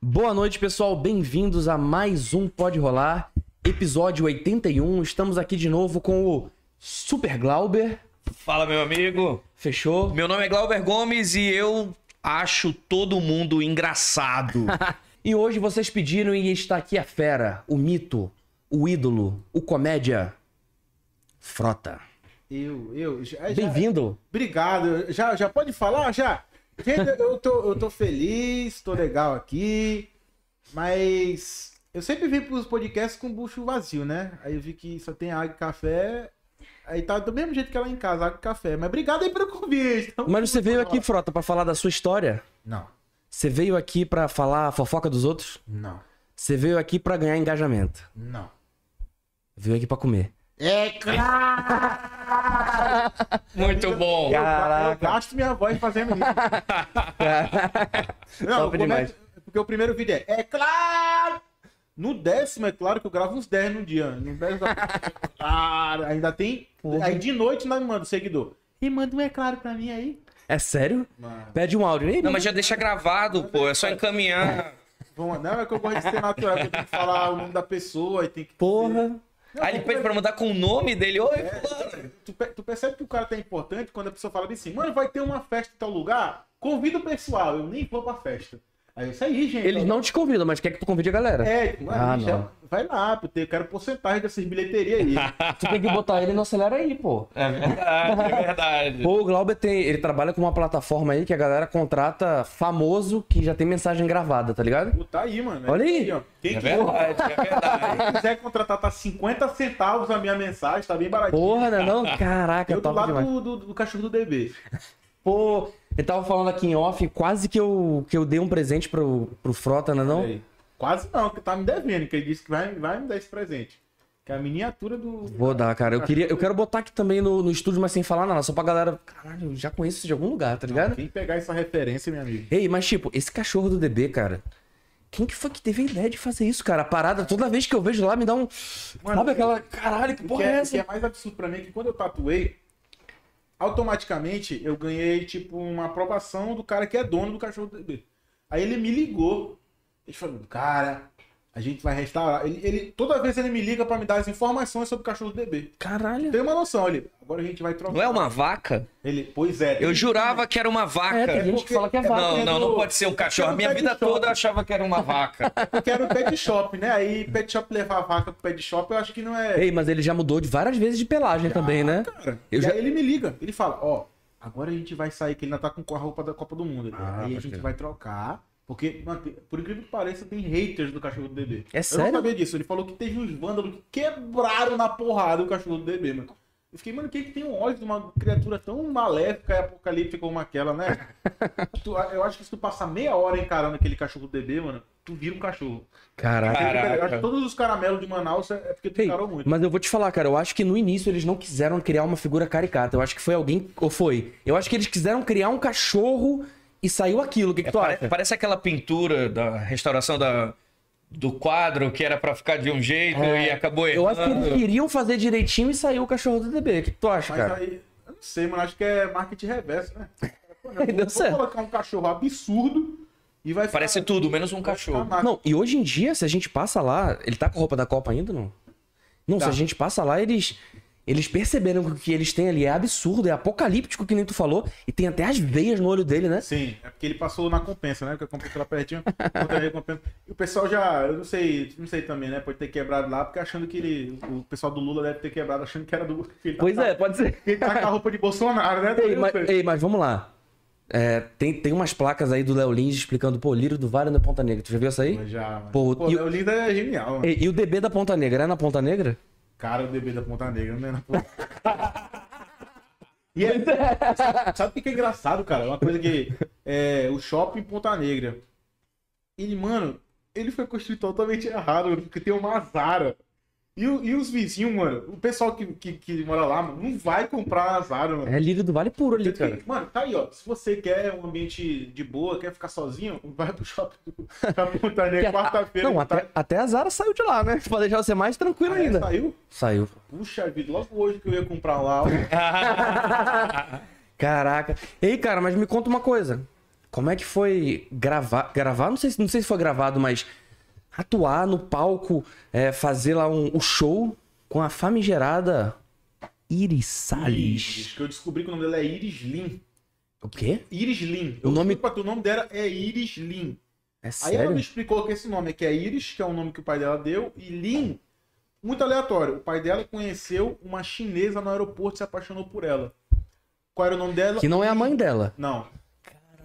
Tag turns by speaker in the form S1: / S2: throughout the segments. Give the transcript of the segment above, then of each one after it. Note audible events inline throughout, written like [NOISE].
S1: Boa noite, pessoal. Bem-vindos a mais um Pode Rolar, episódio 81. Estamos aqui de novo com o Super Glauber.
S2: Fala, meu amigo.
S1: Fechou? [LAUGHS]
S2: Meu nome é Glauber Gomes e eu acho todo
S1: [LAUGHS]
S2: mundo engraçado.
S1: E hoje vocês pediram e está aqui a fera, o mito, o ídolo, o comédia. Frota.
S3: Eu, eu. já- já-
S1: Bem-vindo.
S3: Obrigado. Já, já pode falar? Já? Gente, eu tô, eu tô feliz, tô legal aqui, mas eu sempre vim pros podcasts com bucho vazio, né? Aí eu vi que só tem água e café, aí tá do mesmo jeito que lá em casa, água e café. Mas obrigado aí pelo convite.
S1: Mas você veio aqui, Frota, pra falar da sua história?
S3: Não,
S1: Você veio aqui pra falar a fofoca dos outros?
S3: não,
S1: Você veio aqui pra ganhar engajamento?
S3: não.
S1: Veio aqui pra comer? [LAUGHS]
S3: É claro!
S2: Muito bom.
S3: Eu,
S1: Caraca.
S3: eu gasto minha voz fazendo isso. [LAUGHS] Não, eu
S1: Top demais.
S3: começo, porque o primeiro vídeo é, é claro! No décimo, é claro que eu gravo uns 10 no dia. No décimo, é claro, ainda tem.
S1: Porra.
S3: Aí de noite nós manda o seguidor. E manda um é claro pra mim aí.
S1: É sério?
S3: Mano,
S1: Pede um áudio. Ei,
S2: Não, mas já deixa gravado, pô. É só encaminhar.
S3: vamos- não, é que eu gosto de ser natural, que eu tenho que falar o nome da pessoa e tem que.
S1: Porra.
S2: Aí ele pede pra mudar com o nome dele. Oi,
S1: É.
S2: fulano.
S3: Tu, pe- tu percebe que o cara tá importante quando a pessoa fala bem assim, mano, vai ter uma festa em tal lugar? Convida o pessoal, eu nem vou pra festa. Aí eu saí, gente.
S1: Eles não te convidam, mas quer que tu convide a galera.
S3: É, mano,
S1: Ah,
S3: bicho,
S1: não.
S3: vai lá, porque eu quero porcentagem dessas bilheterias aí.
S1: [LAUGHS] Tu tem que botar ele no acelera aí, pô.
S2: É verdade, é verdade.
S1: Pô, o Glauber tem, ele trabalha com uma plataforma aí que a galera contrata famoso que já tem mensagem gravada, tá ligado?
S3: Botar aí, mano. É
S1: Olha aí.
S3: ó. Quem
S2: É
S3: que-
S2: verdade, é verdade.
S3: [LAUGHS] quem quiser contratar, tá 50 centavos a minha mensagem, tá bem baratinho.
S1: Porra, né não? Caraca,
S3: eu do
S1: top
S3: lado
S1: demais.
S3: do, do, do cachorro do DB.
S1: Pô, eu tava falando aqui em off, quase que eu, que eu dei um presente pro, pro Frota, né não?
S3: Aí. Quase não, que tá me devendo, que ele disse que vai, vai me dar esse presente. Que é a miniatura do.
S1: Vou dar, cara. Eu, queria, eu quero botar aqui também no, no estúdio, mas sem falar nada, só pra galera. Caralho, eu já conheço isso de algum lugar, tá ligado?
S3: Quem pegar essa referência, meu amigo.
S1: Ei, mas tipo, esse cachorro do DB, cara. Quem que foi que teve a ideia de fazer isso, cara? A parada, toda vez que eu vejo lá, me dá um.
S3: Mano,
S1: sabe aquela. Caralho, que
S3: O que,
S1: porra é,
S3: é, o
S1: essa?
S3: que é mais absurdo pra mim é que quando eu tatuei, automaticamente eu ganhei, tipo, uma aprovação do cara que é dono do cachorro do bebê. Aí ele me ligou. Ele falou, cara, a gente vai restaurar. Ele, ele- toda vez ele me liga pra me dar as informações sobre o cachorro do bebê.
S1: Caralho.
S3: Tem uma noção, ele. Agora a gente vai trocar.
S2: Não é uma vaca?
S3: Ele, pois é.
S2: Eu jurava que era uma
S1: É, tem
S2: vaca.
S1: gente que fala que é vaca.
S3: né?
S2: Não, não, não pode ser um cachorro. A minha vida toda eu achava que era uma
S1: [LAUGHS]
S2: vaca.
S3: Porque era o pet shop, né? Aí pet shop levar a vaca pro pet shop, eu acho que não é.
S1: Ei, mas ele já mudou de várias vezes de pelagem também, né?
S3: Cara,
S1: Eu
S3: e
S1: já-
S3: aí ele me liga, ele fala, ó, agora a gente vai sair, que ele ainda tá com a roupa da Copa do Mundo.
S1: Ah,
S3: aí
S1: pode
S3: a gente
S1: crer.
S3: vai trocar, porque, mano, tem- por incrível que pareça, tem haters do cachorro do bebê.
S1: É
S3: eu
S1: sério?
S3: não sabia disso, ele falou que teve uns vândalos que quebraram na porrada o cachorro do bebê, mano. Eu fiquei, mano, quem que tem um ódio de uma criatura tão maléfica e apocalíptica como aquela, né?
S1: [LAUGHS]
S3: Tu- eu acho que se tu passar meia hora encarando aquele cachorro do bebê, mano, tu vira um cachorro.
S1: Caraca.
S2: Caraca.
S3: Eu acho que todos os caramelos de Manaus é porque tu
S1: Ei,
S3: encarou muito.
S1: mas eu vou te falar, cara, eu acho que no início eles não quiseram criar uma figura caricata. Eu acho que foi alguém. Ou foi? Eu acho que eles quiseram criar um cachorro e saiu aquilo. O
S3: É
S1: que, que tu
S2: Pare-
S1: acha?
S2: Parece aquela pintura da restauração da, do quadro que era pra ficar de um jeito e acabou
S1: É. Eu acho que eles
S2: errando.
S1: queriam fazer direitinho e saiu o cachorro do DB. O que, que tu acha,
S3: Mas
S1: cara?
S3: aí, eu não sei, mano, acho que é marketing reverso,
S1: [LAUGHS]
S3: né? Pô,
S1: Aí
S3: eu
S1: deu
S3: vou
S1: certo.
S3: colocar um cachorro absurdo e vai ficar- assim,
S2: Parece tudo, menos um
S3: vai
S2: cachorro.
S3: ficar massa.
S1: Não, e hoje em dia, se a gente passa lá, ele tá com a roupa da Copa ainda não? Não, se
S3: Tá.
S1: a gente passa lá, eles eles perceberam que o que eles têm ali é absurdo, é apocalíptico, que nem tu falou, e tem até as veias no olho dele, né?
S3: Sim, é porque ele passou na compensa, né? Porque a compensa lá pertinho. outra recompensa. E o pessoal já, eu não sei, não sei também, né? Pode ter quebrado lá, porque achando que ele. O pessoal do Lula deve ter quebrado achando que era do. que ele
S1: Pois
S3: tá-
S1: é, pode ser.
S3: que Ele tá com a roupa de Bolsonaro, né?
S1: Ei,
S3: Eu
S1: mas,
S3: sei.
S1: ei, mas vamos lá. É, tem, tem umas placas aí do Léo Lins explicando, pô, Lírio do Vale na Ponta Negra. Tu já viu essa aí?
S3: Mas já, mano.
S1: Pô,
S3: Pô,
S1: e o-
S3: o Linda é genial, mano.
S1: E, e o DB da Ponta Negra, é na Ponta Negra?
S3: Cara, o bebê da Ponta Negra, né? Na
S1: [LAUGHS]
S3: Ponta- E é- sabe o que que é engraçado, cara? Uma coisa que. É, o shopping Ponta Negra. Ele, mano, ele foi construído totalmente errado, mano, porque tem uma Zara. E, o- e os vizinhos, mano, o pessoal que, que, que mora lá, mano, não vai comprar a Zara, mano.
S1: É Lírio do Vale puro ali, cara.
S3: Mano, tá aí, ó. Se você quer um ambiente de boa, quer ficar sozinho, vai pro shopping da Ponta
S1: [LAUGHS]
S3: Negra quarta-feira.
S1: é- Não,
S3: que tá-
S1: até, até a Zara saiu de lá, né? Pra deixar você mais tranquilo
S3: Ah, é,
S1: ainda.
S3: Saiu?
S1: Saiu.
S3: Puxa vida, logo hoje que eu ia comprar lá. ó.
S1: Caraca. Ei, cara, mas me conta uma coisa. Como é que foi gravar? Gravar? Não sei, se- não sei se foi gravado, mas atuar no palco, é, fazer lá um, o show com a famigerada Iris Salles.
S3: Iris, que eu descobri que o nome dela é Iris Lin.
S1: O quê?
S3: Iris Lin.
S1: O nome-
S3: descobri que o nome dela é Iris Lin.
S1: É
S3: Aí ela me
S1: sério?
S3: explicou que esse nome aqui é Iris, que é o nome que o pai dela deu, e Lin, muito aleatório. O pai dela conheceu uma chinesa no aeroporto e se apaixonou por ela. Qual era o nome dela?
S1: Que não é a mãe dela.
S3: Não.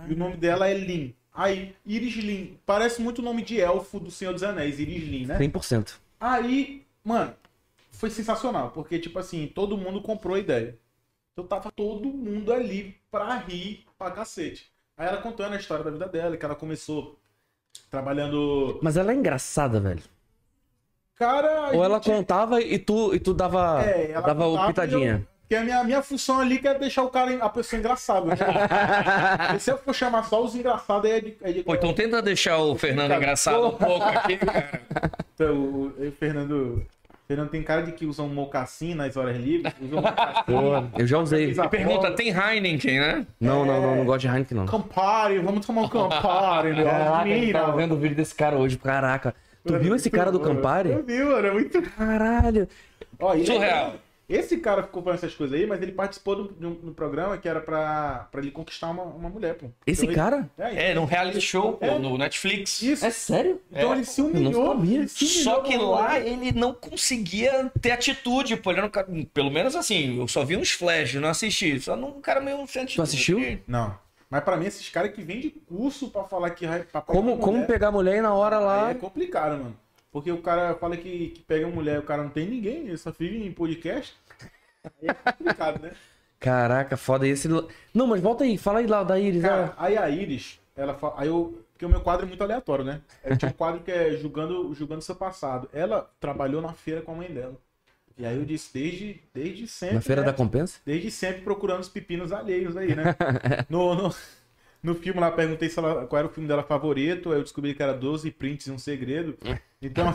S3: E o nome dela é Lin. Aí, Iris Lin. Parece muito o nome de elfo do Senhor dos Anéis, Iris Lin, né?
S1: 100%.
S3: Aí, mano, foi sensacional, porque, tipo assim, todo mundo comprou a ideia. Então tava todo mundo ali pra rir pra cacete. Aí ela contando a história da vida dela, que ela começou trabalhando.
S1: Mas ela é engraçada, velho.
S3: Cara. tipo,
S1: Ou
S3: a
S1: ela
S3: gente-
S1: contava e tu, e tu dava,
S3: É, ela
S1: dava o
S3: contava e [LAUGHS]
S1: pitadinha.
S3: Porque é a minha, a minha função ali que é deixar o cara, a pessoa engraçada.
S1: [LAUGHS]
S3: Né? Porque se eu for chamar só os engraçados, aí é de. É de
S2: Pô, então tenta deixar o
S1: Tá
S2: Fernando engraçado um
S1: [LAUGHS]
S2: pouco aqui, cara.
S3: Então, o, o- o Fernando. Fernando tem cara de que usa um mocassim nas horas livres. Usa um mocassim.
S1: Pô, eu já usei.
S3: Pisa-
S2: Pergunta, tem Heineken, né?
S1: Não, não, não, não gosto de Heineken, não.
S3: Campari, vamos tomar um Campari, meu.
S1: Caraca, então, eu
S3: Mira,
S1: tava vendo o vídeo desse cara hoje, caraca. Tu viu esse cara do
S3: Eu
S1: Campari?
S3: vi, mano, é muito...
S1: Caralho.
S3: Ó, e-
S2: Surreal.
S3: Esse cara ficou falando essas coisas aí, mas ele participou do- de um, de um programa que era pra, pra ele conquistar uma, uma mulher, pô.
S1: Esse
S3: Então,
S1: cara?
S3: ele- É,
S2: É, num reality show, pô, no Netflix.
S3: isso.
S1: É sério?
S3: Então ele se
S1: Eu
S3: humilhou.
S1: não sabia.
S3: ele se humilhou
S2: Só que
S3: pra
S2: lá
S3: mulher.
S2: ele não conseguia ter atitude, pô. Ele era um cara, pelo menos assim, eu só vi uns flashes, não assisti. Só não, um cara meio sem atitude.
S1: assistiu?
S3: Não. Mas pra mim, esses caras que vendem curso pra falar que... ra- Pra pegar
S1: Como,
S3: mulher,
S1: como pegar a mulher e na hora lá.
S3: aí é complicado, mano. Porque o cara fala que, que pega uma mulher, o cara não tem ninguém, ele só fica em podcast. Aí é complicado, né?
S1: Caraca, foda esse. Não, mas volta aí, fala aí lá da Iris.
S3: Cara,
S1: ah.
S3: aí a Iris, ela fala. Aí eu. Porque o meu quadro é muito aleatório, né? Eu tinha um quadro que é julgando, julgando seu passado. Ela trabalhou na feira com a mãe dela. E aí eu disse, desde, desde sempre.
S1: na Feira
S3: né?
S1: da Compensa?
S3: Desde sempre procurando os pepinos alheios
S1: [LAUGHS]
S3: aí, né? No, no, no filme lá, perguntei se ela- qual era o filme dela favorito. Aí eu descobri que era 12 prints e um segredo.
S1: [LAUGHS]
S3: Então.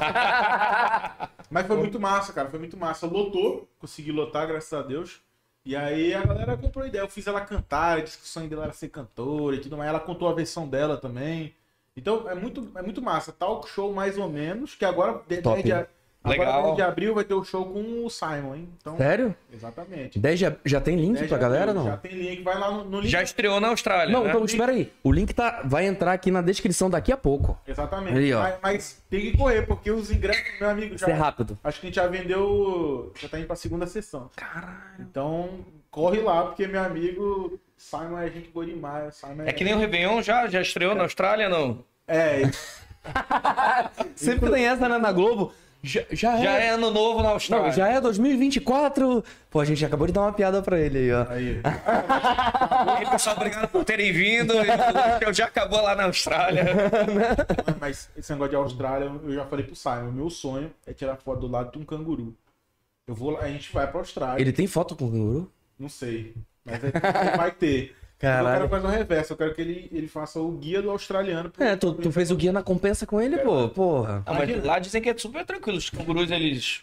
S3: Mas foi muito massa, cara. Foi muito massa. Lotou, consegui lotar, graças a Deus. E aí a galera comprou a ideia. Eu fiz ela cantar, disse que o sonho dela era ser cantora e tudo mais. Ela contou a versão dela também. Então é muito, é muito massa. Talk show mais ou menos, que agora, de-
S1: Top.
S3: 10 de, a- agora
S2: Legal.
S3: 10 de abril vai ter o show com o Simon, hein? Então,
S1: Sério?
S3: exatamente.
S1: 10 já, já tem link
S3: 10
S1: pra
S3: de abril,
S1: galera, não?
S3: Né, Já tem link, vai lá no, no link.
S2: Já estreou na Austrália.
S1: Não,
S2: né?
S1: então espera aí. O link tá, vai entrar aqui na descrição daqui a pouco.
S3: Exatamente.
S1: Aí, ó.
S3: mas, mas tem que correr, porque os ingressos, meu amigo,
S1: Isso é
S3: já.
S1: rápido.
S3: Acho que a gente já vendeu. Já tá indo pra segunda sessão.
S1: Caralho.
S3: Então, corre lá, porque meu amigo Simon é gente boa demais. Simon
S2: É que nem o Réveillon já, já estreou na Austrália, não?
S3: É,
S1: Sempre tem essa, né, na Globo. Já, já é.
S2: Já é ano novo na
S1: Não,
S2: Austrália.
S1: já é 2024. Pô, a gente acabou de dar uma piada pra ele aí, ó.
S3: aí. [LAUGHS]
S2: E, pessoal, obrigado por terem vindo. Eu-
S1: [LAUGHS]
S2: Eu já acabou lá na Austrália.
S3: Mas esse negócio de Austrália, eu já falei pro Simon. Meu sonho é tirar foto do lado de um canguru. Eu vou lá, a gente vai pra Austrália.
S1: Ele tem foto com o canguru?
S3: Não sei. Mas é, vai ter.
S1: [LAUGHS] Caralho.
S3: Eu quero fazer um reverso. Eu quero que ele, ele faça o guia do australiano. pro-
S1: É, tu, tu fez o guia na compensa com ele, pô. Porra.
S2: Não, mas
S3: Imagina.
S2: lá dizem que é super tranquilo. Os cangurus, eles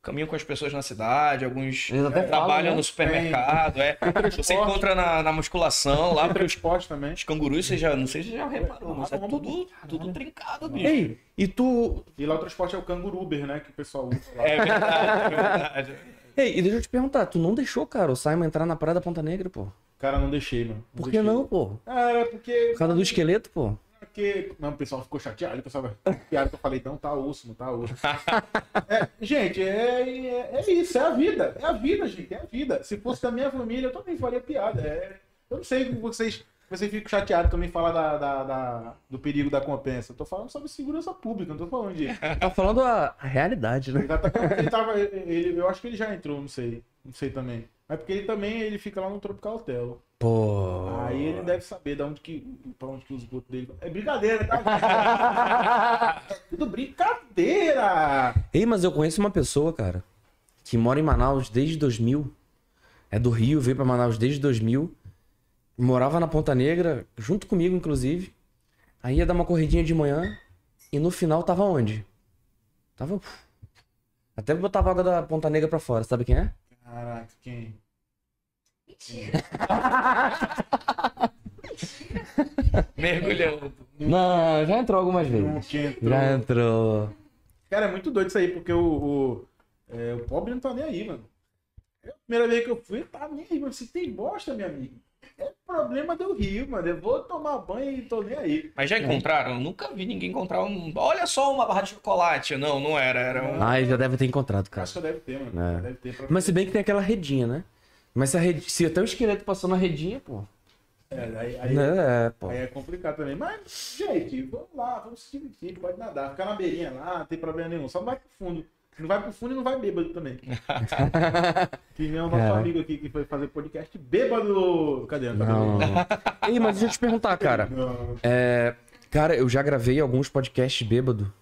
S2: caminham com as pessoas na cidade, alguns
S1: Eles até
S2: trabalham
S1: falam, né?
S2: no supermercado. É. Você encontra na, na musculação lá, porque os,
S3: Transporte também.
S2: os cangurus, você já, não sei se você já reparou, mas é tudo, tudo trincado, bicho.
S1: Ei, e tu.
S3: E lá o transporte é o canguru Uber, né? Que o pessoal usa lá.
S2: É verdade, é verdade.
S1: Ei, e deixa eu te perguntar, tu não deixou, cara, o Simon entrar na Praia da Ponta Negra, pô?
S3: Cara, não deixei, mano.
S1: Por que
S3: deixei.
S1: não, pô?
S3: Ah, era porque.
S1: Por causa do esqueleto, pô?
S3: porque... Não, o pessoal ficou chateado. O pessoal vai. Piada que eu falei, não, tá osso, não tá
S1: [LAUGHS]
S3: osso. É, gente, é, é, é isso, é a vida. É a vida, gente, é a vida. Se fosse da minha família, eu também faria piada. É... Eu não sei que vocês. Vocês ficam chateados também falar da, da- da- do perigo da compensa. Eu tô falando sobre segurança pública, não tô falando de.
S1: Tá falando a, a realidade, né?
S3: Ele tá tava, ele, eu acho que ele já entrou, não sei. Não sei também. Mas porque ele também ele fica lá no Tropical Hotel.
S1: Pô.
S3: Aí ele deve saber de onde que, pra onde que o esgoto dele. É brincadeira, tá? É
S1: [LAUGHS]
S3: Tudo brincadeira!
S1: Ei, mas eu conheço uma pessoa, cara, que mora em Manaus desde 2000. É do Rio, veio pra Manaus desde 2000. Morava na Ponta Negra, junto comigo, inclusive. Aí ia dar uma corridinha de manhã e no final tava onde? Tava. Até botava água da Ponta Negra pra fora, sabe quem é?
S3: Caraca, quem?
S2: Mergulhão.
S1: Não, já entrou algumas
S3: Não
S1: vezes.
S3: tinha entrou.
S1: Já entrou.
S3: Cara, é muito doido isso aí, porque o, o, é, o pobre não tá nem aí, mano. É a primeira vez que eu fui, tá nem aí, mano. Se tem bosta, meu amigo. É problema do rio, mano. Eu vou tomar banho e tô nem aí.
S2: Mas já encontraram? Eu nunca vi ninguém encontrar um. Olha só uma barra de chocolate. Não, não era. Era um.
S1: Ah, ele já deve ter encontrado, cara.
S3: Acho que deve ter, mano.
S1: É.
S3: Deve ter pra...
S1: Mas se bem que tem aquela redinha, né? Mas se, a rede... se até o esqueleto passou na redinha, pô.
S3: É, aí, aí-
S1: É, pô.
S3: aí é complicado também. Mas, gente, vamos lá, vamos se divertir, pode nadar. Ficar na beirinha lá, não tem problema nenhum. Só não vai pro fundo. Se não vai pro fundo, não vai bêbado
S1: [LAUGHS]
S3: também. que nem o nosso
S1: Cara.
S3: amigo aqui que foi fazer podcast bêbado. Cadê? Não tá
S1: Não.
S3: bêbado?
S1: [LAUGHS] Ei, mas deixa eu te perguntar, cara.
S3: Não.
S1: É, cara, eu já gravei alguns podcasts bêbado.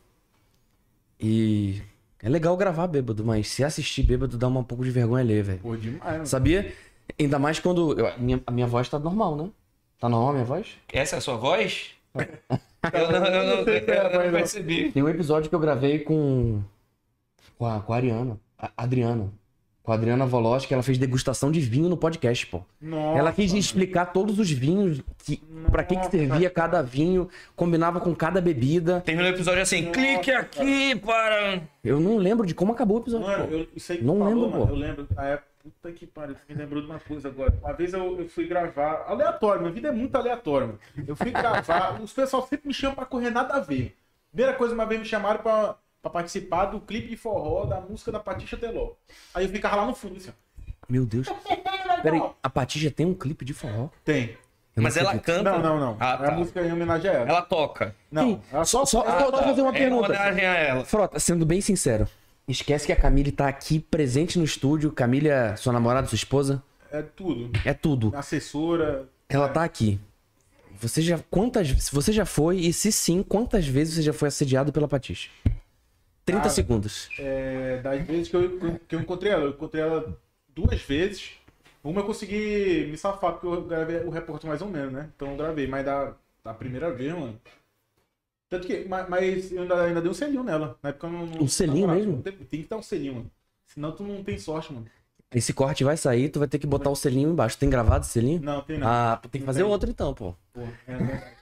S1: E é legal gravar bêbado, mas se assistir bêbado dá um pouco de vergonha ler, velho.
S3: Pô, demais, mano.
S1: Sabia? Ainda mais quando. eu- a minha, a minha voz tá normal, né? Tá normal a minha voz?
S2: Essa é a sua voz? eu não, eu não- eu não percebi.
S1: Tem um episódio que eu gravei com. Com a, com a Ariana. A- Adriana. Com a Adriana Voloz, que ela fez degustação de vinho no podcast, pô.
S3: Nossa,
S1: ela quis
S3: mano.
S1: explicar todos os vinhos, que, pra que, que servia cada vinho, combinava com cada bebida.
S2: Terminou o episódio assim.
S3: Nossa,
S2: clique aqui para.
S1: Eu não lembro de como acabou o episódio.
S3: Mano,
S1: pô.
S3: eu isso aí que
S1: Não
S3: falou,
S1: lembro,
S3: mano.
S1: pô.
S3: Eu lembro. Ah, é, puta que pariu, você me lembrou de uma coisa agora. Uma vez eu, eu fui gravar. Aleatório, minha vida é muito aleatória, mano. Eu fui gravar, [LAUGHS] os pessoal sempre me chamam pra correr nada a ver. Primeira coisa, uma vez me chamaram pra, pra participar do clipe de forró da música da Patrícia Teló. Aí eu ficava lá no fundo, assim, ó.
S1: Meu Deus. Peraí, a Pathy já tem um clipe de forró?
S3: Tem.
S1: Eu
S2: Mas
S1: não
S2: ela
S1: acredito.
S2: canta.
S3: Não, não, não.
S2: Ah,
S3: É
S2: tá.
S3: a música em homenagem a ela.
S2: Ela toca.
S3: Não,
S1: Sim,
S3: ela
S1: Só, só, só
S2: tá.
S1: fazer uma
S2: É
S1: pergunta.
S2: homenagem a ela.
S1: Frota, sendo bem sincero, esquece que a Camille tá aqui presente no estúdio. Camille é sua namorada, sua esposa,
S3: é tudo.
S1: é tudo.
S3: Assessora.
S1: Ela tá aqui. Você já quantas se você já foi e se sim, quantas vezes você já foi assediado pela Patiche? 30
S3: Cara.
S1: segundos.
S3: É, das vezes que eu, que eu encontrei ela. Eu encontrei ela duas vezes. Uma eu consegui me safar, porque eu gravei o repórter mais ou menos, né? Então eu gravei, mas da, da primeira vez, mano. Tanto que, ma- mas eu ainda, ainda dei um selinho nela. Na época eu não. não-
S1: Um selinho
S3: namorava.
S1: mesmo?
S3: Tem, tem que dar um selinho, mano. Senão tu não tem sorte, mano.
S1: Esse corte vai sair, tu vai ter que botar o selinho embaixo. Tem gravado o selinho?
S3: Não, tem não.
S1: Ah, tem que fazer outro então, pô.
S3: Pô,
S1: [LAUGHS]
S3: é verdade.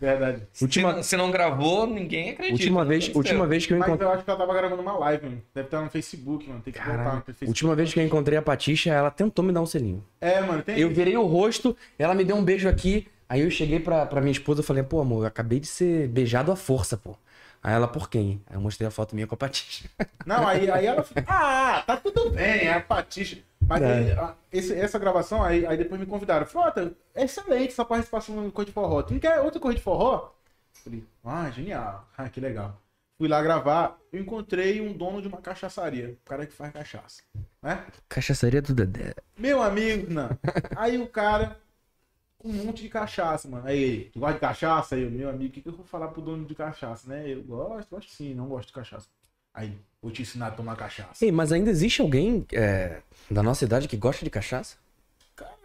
S3: verdade.
S2: Se,
S1: Última,
S2: não, se não gravou, ninguém acredita.
S1: última vez,
S2: Não aconteceu.
S1: última vez que eu
S3: Mas
S1: encontrei,
S3: eu acho que ela tava gravando uma live, mano. Deve estar no Facebook, mano. Tem que voltar no Facebook.
S1: última vez que eu encontrei a Patiche, ela tentou me dar um selinho.
S3: É, mano, tem.
S1: Eu virei o rosto, ela me deu um beijo aqui. Aí eu cheguei pra, pra minha esposa e falei, pô, amor, eu acabei de ser beijado à força, pô. Aí ela, por quem? Aí eu mostrei a foto minha com a Patrícia.
S3: Não, aí, aí ela fica, ah, tá tudo bem, é a patiche. Mas
S1: É.
S3: aí, a- esse- essa gravação, aí, aí depois me convidaram. Frota, é excelente essa participação no Corrida de Forró. Tu não quer outra Corrida de Forró? Falei, ah, genial. [LAUGHS] Ah, que legal. Fui lá gravar, eu encontrei um dono de uma cachaçaria. O cara que faz cachaça, né?
S1: [LAUGHS] Cachaçaria do Dedé.
S3: Meu amigo, não. Aí o cara, com um monte de cachaça, mano. Aí, ele, tu gosta de cachaça? Aí, eu, meu amigo, o que, que eu vou falar pro dono de cachaça, né? Eu gosto, gosto sim, não gosto de cachaça. Aí, vou te ensinar a tomar cachaça.
S1: Ei, mas ainda existe alguém é, da nossa idade que gosta de cachaça?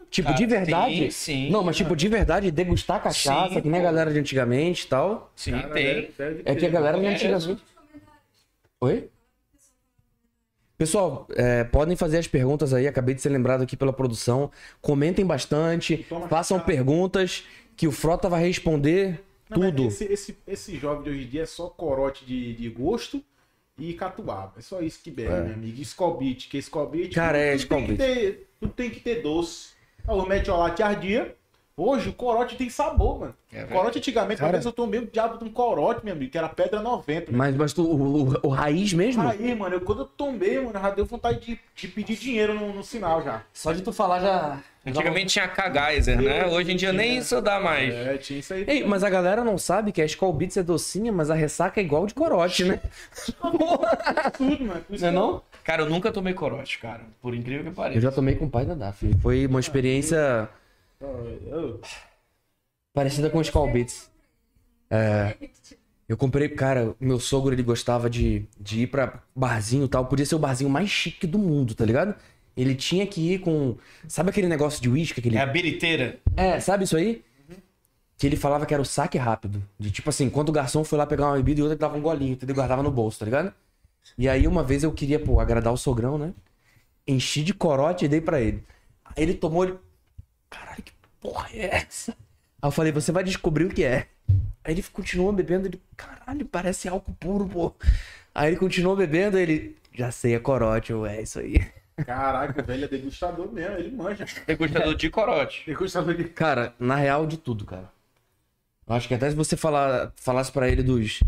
S1: Tipo,
S2: Cara,
S1: de verdade?
S2: tem, Ah, sim.
S1: Não, mas tipo, de verdade, degustar cachaça,
S2: Sim,
S1: que nem a
S2: pô.
S1: galera de antigamente e tal.
S2: Sim,
S3: Cara,
S2: tem.
S3: deve- deve
S1: É que a
S3: ter.
S1: galera de
S2: É.
S1: antigamente... Oi? Pessoal, é, podem fazer as perguntas aí, acabei de ser lembrado aqui pela produção. Comentem bastante,
S3: Toma
S1: façam
S3: cachaça.
S1: perguntas que o Frota vai responder
S3: Não, mas
S1: tudo.
S3: Esse, esse, esse jovem de hoje em dia é só corote de, de gosto e catuaba. É só isso que bebe, meu amigo. Escobite, que escobite.
S1: Cara, é
S3: tudo tem que
S1: Skol
S3: ter- Tudo tem que ter doce. Ah, O metiolate ardia. Hoje o corote tem sabor, mano.
S2: É verdade.
S3: corote antigamente,
S1: Cara.
S3: às vezes eu tomei o diabo de um corote, meu amigo, que era pedra 90. meu.
S1: Mas, mas tu- o, o- o raiz mesmo?
S3: Aí, mano, eu, quando eu tomei, mano, já deu vontade de, de pedir dinheiro no, no sinal já.
S1: Só de tu falar já.
S2: Antigamente tinha K-Geyser, né? Hoje em dia nem isso dá mais.
S3: É, tinha isso aí.
S1: Ei, mas a galera não sabe que a Skull Beats é docinha, mas a ressaca é igual de corote, né?
S3: Tudo, mano. Por isso
S1: Não é
S3: que
S1: não?
S2: Cara, eu nunca tomei corote, cara. Por incrível que
S1: Eu
S2: pareça.
S1: já tomei com o pai da Daphne. Foi uma experiência
S3: eu- eu-
S1: parecida com o Skull Beats. É. Eu comprei, cara, meu sogro ele gostava de, de ir pra barzinho e tal. Podia ser o barzinho mais chique do mundo, tá ligado? Ele tinha que ir com. Sabe aquele negócio de uísque? Aquele...
S2: É a biriteira.
S1: É, sabe isso aí? Que ele falava que era o saque rápido. De tipo assim, enquanto o garçom foi lá pegar uma bebida e outra dava um golinho, entendeu? Guardava no bolso, tá ligado? E aí uma vez eu queria, pô, agradar o sogrão, né? Enchi de corote e dei pra ele. Aí ele tomou, ele. Caralho, que porra é essa? Aí eu falei, você vai descobrir o que é. Aí ele continuou bebendo, ele, caralho, parece álcool puro, pô. Aí ele continuou bebendo, ele, já sei, é corote, eu, é isso aí.
S3: Caraca, o velho é degustador mesmo, ele manja.
S2: Degustador
S1: [LAUGHS]
S2: de corote.
S3: Degustador de.
S1: Cara, na real, de tudo, cara. Eu acho que até se você falar, falasse pra ele dos,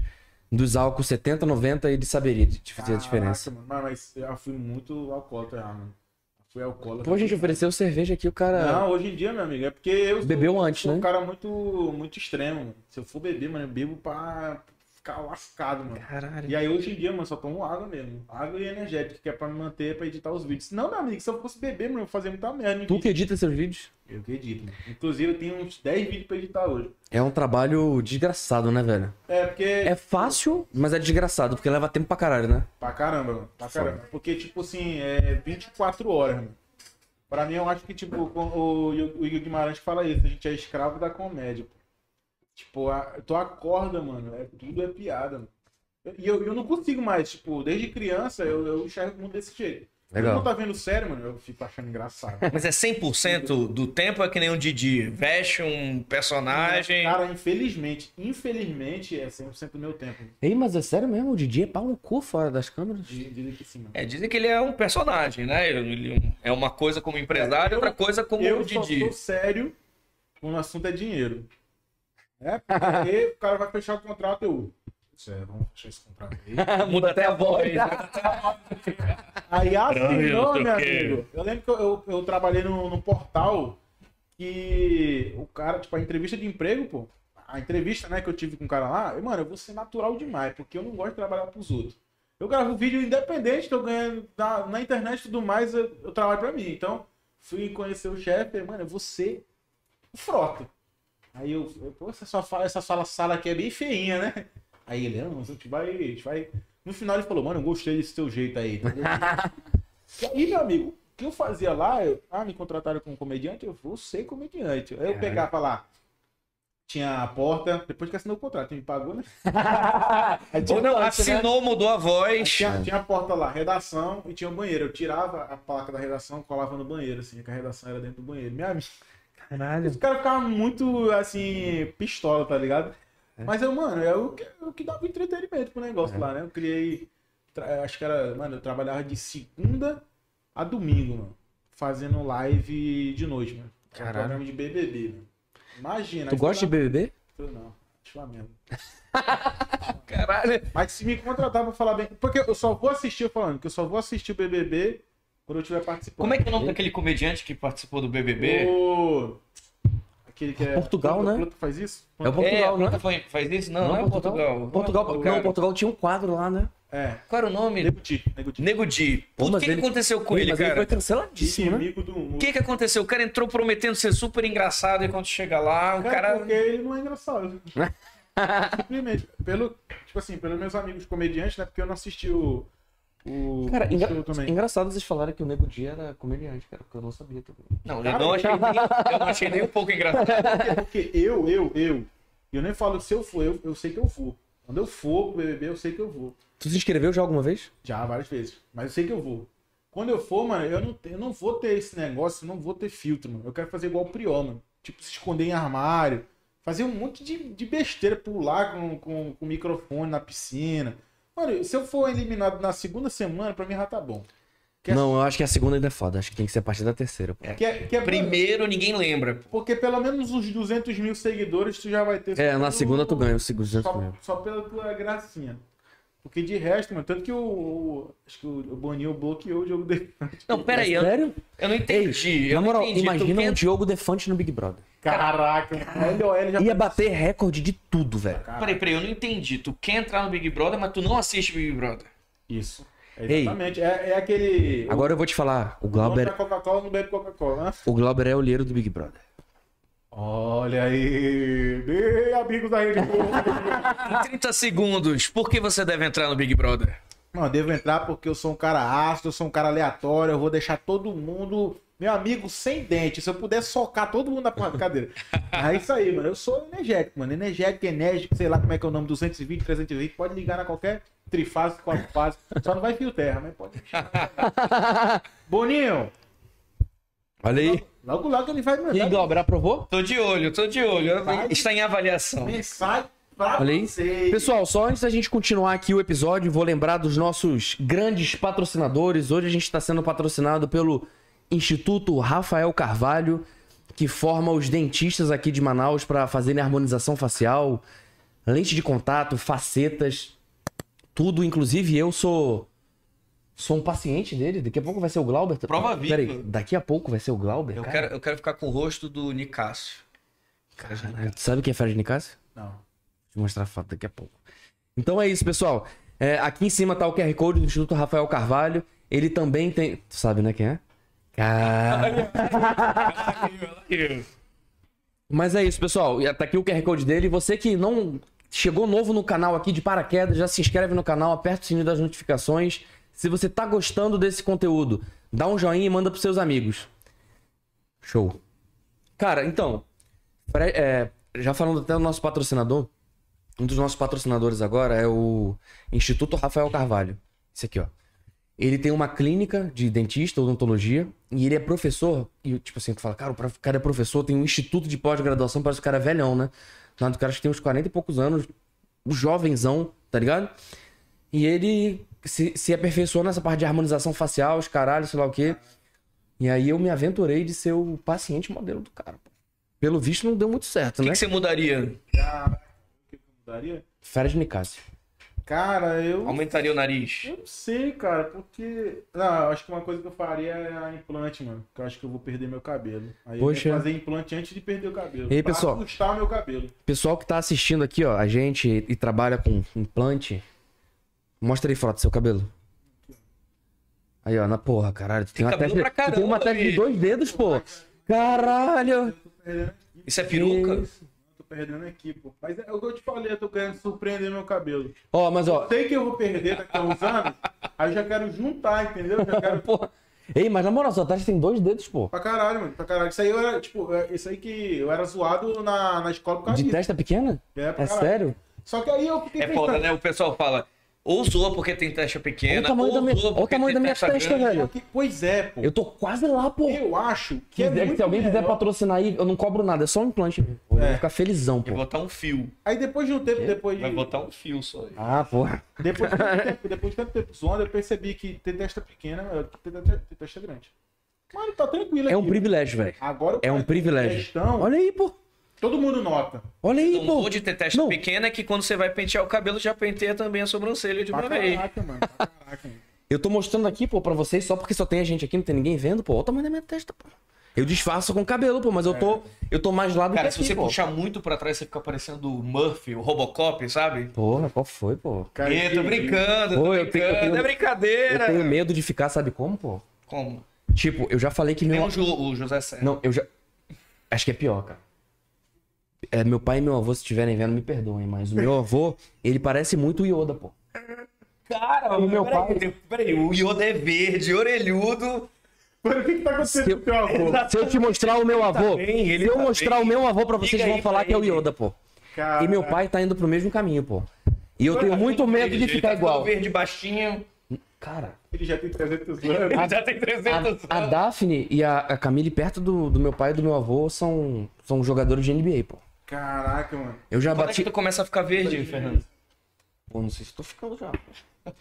S1: dos álcools 70, 90, ele saberia de te fazer a
S3: Caraca,
S1: diferença.
S3: mano. Mas, mas eu fui muito alcoólatra, já, mano. Eu Fui alcoólatra.
S1: Pô, a gente ofereceu cerveja aqui, o cara.
S3: Não, hoje em dia, meu amigo, é porque eu sou-
S1: Bebeu antes,
S3: sou um
S1: né?
S3: cara muito, muito extremo. mano. Se eu for beber, mano, eu bebo pra ficar lascado, mano.
S1: Caralho.
S3: E aí hoje em dia, mano, eu só tomo água mesmo. Água e energética, que é pra me manter, pra editar os vídeos. Não, meu amigo, se eu fosse beber, mano, eu ia fazer muita merda. em
S1: Tu
S3: vídeo.
S1: que edita seus vídeos?
S3: Eu que edito. mano. Inclusive, eu tenho uns 10 vídeos pra editar hoje.
S1: É um trabalho desgraçado, né, velho?
S3: É, porque...
S1: É fácil, mas é desgraçado, porque leva tempo pra caralho, né?
S3: Pra caramba, mano. Pra caramba. Porque, tipo assim, é 24 horas, mano. Pra mim, eu acho que, tipo, o, o Igor Guimarães fala isso, a gente é escravo da comédia, pô. Tipo, a, tu acorda, mano, é, tudo é piada, mano. E eu, eu não consigo mais, tipo, desde criança eu, eu enxergo o mundo desse jeito.
S1: Legal.
S3: Eu não tá vendo sério, mano, eu fico achando engraçado.
S2: [LAUGHS] Mas é 100% do tempo é que nem um Didi. Veste um personagem.
S3: Cara, infelizmente, infelizmente é 100% do meu tempo.
S1: Ei, mas é sério mesmo, o Didi é pau no cu fora das câmeras. [LAUGHS]
S3: Diz- Dizem que sim, mano.
S2: É, dizem que ele é um personagem, né? Ele é uma coisa como empresário, outra coisa como
S3: eu
S2: o Didi.
S3: só sou sério quando o assunto é dinheiro. É, porque o cara vai fechar o contrato, eu... Sério, vamos fechar esse contrato aí.
S2: Muda até
S1: [LAUGHS]
S2: a voz. né?
S3: Aí
S2: Não,
S3: assinou,
S2: eu
S3: meu
S2: troquei.
S3: amigo. Eu lembro que eu, eu, eu trabalhei num, num portal que o cara, tipo, a entrevista de emprego, pô, a entrevista, né, que eu tive com o cara lá, eu, mano, eu vou ser natural demais, porque eu não gosto de trabalhar pros outros. Eu gravo vídeo independente, tô ganhando na, na internet e tudo mais, eu, eu trabalho pra mim. Então, fui conhecer o chefe, ele, mano, eu vou ser o frota. Aí eu, eu, pô, essa sua fala, essa sala, sala aqui é bem feinha, né? Aí ele, não, mas a gente vai, a gente vai. No final ele falou, mano, eu gostei desse teu jeito aí. E aí, meu amigo, o que eu fazia lá? Eu, ah, me contrataram como comediante, eu vou ser comediante. Aí eu pegava lá. Tinha a porta, depois que assinou o contrato, me pagou, né?
S1: É
S3: Aí tinha
S2: Ou não,
S3: a porta,
S1: assim
S3: né?
S2: assinou, mudou a voz.
S3: Tinha, tinha a porta lá, redação, e tinha o banheiro. Eu tirava a placa da redação, colava no banheiro, assim, que a redação era dentro do banheiro. Minha amiga,
S1: Caralho.
S3: os caras ficavam muito, assim, pistola, tá ligado? Mas eu, mano, é o que, o que dava entretenimento pro negócio
S1: É.
S3: lá, né? Eu criei, tra- acho que era, mano, eu trabalhava de segunda a domingo, mano. Fazendo live de noite, mano. Era um
S1: Caralho.
S3: programa de BBB, mano. Imagina.
S1: Tu gosta de BBB?
S3: BBB? Não, acho Flamengo.
S2: Caralho.
S3: Mas se me contratar pra falar bem. Porque eu só vou assistir, eu falando, que eu só vou assistir o BBB quando eu tiver participando.
S2: Como é que é o nome daquele comediante que participou do BBB?
S3: O... Aquele que é.
S1: Portugal,
S3: Planta-
S1: né?
S3: Planta faz isso?
S1: É o
S3: Planta-
S2: É,
S1: Portugal, não é?
S2: foi- faz isso? Não, não, é Portugal.
S1: Portugal,
S2: Não, é
S1: não, Portugal tinha um quadro lá, né?
S3: É.
S2: Qual era o nome?
S3: Neguti, Neguti.
S2: Nego Di. Puta, O
S1: mas
S2: que, que
S1: ele-
S2: aconteceu com
S1: Ih,
S2: ele,
S1: mas ele
S2: cara?
S1: foi canceladíssimo, né?
S3: Inimigo do
S2: O
S3: mundo.
S2: que que aconteceu? O cara entrou prometendo ser super engraçado e quando chega lá, o
S3: Cara,
S2: cara...
S3: porque ele não é
S2: [LAUGHS]
S3: engraçado. Simplesmente. Pelo, tipo assim, pelos meus amigos comediantes, né? Porque eu não assisti o. o
S1: Cara,
S3: o
S1: engra-
S3: show também.
S1: engraçado vocês falarem que o Nego Dia era comediante, cara, porque eu não sabia também.
S2: Não, eu não achei nem, eu não achei nem um pouco [LAUGHS] engraçado.
S3: Porque, porque eu, eu, eu. Eu nem falo se eu for, eu, eu sei que eu vou. Quando eu for pro BBB, eu sei que eu vou.
S1: Tu se inscreveu já alguma vez?
S3: Já, várias vezes. Mas eu sei que eu vou. Quando eu for, mano, eu não, te- eu não vou ter esse negócio, eu não vou ter filtro, mano. Eu quero fazer igual o Prió, mano. Tipo, se esconder em armário. Fazer um monte de, de besteira, pular com, com, com o microfone na piscina. Mano, se eu for eliminado na segunda semana, pra mim já tá bom. Que é-
S1: Não, eu acho que a segunda ainda é foda, acho que tem que ser a partir da terceira. pô.
S3: Que é, que é
S2: Primeiro ninguém lembra.
S3: Porque pelo menos uns 200 mil seguidores tu já vai ter.
S1: É, na segunda tu ganha, o segundo já tu
S3: Só,
S1: ganha.
S3: só pela tua gracinha. Porque de resto, mano, tanto que o. o- acho que o Boninho bloqueou o jogo dele.
S2: Não, pera aí, eu,
S1: Sério?
S2: eu não entendi.
S1: Na
S2: eu não
S1: moral,
S2: entendi. Tu
S1: imagina um
S2: quer-
S1: Diogo Defante no Big Brother.
S3: Caraca, o LOL já
S1: Ia bater recorde de tudo, velho.
S3: Caraca.
S2: Peraí, peraí, eu não entendi. Tu quer entrar no Big Brother, mas tu não assiste Big Brother.
S3: Isso. É
S1: Ei.
S3: exatamente. É, é aquele.
S1: Agora eu vou te falar, o
S3: o dono da
S1: Glauber,
S3: Coca-Cola não bebe Coca-Cola. né?
S1: o Glauber é o olheiro do Big [LAUGHS] Brother.
S3: Olha aí. Ei, amigos da Rede [LAUGHS] Globo.
S2: Em 30 segundos, por que você deve entrar no Big Brother?
S3: Não, eu devo entrar porque eu sou um cara ácido, eu sou um cara aleatório, eu vou deixar todo mundo. Meu amigo sem dente, se eu puder socar todo mundo na porra da [LAUGHS] cadeira. É isso aí, mano. Eu sou energético, mano. Energético, enérgico, sei lá como é que é o nome, 220, 320. Pode ligar na qualquer trifásico, quatro [LAUGHS] fases. Só não vai fio terra, mas pode. Boninho,
S1: Olha aí.
S3: Logo, logo ele vai
S1: E aí,
S3: mandar
S1: Glauber, aprovou?
S2: Tô de olho, tô de olho.
S3: Vai.
S2: Está em avaliação.
S3: mensagem pra
S1: Olha aí.
S3: vocês.
S1: Pessoal, só antes da gente continuar aqui o episódio, vou lembrar dos nossos grandes patrocinadores. Hoje a gente está sendo patrocinado pelo Instituto Rafael Carvalho, que forma os dentistas aqui de Manaus para fazerem harmonização facial, lente de contato, facetas, tudo. Inclusive, eu sou. Sou um paciente dele, daqui a pouco vai ser o Glauber.
S2: Prova viva.
S1: Peraí, daqui a pouco vai ser o Glauber?
S2: Eu
S1: cara?
S2: quero, eu quero ficar com o rosto do Nicásio.
S1: Caralho, tu sabe quem é Fred Nicásio?
S3: Não.
S1: Vou mostrar a foto daqui a pouco. Então é isso, pessoal. É, aqui em cima tá o QR Code do Instituto Rafael Carvalho. Ele também tem. Tu sabe, né, quem é? Cara. Mas é isso, pessoal. E Tá aqui o QR Code dele. Você que não chegou novo no canal aqui de paraquedas, já se inscreve no canal, aperta o sininho das notificações. Se você tá gostando desse conteúdo, dá um joinha e manda pros seus amigos. Show. Cara, então, Fre- é, já falando até do nosso patrocinador, um dos nossos patrocinadores agora é o Instituto Rafael Carvalho. Esse aqui, ó. Ele tem uma clínica de dentista, odontologia, e ele é professor. E, tipo assim, tu fala, cara, o prof- cara é professor, tem um instituto de pós-graduação, parece que o cara é velhão, né? Nada, o cara acho que tem uns 40 e poucos anos, um jovenzão, tá ligado? E ele se, se aperfeiçoou nessa parte de harmonização facial, os caralhos, sei lá o quê. E aí eu me aventurei de ser o paciente modelo do cara. pô. Pelo visto, não deu muito certo,
S2: O que,
S1: né?
S2: que você mudaria?
S3: Daria?
S1: Férias de Nicásio.
S3: Cara, eu,
S2: Aumentaria o nariz?
S3: eu não sei, cara, porque. Não, eu acho que uma coisa que eu faria é a implante, mano. Que eu acho que eu vou perder meu cabelo. Aí
S1: Poxa.
S3: eu ia fazer implante antes de perder o cabelo.
S1: E aí, pessoal?
S3: Pra custar o meu cabelo.
S1: Pessoal que tá assistindo aqui, ó, a gente e trabalha com implante. Mostra aí foto do seu cabelo. Aí, ó, na porra, caralho. Tu tem, uma
S2: cabelo
S1: testa,
S2: pra
S1: tu tem
S2: caramba,
S1: uma testa de
S2: bicho.
S1: dois dedos, pô. Caralho.
S3: Eu tô perdendo,
S2: Isso é peruca?
S3: eu tô perdendo aqui, pô. Mas é o que eu te falei, eu tô querendo surpreender meu cabelo.
S1: Ó, mas ó. [LAUGHS]
S3: Eu sei que eu vou perder daqui a uns anos, aí eu já quero juntar, entendeu? Eu já quero
S1: Porra. Ei, mas na moral, sua testa tem dois dedos, pô.
S3: Pra caralho, mano. Pra caralho. Isso aí eu era, tipo, é, isso aí que eu era zoado na, na escola por causa
S1: De
S3: disso.
S1: testa pequena?
S3: É, pra
S1: É
S3: caralho.
S1: sério?
S3: Só que tá- aí eu fiquei
S2: É foda, né? O pessoal fala, ou zoa porque tem testa
S1: Olha o
S2: pequena,
S1: tamanho
S2: ou
S1: da minha,
S2: zoa
S1: olha o
S2: porque
S1: tamanho da
S2: tem
S1: minha
S2: testa
S1: testa,
S2: grande.
S1: velho.
S3: que- Pois é, pô.
S1: Eu
S3: Eu,
S1: tô quase lá, pô.
S3: acho que é
S1: Quiser-
S3: muito
S1: se alguém quiser
S3: melhor.
S1: patrocinar aí, eu não cobro nada, é só um implante. mesmo. Eu vou
S3: É.
S1: ficar felizão,
S2: E
S1: pô.
S2: botar um fio.
S3: Aí depois de um tempo, depois de,
S2: Vai botar um fio só aí.
S1: Ah, porra.
S3: depois
S1: [LAUGHS]
S3: de tanto tempo, depois de tanto tempo zoando, eu percebi que ter testa pequena, eu- ter testa- ter testa grande. Mano, tá tranquilo
S1: É um
S3: aqui.
S1: privilégio, velho.
S3: Agora eu
S1: É um
S3: faço
S1: privilégio.
S3: questão,
S1: Olha aí, pô.
S3: todo mundo nota.
S1: Olha aí,
S2: Então,
S1: pô.
S2: bom de ter testa
S1: Não.
S2: pequena é que quando você vai pentear o cabelo, já penteia também a sobrancelha de
S3: Pra
S2: uma vez.
S3: caraca, mano. Pra caraca,
S2: [LAUGHS]
S3: mano.
S1: Eu tô mostrando aqui, pô, pra vocês, só porque só tem a gente aqui, não tem ninguém vendo, pô. Olha o tamanho da minha testa, pô. Eu disfarço com cabelo, pô, mas eu
S2: É.
S1: tô. Eu tô mais lá do
S2: Cara,
S1: que
S2: se você
S1: aqui, pô.
S2: puxar muito pra trás, você fica parecendo o Murphy, o Robocop, sabe?
S1: Porra, qual foi, pô?
S3: Cara,
S2: Ih, tô
S3: que-
S2: brincando, tô
S1: Pô, eu
S2: brincando.
S1: tenho- eu tenho-
S2: é
S1: Eu
S2: brincadeira.
S1: tenho medo de ficar, sabe como, pô?
S2: Como?
S1: Tipo, eu já falei que
S2: Nem
S1: meu.
S2: o, Ju- o José Serra.
S1: Não, eu já. Acho que é pior, cara. É, meu pai e meu avô, se estiverem vendo, me perdoem, mas o meu avô, ele parece muito o Yoda, pô.
S2: Cara,
S1: o meu
S2: peraí,
S1: pai-
S2: tem- peraí, o Yoda é verde, orelhudo.
S3: Mano, o que que tá acontecendo
S1: Seu-
S3: com o teu avô?
S1: Se eu te mostrar o meu avô,
S2: bem, ele
S1: se eu
S2: tá
S1: mostrar
S2: bem.
S1: o meu avô pra vocês,
S2: Liga
S1: vão
S2: aí
S1: falar
S2: pra
S1: que é o
S2: ele.
S1: Yoda, pô. [LAUGHS]
S3: Cara,
S1: E meu pai tá indo pro mesmo caminho, pô. E eu tenho muito medo de
S2: Verde,
S1: ficar
S2: tá ficando
S1: igual.
S2: verde baixinho.
S1: Cara,
S3: Ele já
S1: [LAUGHS]
S3: tem 300 anos.
S2: Ele já tem 300
S1: a, a
S2: anos.
S1: Daphne e a, a Camille, perto do, do meu pai e do meu avô, são, são jogadores de NBA, pô.
S3: Caraca, mano.
S1: Eu já
S2: Quando é
S1: bati.
S2: que tu começa a ficar verde, Fernando?
S1: Pô, não sei se tô ficando já. [LAUGHS]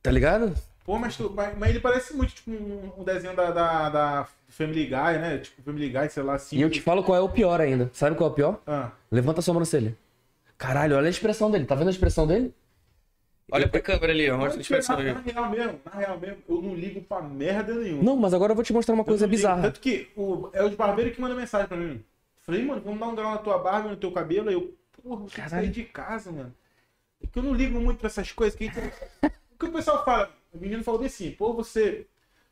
S1: Tá ligado?
S3: Pô, mas, tu, mas, mas ele parece muito tipo um, um desenho da, da, da Family Guy, né? Tipo, Family Guy, sei lá, assim.
S1: E eu te falo qual é o pior ainda. Sabe qual é o pior?
S3: Ah,
S1: Levanta a sobrancelha. Caralho, olha a expressão dele. Tá vendo a expressão dele?
S2: Olha pra câmera ali, ó. Mostra a
S3: porque
S2: expressão
S3: na,
S2: aí.
S3: na real mesmo, na real mesmo, eu não ligo pra merda nenhuma.
S1: Não, mas agora eu vou te mostrar uma
S3: Eu não
S1: coisa
S2: [LAUGHS]
S3: ligo.
S1: bizarra.
S3: Tanto que o, é os barbeiros que mandam mensagem pra mim. Falei, mano, vamos dar um grau na tua barba, no teu cabelo. Aí eu, porra, vou ter que
S1: Caralho.
S3: sair de casa, mano. É que eu não ligo muito pra essas coisas. Que a gente- [LAUGHS] o que o pessoal fala? O menino falou bem assim, pô, você,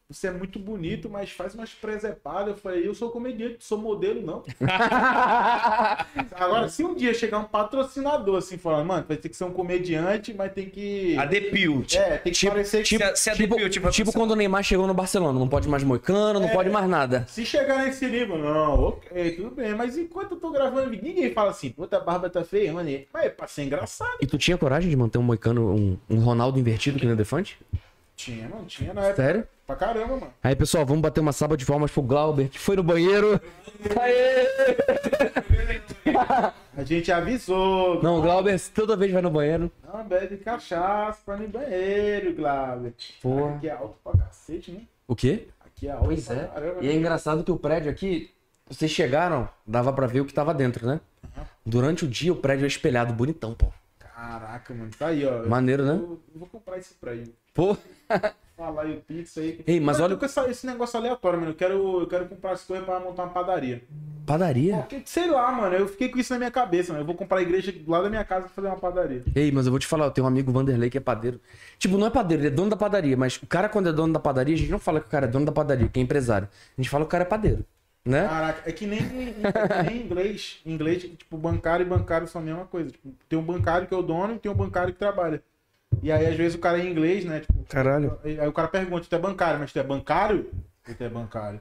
S3: você é muito bonito, mas faz umas presepadas. Eu falei, eu sou comediante, sou modelo, não. Agora, se um dia chegar um patrocinador assim, falando, mano, vai ter que ser um comediante, mas tem que.
S2: A Depilt.
S3: É, tem que
S1: Ah, Tipo-
S3: parecer que.
S2: Se a, se a
S1: Tipo,
S2: Depilt vai
S1: tipo
S2: passar-
S1: quando o Neymar chegou no Barcelona. Não pode mais moicano,
S2: É.
S1: não pode mais nada.
S3: é-" Se chegar nesse nível, não, ok, tudo bem. Mas enquanto eu tô gravando, ninguém fala assim, puta, a barba tá feia, mano. Mas é pra ser engraçado.
S1: E tu tinha coragem de manter um moicano, um, um Ronaldo invertido que nem o Defante?
S3: Tinha, mano, tinha na época.
S1: Sério?
S3: Pra caramba, mano.
S1: Aí, pessoal, vamos bater uma salva de palmas pro Glauber, que foi no banheiro.
S3: A gente avisou.
S1: Não, o Glauber toda vez vai no banheiro.
S3: Não bebe cachaça pra no banheiro, Glauber.
S1: Porra.
S3: Aqui é alto pra cacete, né?
S1: O quê?
S3: Aqui é alto
S1: Pois
S3: pra
S1: é.
S3: caramba.
S1: E é engraçado que o prédio aqui, vocês chegaram, dava pra ver o que tava dentro, né? Durante o dia o prédio é espelhado, bonitão, pô.
S3: Caraca, mano. Tá aí, ó.
S1: Maneiro,
S3: Eu,
S1: né?
S3: eu vou comprar esse pra ele.
S1: Pô.
S3: Falar aí o Pix aí.
S1: Ei, mas
S3: eu
S1: olha-
S3: tô com essa- esse negócio aleatório, mano. Eu quero, eu quero comprar as coisas pra montar uma padaria.
S1: Padaria.
S3: Porque, sei lá, mano. Eu fiquei com isso na minha cabeça, mano. Eu vou comprar a igreja do lado da minha casa pra fazer uma padaria.
S1: Ei, mas eu vou te falar, eu tenho um amigo Vanderlei que é padeiro. Tipo, não é padeiro, ele é dono da padaria, mas o cara quando é dono da padaria, a gente não fala que o cara é dono da padaria, que é empresário. A gente fala que o cara é padeiro, né?
S3: Caraca, é que nem, [LAUGHS] é que nem inglês. Em inglês, tipo, bancário e bancário são a mesma coisa. Tipo, tem um bancário que é o dono e tem um bancário que trabalha. E aí, às vezes, o cara é em inglês, né? Tipo,
S1: Caralho.
S3: aí aí o cara pergunta, tu é bancário, mas tu é bancário? Ou tu
S1: [LAUGHS]
S3: é bancário?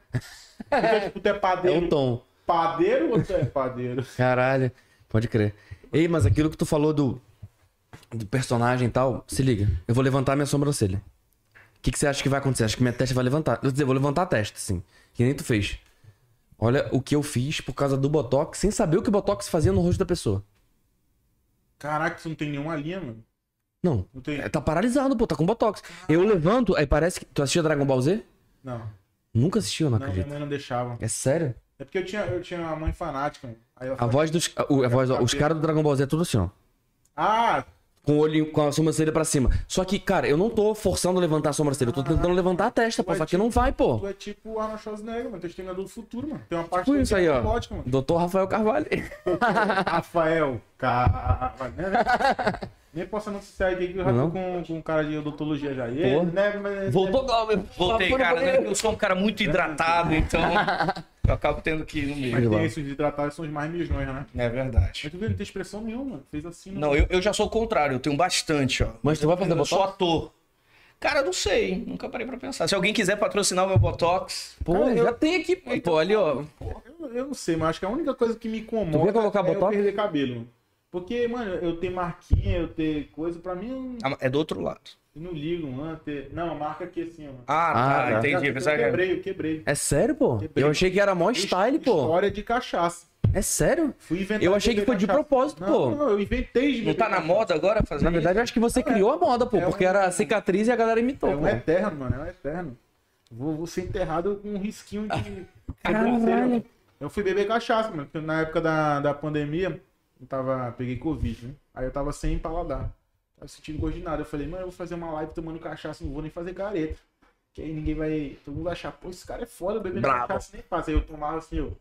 S3: Porque, tipo, tu é
S1: É
S3: padeiro.
S1: o tom.
S3: Padeiro ou tu é padeiro?
S1: Caralho, pode crer. Ei, mas aquilo que tu falou do, do personagem e tal, se liga. Eu vou levantar minha sobrancelha. O que, que você acha que vai acontecer? Acho que minha testa vai levantar. Quer dizer, eu vou levantar a testa, sim. Que nem tu fez. Olha o que eu fiz por causa do Botox, sem saber o que o Botox fazia no rosto da pessoa.
S3: Caraca, isso não tem nenhuma linha, mano.
S1: Não.
S3: Não tem.
S1: É, Tá paralisado, pô, tá com Botox. Eu levanto, aí parece que. Tu assistia Dragon Ball Z?
S3: Não,
S1: Nunca assistiu, eu não
S3: não, minha
S1: acredito.
S3: mãe não deixava.
S1: É sério?
S3: É porque eu tinha, eu tinha uma mãe fanática, mano. Aí ela
S1: A
S3: falava,
S1: voz dos. a- o- a voz, ó, os caras do Dragon Ball Z é tudo assim, ó.
S3: ah,
S1: com o olho com a sobrancelha pra cima. Só que, cara, eu não tô forçando a levantar a sobrancelha, eu tô tentando levantar a testa, pô, só que não vai,
S3: tu
S1: pô.
S3: é tipo o Arnold Schwarzenegger, mano. Tu é exterminador do futuro, mano. Tem uma parte
S1: Tipo
S3: que
S1: isso
S3: é
S1: aí, ó.
S3: robótica, mano.
S1: Doutor Rafael
S3: [LAUGHS]
S1: Carvalho.
S3: Rafael Carvalho.
S1: [LAUGHS]
S3: Nem posso anunciar aqui que eu já tô
S1: Não?
S3: com, com um cara de odontologia já. E ele,
S1: Porra.
S3: né, mas-
S1: Voltou, Glauber.
S2: Voltei,
S1: Tava
S2: cara,
S1: no
S2: né?
S1: banheiro.
S2: Eu sou um cara muito
S1: [LAUGHS]
S2: hidratado, então eu acabo tendo que ir no
S3: Mas
S2: meio.
S1: Olha lá.
S3: tem esses hidratados que são os mais mijões, né?
S2: É
S3: Mas
S2: verdade.
S3: tu vê, não tem expressão nenhuma. Fez assim.
S2: Não, eu, eu já sou o contrário, eu tenho bastante, ó.
S1: Mas tu vai fazer
S2: Eu sou
S1: botox?
S2: ator. Cara, eu não sei, hein? nunca parei pra pensar. Se alguém quiser patrocinar o meu Botox,
S1: Pô,
S3: Cara, eu-
S1: já tem aqui, pô, pô, ali, ó.
S3: Eu, eu não sei, mas acho que a única coisa que me incomoda
S1: Tu quer colocar
S3: é eu
S1: botox?
S3: perder cabelo. Porque, mano, eu ter marquinha, eu ter coisa, pra mim, eu não-
S2: Ah, é do outro lado.
S3: eu não ligo, mano. Ter... Não, marca aqui assim, ó. mano.
S2: Ah,
S1: Ah,
S2: tá,
S1: tá.
S2: entendi.
S3: Eu
S2: Pensava que era-
S3: quebrei, eu quebrei.
S1: É sério, pô? Eu achei que era mó É um style, pô.
S3: História de cachaça.
S1: É sério?
S3: Fui inventar
S1: Eu achei que
S3: beber
S1: foi de
S3: cachaça.
S1: propósito,
S3: Não,
S1: pô.
S3: Não, eu inventei de
S2: Não
S3: beber
S2: tá na
S3: cachaça.
S2: moda agora fazer
S1: Na verdade, eu acho que você criou a moda, pô,
S3: É
S1: porque
S3: um-
S1: era cicatriz e a galera imitou,
S3: É um
S1: pô.
S3: eterno, mano. É um eterno. Vou, vou ser enterrado com um risquinho de.
S1: Caralho.
S3: Eu fui beber cachaça, mano. Porque na época da, da pandemia, eu tava. Peguei Covid, né? Aí eu tava sem paladar. Tava sentindo gosto de nada. Eu falei, mano, eu vou fazer uma live tomando cachaça, não vou nem fazer careta. Que aí ninguém vai. Todo mundo vai achar, pô, esse cara é foda, bebendo
S2: Brabo.
S3: cachaça nem faz. Aí eu tomava assim, eu.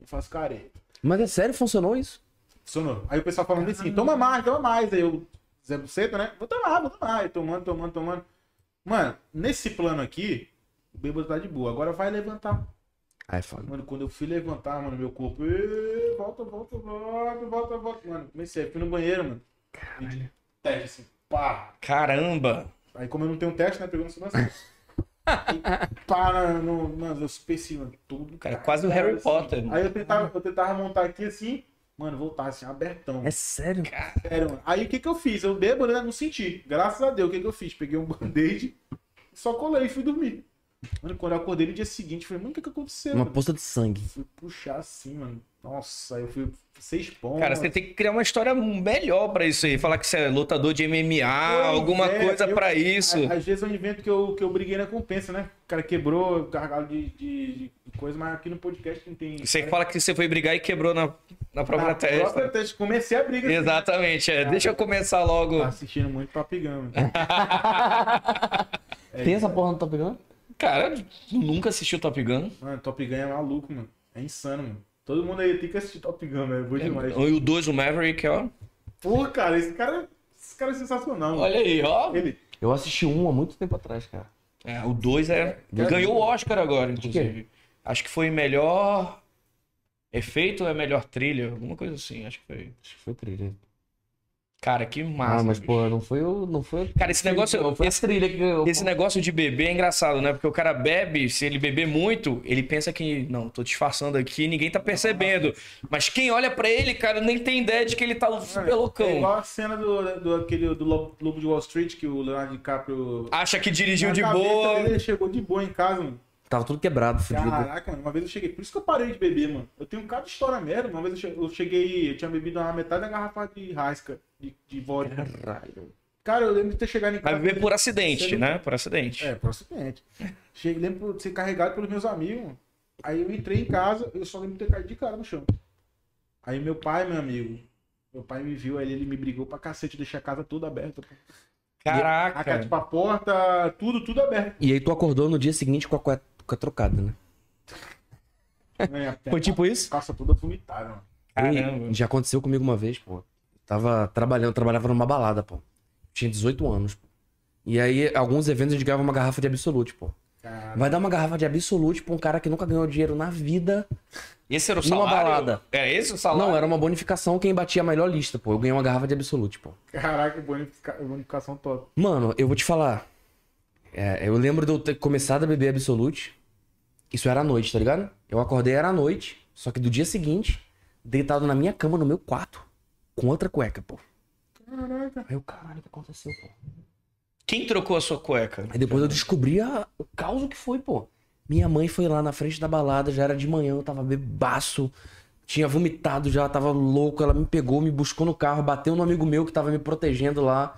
S3: Não faço careta.
S1: Mas é sério, funcionou isso?
S3: Funcionou. Aí o pessoal falando assim, toma mais, toma mais. Aí eu, Zé Buceta, né? Vou tomar, vou tomar. Aí tomando, tomando, tomando. Mano, nesse plano aqui, o bêbado tá de boa. Agora vai levantar.
S1: Ai, Ah, é foda.
S3: Mano, quando eu fui levantar, mano, meu corpo. "Ê, Volta, volta, volta, volta, volta. Mano, comecei, fui no banheiro, mano. Caralho. Teste assim, pá.
S2: Caramba!
S3: Aí como eu não tenho teste, né? Pegou no sobrancelho. E pá, no, no- mano, eu superci, mano, tudo.
S2: Cara, é quase o Harry
S3: assim.
S2: Potter, mano.
S3: Aí eu tentava, eu tentava montar aqui assim, mano, voltar assim, abertão.
S1: É sério?
S3: Sério, É, mano. Aí o que que eu fiz? Eu bebo, né? Não senti. Graças a Deus, o que que eu fiz? Peguei um [LAUGHS] band-aid, só colei e fui dormir. Mano, quando eu acordei no dia seguinte, eu falei, mano, o que que aconteceu?
S1: Uma
S3: mano?
S1: poça de sangue.
S3: Fui puxar assim, mano. Nossa, eu fui seis pontos.
S2: Cara, você tem que criar uma história melhor pra isso aí. Falar que você é lutador de MMA,
S3: Pois
S2: alguma
S3: é,
S2: coisa
S3: eu-
S2: pra isso.
S3: Às- Às vezes eu invento que eu, que eu briguei na compensa, né? O cara quebrou, gargalo de, de, de coisa, mas aqui no podcast não tem.
S2: Você fala que você foi brigar e quebrou na, na
S3: Na
S2: própria testa.
S3: própria testa. Comecei a briga. assim.
S2: Exatamente, é. Deixa eu começar logo.
S3: Tá assistindo muito Papigão. Tá. É
S1: Tem essa porra no Top Gun?
S2: [LAUGHS] Cara, nunca assistiu Top Gun.
S3: Mano, Top Gun é maluco, mano. É insano, mano. Todo mundo aí tem que assistir Top Gun, velho.
S2: É
S3: Boa demais.
S2: Então, E o 2, o Maverick, ó.
S3: Pô, cara, esse cara, esse cara é sensacional. mano.
S2: Olha aí, ó.
S3: Ele.
S1: Eu assisti um há muito tempo atrás, cara.
S2: É, o 2 é. Ganhou o Oscar agora, inclusive. Acho que foi melhor efeito ou é melhor trilha? Alguma coisa assim, acho que foi.
S1: Acho que foi trilha.
S2: Cara, que massa.
S1: né? Ah, mas
S2: bicho.
S1: porra, não foi o. Não foi o-
S2: Cara, esse negócio.
S1: Foi a
S2: esse-
S1: trilha que eu.
S2: Esse negócio de beber é engraçado, né? Porque o cara bebe, se ele beber muito, ele pensa que, não, tô disfarçando aqui, ninguém tá percebendo. Mas quem olha pra ele, cara, nem tem ideia de que ele tá
S3: É
S2: pelocão.
S3: igual a cena do, do, aquele, do Lobo Lobo de Wall Street que o Leonardo DiCaprio.
S2: Acha que dirigiu
S3: Na
S2: de
S3: cabeça dele,
S2: boa.
S3: Ele chegou de boa em casa, mano.
S1: Tava tudo quebrado, fudido.
S3: Caraca, mano, uma vez eu cheguei. Por isso que eu parei de beber, mano. Eu tenho um cara de história merda. Uma vez eu che- eu cheguei, eu tinha bebido uma metade da garrafa de rasca, de, de vodka.
S1: Caralho.
S3: Cara, eu lembro de ter chegado em
S2: Vai
S3: casa.
S2: beber por
S3: Você
S2: acidente,
S3: não-
S2: né? Por acidente.
S3: É, por acidente. Cheguei, lembro de ser carregado pelos meus amigos. mano. Aí eu entrei em casa, eu só lembro de ter caído de cara no chão. Aí meu pai, meu amigo. Meu pai me viu, aí ele me brigou pra cacete, deixei a casa toda aberta. pô. A casa,
S2: Caraca.
S3: tipo, a porta, tudo, tudo aberto.
S1: E aí tu acordou no dia seguinte com a, cué- com a trocada, né?
S3: Né? A
S1: Foi tipo isso?
S3: calça toda vomitada, mano.
S2: Caramba.
S1: Ei, já aconteceu comigo uma vez, pô. Tava trabalhando, trabalhava numa balada, pô. Tinha 18 anos. Pô. E aí, alguns eventos a gente ganhava uma garrafa de Absolute, pô.
S3: Cara,
S1: Vai dar uma garrafa de Absolute pra um cara que nunca ganhou dinheiro na vida.
S2: Esse era o
S1: Numa
S2: salário?
S1: balada.
S2: Era esse o salário?
S1: Não, era uma bonificação quem batia a melhor lista, pô. Eu ganhei uma garrafa de Absolute, pô.
S3: caraca, bonifica- bonificação top.
S1: Mano, eu vou te falar. É, eu lembro de eu ter começado a beber Absolute. Isso era à noite, tá ligado? Eu acordei, era à noite. Só que do dia seguinte, deitado na minha cama, no meu quarto, com outra cueca, pô.
S3: Caraca.
S1: Aí eu, caralho, o que aconteceu, pô?
S2: Quem trocou a sua cueca?
S1: Aí depois eu descobri a- o caos que foi, pô. Minha mãe foi lá na frente da balada, já era de manhã, eu tava bebaço, tinha vomitado já, tava louco. Ela me pegou, me buscou no carro, bateu no amigo meu que tava me protegendo lá,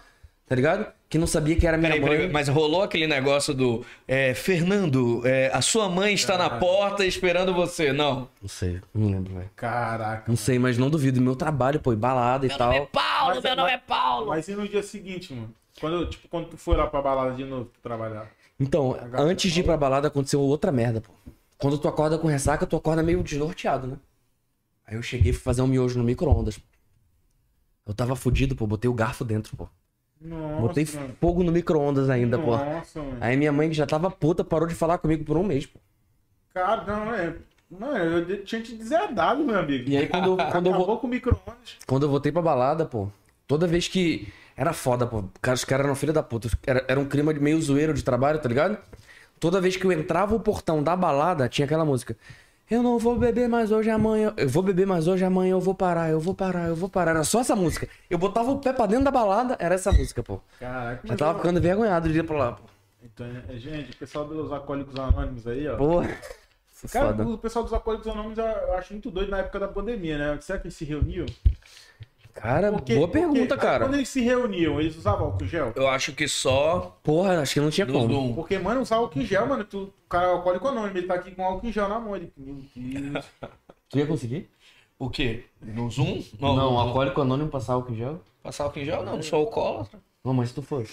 S1: tá ligado? Que não sabia que era minha
S2: Peraí,
S1: mãe.
S2: peraí, mas rolou aquele negócio do é, Fernando, é, a sua mãe está na porta esperando você. Não.
S1: Não sei, não lembro, velho.
S3: Caraca.
S1: Não sei, mas não duvido. Meu trabalho, pô, e balada e tal.
S2: Paulo,
S3: Mas- meu nome mas- é
S2: Paulo.
S3: Mas e no dia seguinte, mano? Quando, tipo, quando tu foi lá pra balada de novo pra trabalhar?
S1: Então,
S3: Agora-
S1: antes de ir pra balada, aconteceu outra merda, pô. Quando tu acorda com ressaca, tu acorda meio desnorteado, né? Aí eu cheguei fui fazer um miojo no micro-ondas. Eu tava fudido, pô. Botei o garfo dentro, pô.
S3: Nossa,
S1: Botei
S3: mano.
S1: fogo no micro-ondas ainda, pô.
S3: Nossa, mano.
S1: Aí minha mãe, que já tava puta, parou de falar comigo por um mês, pô.
S3: Cara, não, é. Mano, eu de- tinha te deserdado, meu amigo.
S1: E aí quando, eu- quando, eu, [LAUGHS]
S3: Acabou
S1: vo-
S3: com o micro-ondas.
S1: quando eu voltei pra balada, pô, toda vez que. Era foda, pô. Cara, Os caras eram filha da puta. Era, era um clima de meio zoeiro de trabalho, tá ligado? Toda vez que eu entrava o portão da balada, tinha aquela música. Eu não vou beber mais hoje amanhã. Eu vou beber mais hoje amanhã, eu vou parar, eu vou parar, eu vou parar. Era só essa música. Eu botava o pé pra dentro da balada, era essa música, pô.
S3: Caraca,
S1: Já tava ficando envergonhado de ir pra lá, pô.
S3: Então, é, gente, o pessoal dos Alcoólicos Anônimos aí, ó.
S1: Porra.
S3: Cara, é
S1: Foda.
S3: o pessoal dos Alcoólicos Anônimos eu- eu acho muito doido na época da pandemia, né? Será que eles se reuniam?
S1: Cara,
S3: Porque-
S1: boa
S3: porque-
S1: pergunta,
S3: mas
S1: cara.
S3: Quando eles se reuniam, eles usavam álcool em gel?
S2: Eu acho que só
S1: Porra, acho que não tinha
S2: no
S1: como.
S2: Doom.
S3: Porque, mano, usar álcool em gel, mano, tu, o cara é alcoólico anônimo, ele tá aqui com álcool em gel na mão. Ele, meu Deus.
S1: Tu ia conseguir?
S2: O quê? No Zoom?
S1: Não,
S2: no Zoom.
S1: alcoólico anônimo passar álcool em gel?
S2: Passar álcool em gel? Não, não sou alcoólatra.
S1: Não, mas se tu for.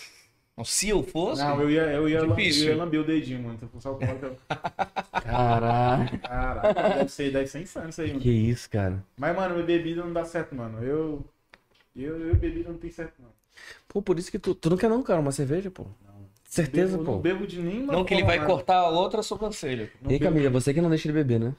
S2: Não, se eu fosse...
S3: Não, eu ia, eu ia, lamber, eu
S2: Difícil.
S3: ia lamber o dedinho, mano. Se eu fosse alcoólico, eu-
S1: Caralho.
S3: [LAUGHS] caraca, deve ser, deve ser insano isso aí, mano.
S1: Que isso, cara.
S3: Mas, mano, minha bebida não dá certo, mano. Eu, eu, eu bebida não tem certo, não.
S1: Pô, por isso que tu. Tu não quer não, cara, uma cerveja, pô? Certeza,
S3: Bebo-
S1: pô.
S3: Não bebo de nenhuma
S2: Não que ele
S3: forma,
S2: vai
S3: mano.
S2: cortar a outra sobrancelha.
S1: e aí,
S3: bebo.
S1: Camila, você que não deixa ele beber, né?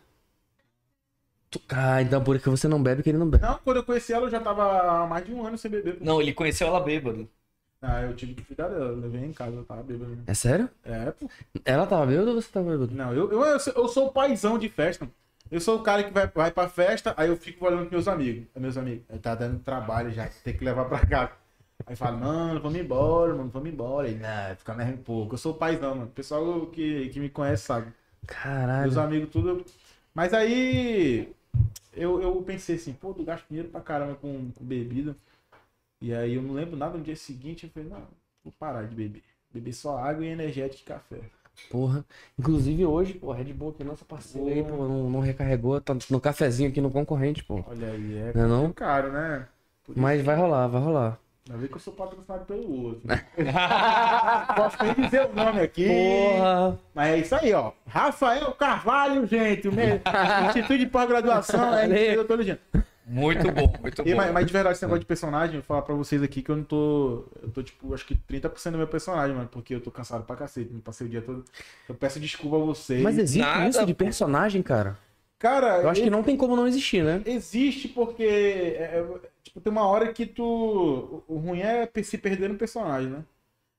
S1: Tu... Ah, então por que você não bebe que ele não bebe.
S3: Não, quando eu conheci ela, eu já tava há mais de um ano sem beber. pô.
S2: Não, ele conheceu ela bêbado. [LAUGHS]
S3: Ah, eu tive que cuidar dela, eu levei em casa, eu tava bebendo.
S1: É sério?
S3: É, pô.
S1: Ela tava bêbada ou você tava bêbado?
S3: Não, eu, eu, eu, sou- eu sou o paizão de festa. mano. Eu sou o cara que vai, vai pra festa, aí eu fico olhando com meus amigos. Aí Meus amigos, "Aí tá dando trabalho já, tem que levar pra casa. Aí fala, mano, vamos embora, mano, vamos embora. Aí, não, fica mais um pouco. Eu sou o paizão, mano. O pessoal que, que me conhece sabe. Meus
S1: Caralho.
S3: amigos, tudo. Mas aí eu, eu pensei assim, pô, tu gasta dinheiro pra caramba com, com bebida. E aí eu não lembro nada no dia seguinte. Eu falei, não, vou parar de beber. Beber só água e energético e café.
S1: Porra. Inclusive hoje, pô, a Red Bull aqui, nossa parceira aí, pô, não, não recarregou. Tá no cafezinho aqui no concorrente, pô.
S3: Olha aí, é
S1: Não é não?
S3: caro, né? Por isso.
S1: Mas vai rolar, vai rolar.
S3: Ainda bem que eu sou patrocinado pelo outro. né?
S1: [LAUGHS]
S3: Posso nem dizer o nome aqui.
S1: Porra!
S3: Mas é isso aí, ó. Rafael Carvalho, gente.
S1: [LAUGHS]
S3: O meu Instituto de Pós-Graduação. É,
S1: Valeu.
S3: eu tô ligando.
S2: Muito bom, muito
S3: E,
S2: bom.
S3: mas, mas de verdade, esse
S1: É.
S3: negócio de personagem, eu vou falar pra vocês aqui que eu não tô. Eu tô, tipo, acho que 30% do meu personagem, mano. Porque eu tô cansado pra cacete. Me passei o dia todo. Eu peço desculpa a vocês.
S1: Mas existe
S2: Nada,
S1: isso de
S2: pô.
S1: personagem, cara?
S3: Cara,
S1: Eu acho que não tem como não existir, né?
S3: existe porque é, é, tipo, tem uma hora que tu. o- O ruim é per- se perder no personagem, né?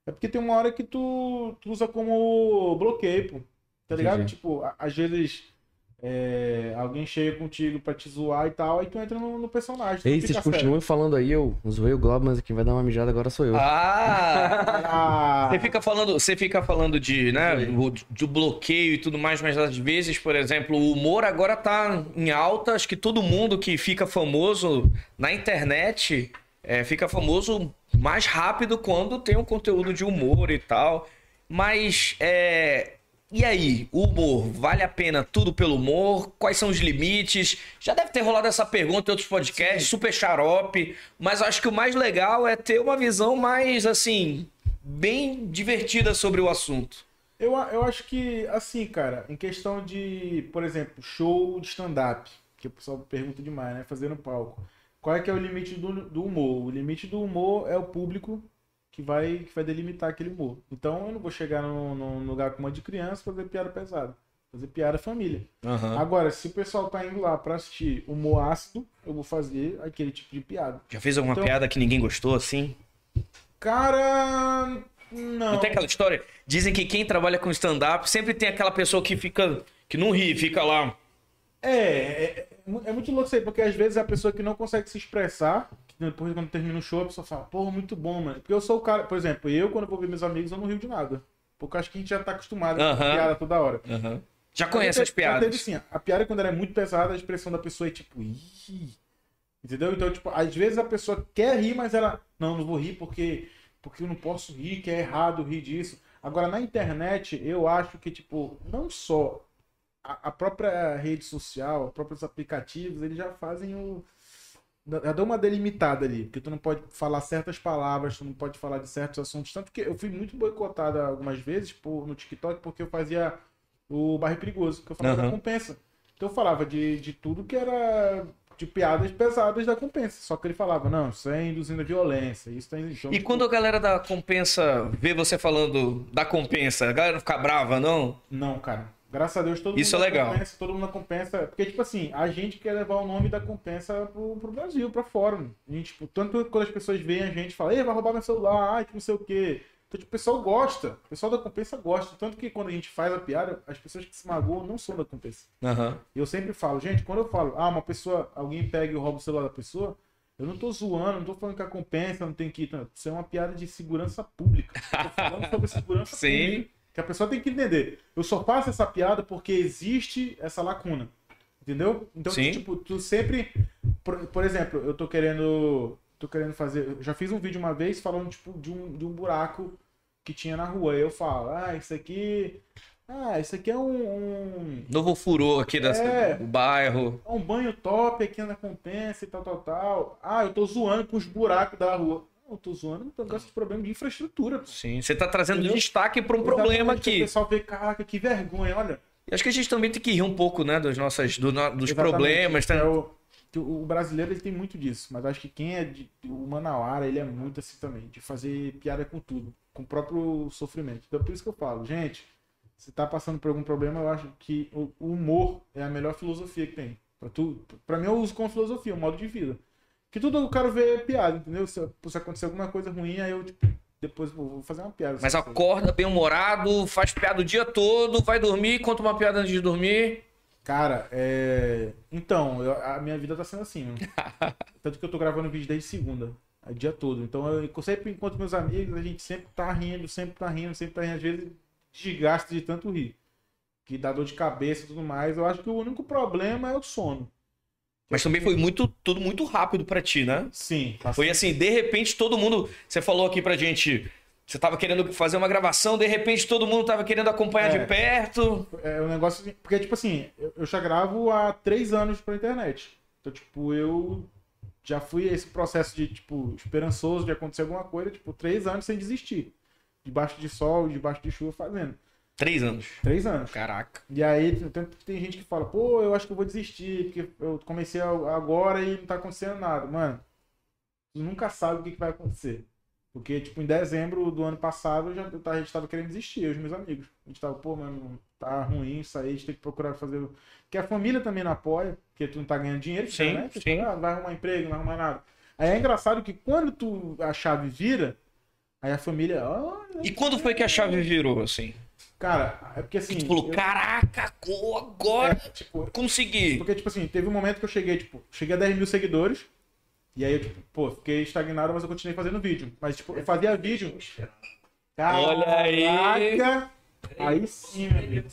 S3: É porque tem uma hora que tu, tu usa como bloqueio, pô. Tá ligado?
S1: Entendi.
S3: Tipo, a- às vezes é, alguém chega contigo pra te zoar e tal, aí tu entra no, no personagem. tu
S1: Ei,
S3: fica
S1: vocês
S3: sério.
S1: continuam falando aí, eu zoei o Globo, mas quem vai dar uma mijada agora sou eu.
S2: Ah!
S3: Ah,
S2: Você fica falando, você fica falando de, né, do, do bloqueio e tudo mais, mas às vezes, por exemplo, o humor agora tá em alta. Acho que todo mundo que fica famoso na internet é, fica famoso mais rápido quando tem um conteúdo de humor e tal. Mas é, e aí, o humor, vale a pena tudo pelo humor? Quais são os limites? Já deve ter rolado essa pergunta em outros podcasts, super xarope, mas acho que o mais legal é ter uma visão mais, assim, bem divertida sobre o assunto.
S3: eu, a- eu acho que, assim, cara, em questão de, por exemplo, show de stand-up, que o pessoal pergunta demais, né? Fazer no palco. Qual é que é o limite do, do humor? O limite do humor é o público que vai, que vai delimitar aquele humor. Então eu não vou chegar num, num lugar com uma de criança e fazer piada pesada. Fazer piada família.
S2: Ah.
S3: Agora, se o pessoal tá indo lá pra assistir humor ácido, eu vou fazer aquele tipo de piada.
S2: Já fez alguma
S3: Então-
S2: piada que ninguém gostou, assim?
S3: Cara.
S2: Não
S3: Não.
S2: tem aquela história? Dizem que quem trabalha com stand-up sempre tem aquela pessoa que fica, que não ri, fica lá.
S3: É, é, é muito louco isso aí, porque às vezes a pessoa que não consegue se expressar, que depois quando termina o show, a pessoa fala, pô, muito bom, mano. Porque eu sou o cara, por exemplo, eu quando eu vou ver meus amigos, eu não rio de nada. Porque eu acho que a gente já tá acostumado com
S2: Aham.
S3: piada toda hora.
S2: Já conhece
S3: Já
S2: as
S3: te- já teve,
S2: piadas.
S3: assim, a piada quando ela é muito pesada, a expressão da pessoa é tipo, "Ih", entendeu? Então, tipo, às vezes a pessoa quer rir, mas ela, não, não vou rir porque, porque eu não posso rir, que é errado rir disso. Agora, na internet, eu acho que, tipo, não só a, a própria rede social, os próprios aplicativos, eles já fazem o. Já deu uma delimitada ali, porque tu não pode falar certas palavras, tu não pode falar de certos assuntos. Tanto que eu fui muito boicotado algumas vezes por, no TikTok, porque eu fazia o Barre Perigoso, que eu falava
S2: Aham.
S3: da compensa. Então eu falava de, de tudo que era de piadas pesadas da compensa. Só que ele falava, não, isso é induzindo a violência, isso tá induzindo.
S2: E quando a galera da compensa vê você falando da compensa, a galera não fica brava, não?
S3: Não, cara. Graças a Deus todo
S2: Isso
S3: mundo
S2: é legal.
S3: compensa, todo mundo compensa. Porque, tipo assim, a gente quer levar o nome da compensa pro, pro Brasil, pra fora. mano. A gente, tipo, tanto quando as pessoas veem a gente fala, ei, vai roubar meu celular, ai, que não sei o quê. Então, tipo, o pessoal gosta. O pessoal da compensa gosta. Tanto que quando a gente faz a piada, as pessoas que se magoam não são da compensa. E Eu sempre falo, gente, quando eu falo, ah, uma pessoa, alguém pega e rouba o celular da pessoa, eu não tô zoando, não tô falando que a compensa, não tem que. Não, isso é uma piada de segurança pública. Eu tô
S2: [LAUGHS]
S3: falando sobre segurança
S2: Sim.
S3: pública. Que a pessoa tem que entender. Eu só faço essa piada porque existe essa lacuna. Entendeu? Então,
S2: Sim.
S3: tipo, tu sempre. Por, por exemplo, eu tô querendo. Tô querendo fazer. Eu já fiz um vídeo uma vez falando, tipo, de um, de um buraco que tinha na rua. Aí eu falo, ah, isso aqui. Ah, isso aqui é um- um
S2: Novo furor aqui da-
S3: É.
S2: do bairro.
S3: é um banho top aqui na compensa e tal, tal, tal. Ah, eu tô zoando com os buracos da rua. Não, eu tô zoando com esse problema de infraestrutura. pô.
S2: Sim, você tá trazendo
S3: Entendeu?
S2: destaque para um problema
S3: Exatamente, O
S2: aqui.
S3: pessoal vê, caraca, que vergonha, olha.
S2: Acho que a gente também tem que rir um pouco, né, dos nossas, do no- dos
S3: Exatamente,
S2: problemas. tá?
S3: é o, que o brasileiro ele tem muito disso, mas acho que quem é de, o Manauara, ele é muito assim também, de fazer piada com tudo, com o próprio sofrimento. Então por isso que eu falo, gente, se tá passando por algum problema, eu acho que o, o humor é a melhor filosofia que tem. Pra, tu, pra mim eu uso como filosofia, um modo de vida. Que tudo eu quero ver é piada, entendeu? Se, se acontecer alguma coisa ruim, aí eu tipo, depois pô, vou fazer uma piada.
S2: Mas
S3: Sabe?
S2: acorda bem-humorado, faz piada o dia todo, vai dormir, conta uma piada antes de dormir.
S3: Cara, é. Então, eu- a minha vida tá sendo assim, mano. Tanto que eu tô gravando vídeo desde segunda, o dia todo. Então, eu sempre encontro meus amigos, a gente sempre tá rindo, sempre tá rindo, sempre tá rindo. Às vezes, desgasta de tanto rir. Que dá dor de cabeça e tudo mais. Eu acho que o único problema é o sono.
S2: Mas também foi muito, tudo muito rápido pra ti, né?
S3: Sim, tá
S2: Foi assim, de repente todo mundo. Você falou aqui pra gente. Você tava querendo fazer uma gravação, de repente todo mundo tava querendo acompanhar
S3: É.
S2: de perto.
S3: É um negócio. de- Porque, tipo assim, eu, eu já gravo há três anos pra internet. Então, tipo, eu já fui esse processo de, tipo, esperançoso de acontecer alguma coisa, tipo, três anos sem desistir. Debaixo de sol, debaixo de chuva fazendo.
S2: Três anos.
S3: Três anos.
S2: Caraca.
S3: E aí, tem, tem gente que fala, pô, eu acho que eu vou desistir, porque eu comecei a- agora e não tá acontecendo nada. Mano, tu nunca sabe o que, que vai acontecer. Porque, tipo, em dezembro do ano passado, eu já, eu tava- a gente tava querendo desistir, eu e os meus amigos. A gente tava, pô, mano, tá ruim isso aí, a gente tem que procurar fazer. o- Porque a família também não apoia, porque tu não tá ganhando dinheiro,
S2: Sim,
S3: né? Tu
S2: sim.
S3: fala, ah, não vai arrumar emprego, não vai arrumar nada. Aí é engraçado que quando tu a chave vira, aí a família, ó,
S2: E quando foi que a chave virou, assim?
S3: cara, é porque assim.
S2: Que tu falou,
S3: eu-
S2: caraca, co-
S3: é,
S2: agora
S3: tipo,
S2: consegui.
S3: Porque, tipo assim, teve um momento que eu cheguei, tipo, cheguei a 10 mil seguidores. E aí eu, tipo, pô, fiquei estagnado, mas eu continuei fazendo vídeo. Mas, tipo, eu fazia vídeo.
S2: Olha aí.
S3: Caraca! Aí sim, meu amigo.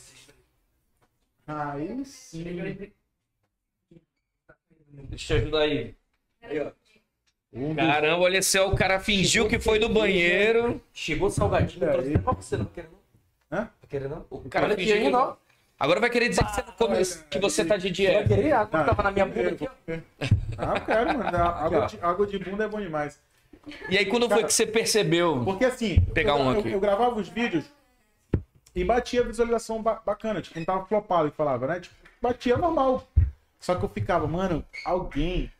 S3: Aí sim.
S2: Deixa eu ajudar aí.
S3: Um dos-
S2: Caramba, olha só, o cara fingiu que foi do banheiro.
S1: Chegou salgadinho,
S3: Olha
S1: eu trouxe
S3: aí.
S1: até pra você, não quer não?
S3: Hã?
S1: Não quer não? O
S2: cara
S1: cara é
S2: fingiu
S1: quer
S2: que-
S1: não.
S2: Agora vai querer dizer que você, não come, que você tá de
S1: Você vai
S2: dieta.
S1: querer água que tava na minha bunda
S3: eu
S1: aqui,
S3: vou
S1: ó.
S3: comer. Ah, eu quero, mano. Água de, água de bunda é bom demais.
S2: E aí, quando foi que você percebeu?
S3: Porque assim,
S2: Pegar
S3: eu,
S2: um
S3: eu-
S2: aqui.
S3: eu gravava os vídeos e batia a visualização ba- bacana, tipo, não tava flopado que falava, né? Tipo, batia normal. Só que eu ficava, mano, alguém.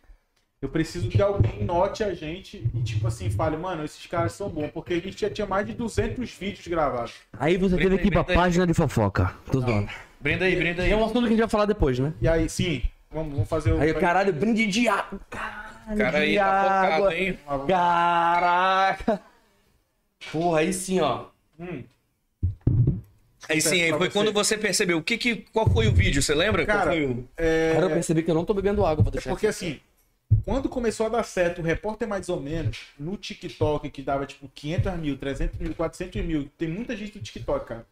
S3: Eu preciso que alguém note a gente e, tipo assim, fale, mano, esses caras são bons, porque a gente já tinha mais de 200 vídeos gravados.
S1: Aí você teve que ir pra página de fofoca. Tô zoando.
S2: Brinda aí, brinda aí.
S1: É um assunto que a gente vai falar depois, né?
S3: E aí, sim, vamos, vamos fazer um o.
S1: Aí, caralho, brinde de água. Caralho,
S2: O cara aí
S1: de
S2: tá focado,
S1: água.
S2: hein?
S1: Caraca. Porra, aí sim, ó.
S3: Hum,
S2: Aí sim, aí foi quando você percebeu. O que que, qual foi o vídeo? Você lembra? Qual
S3: Cara,
S2: foi o...
S3: é...
S1: Cara, eu percebi que eu não tô bebendo água, vou
S3: É
S1: deixar.
S3: porque assim, quando começou a dar certo, o repórter mais ou menos, no TikTok, que dava tipo 500 mil, 300 mil, 400 mil, tem muita gente no TikTok, cara.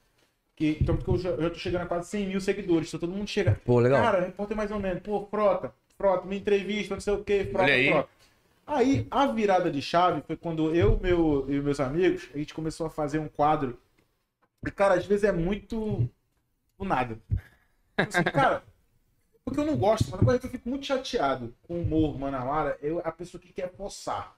S3: Que, então, porque eu já, eu já tô chegando a quase 100 mil seguidores, então todo mundo chega.
S1: Pô, legal.
S3: Cara, repórter mais ou menos, pô, frota, frota, me entrevista, não sei o que, frota,
S2: Olha aí.
S3: frota. Aí, a virada de chave foi quando eu meu, e meus amigos, a gente começou a fazer um quadro. E, cara, às vezes é muito do nada. Assim, cara, porque eu não gosto, mano. Uma coisa que eu fico muito chateado com o humor, Manauara, é a pessoa que quer forçar.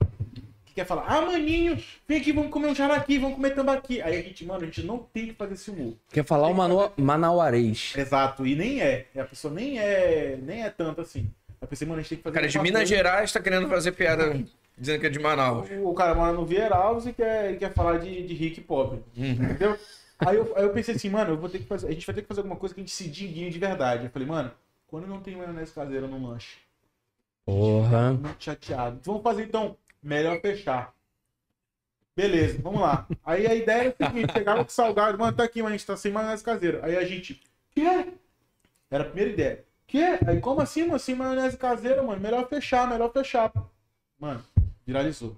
S3: Que quer falar, ah, maninho, vem aqui, vamos comer um jaraqui, vamos comer tambaqui. Aí a gente, mano, a gente não tem que fazer esse humor.
S1: Quer falar o mano... manauarês.
S3: Exato, e nem é. E a pessoa nem é, nem é tanto assim. Eu pensei, mano, a gente tem que fazer
S2: Cara, de
S3: uma
S2: Minas
S3: coisa-
S2: Gerais tá querendo fazer piada dizendo que é de Manaus.
S3: O cara mora no Vieralves e quer, e quer falar de, de rico e pobre.
S2: Uhum.
S3: Entendeu? Aí eu, aí eu pensei assim, mano, eu vou ter que fazer, a gente vai ter que fazer alguma coisa que a gente se dingue de verdade. Eu falei, mano, quando não tem maionese caseira no lanche,
S1: Porra.
S3: muito chateado. Vamos fazer então, melhor fechar. Beleza, vamos lá. Aí a ideia era o seguinte: chegava com salgado, mano, tá aqui, mas a gente tá sem maionese caseira. Aí a gente, quê? Era a primeira ideia. Quê? Aí como assim, mano, sem maionese caseira, mano? Melhor fechar, melhor fechar. Mano, viralizou.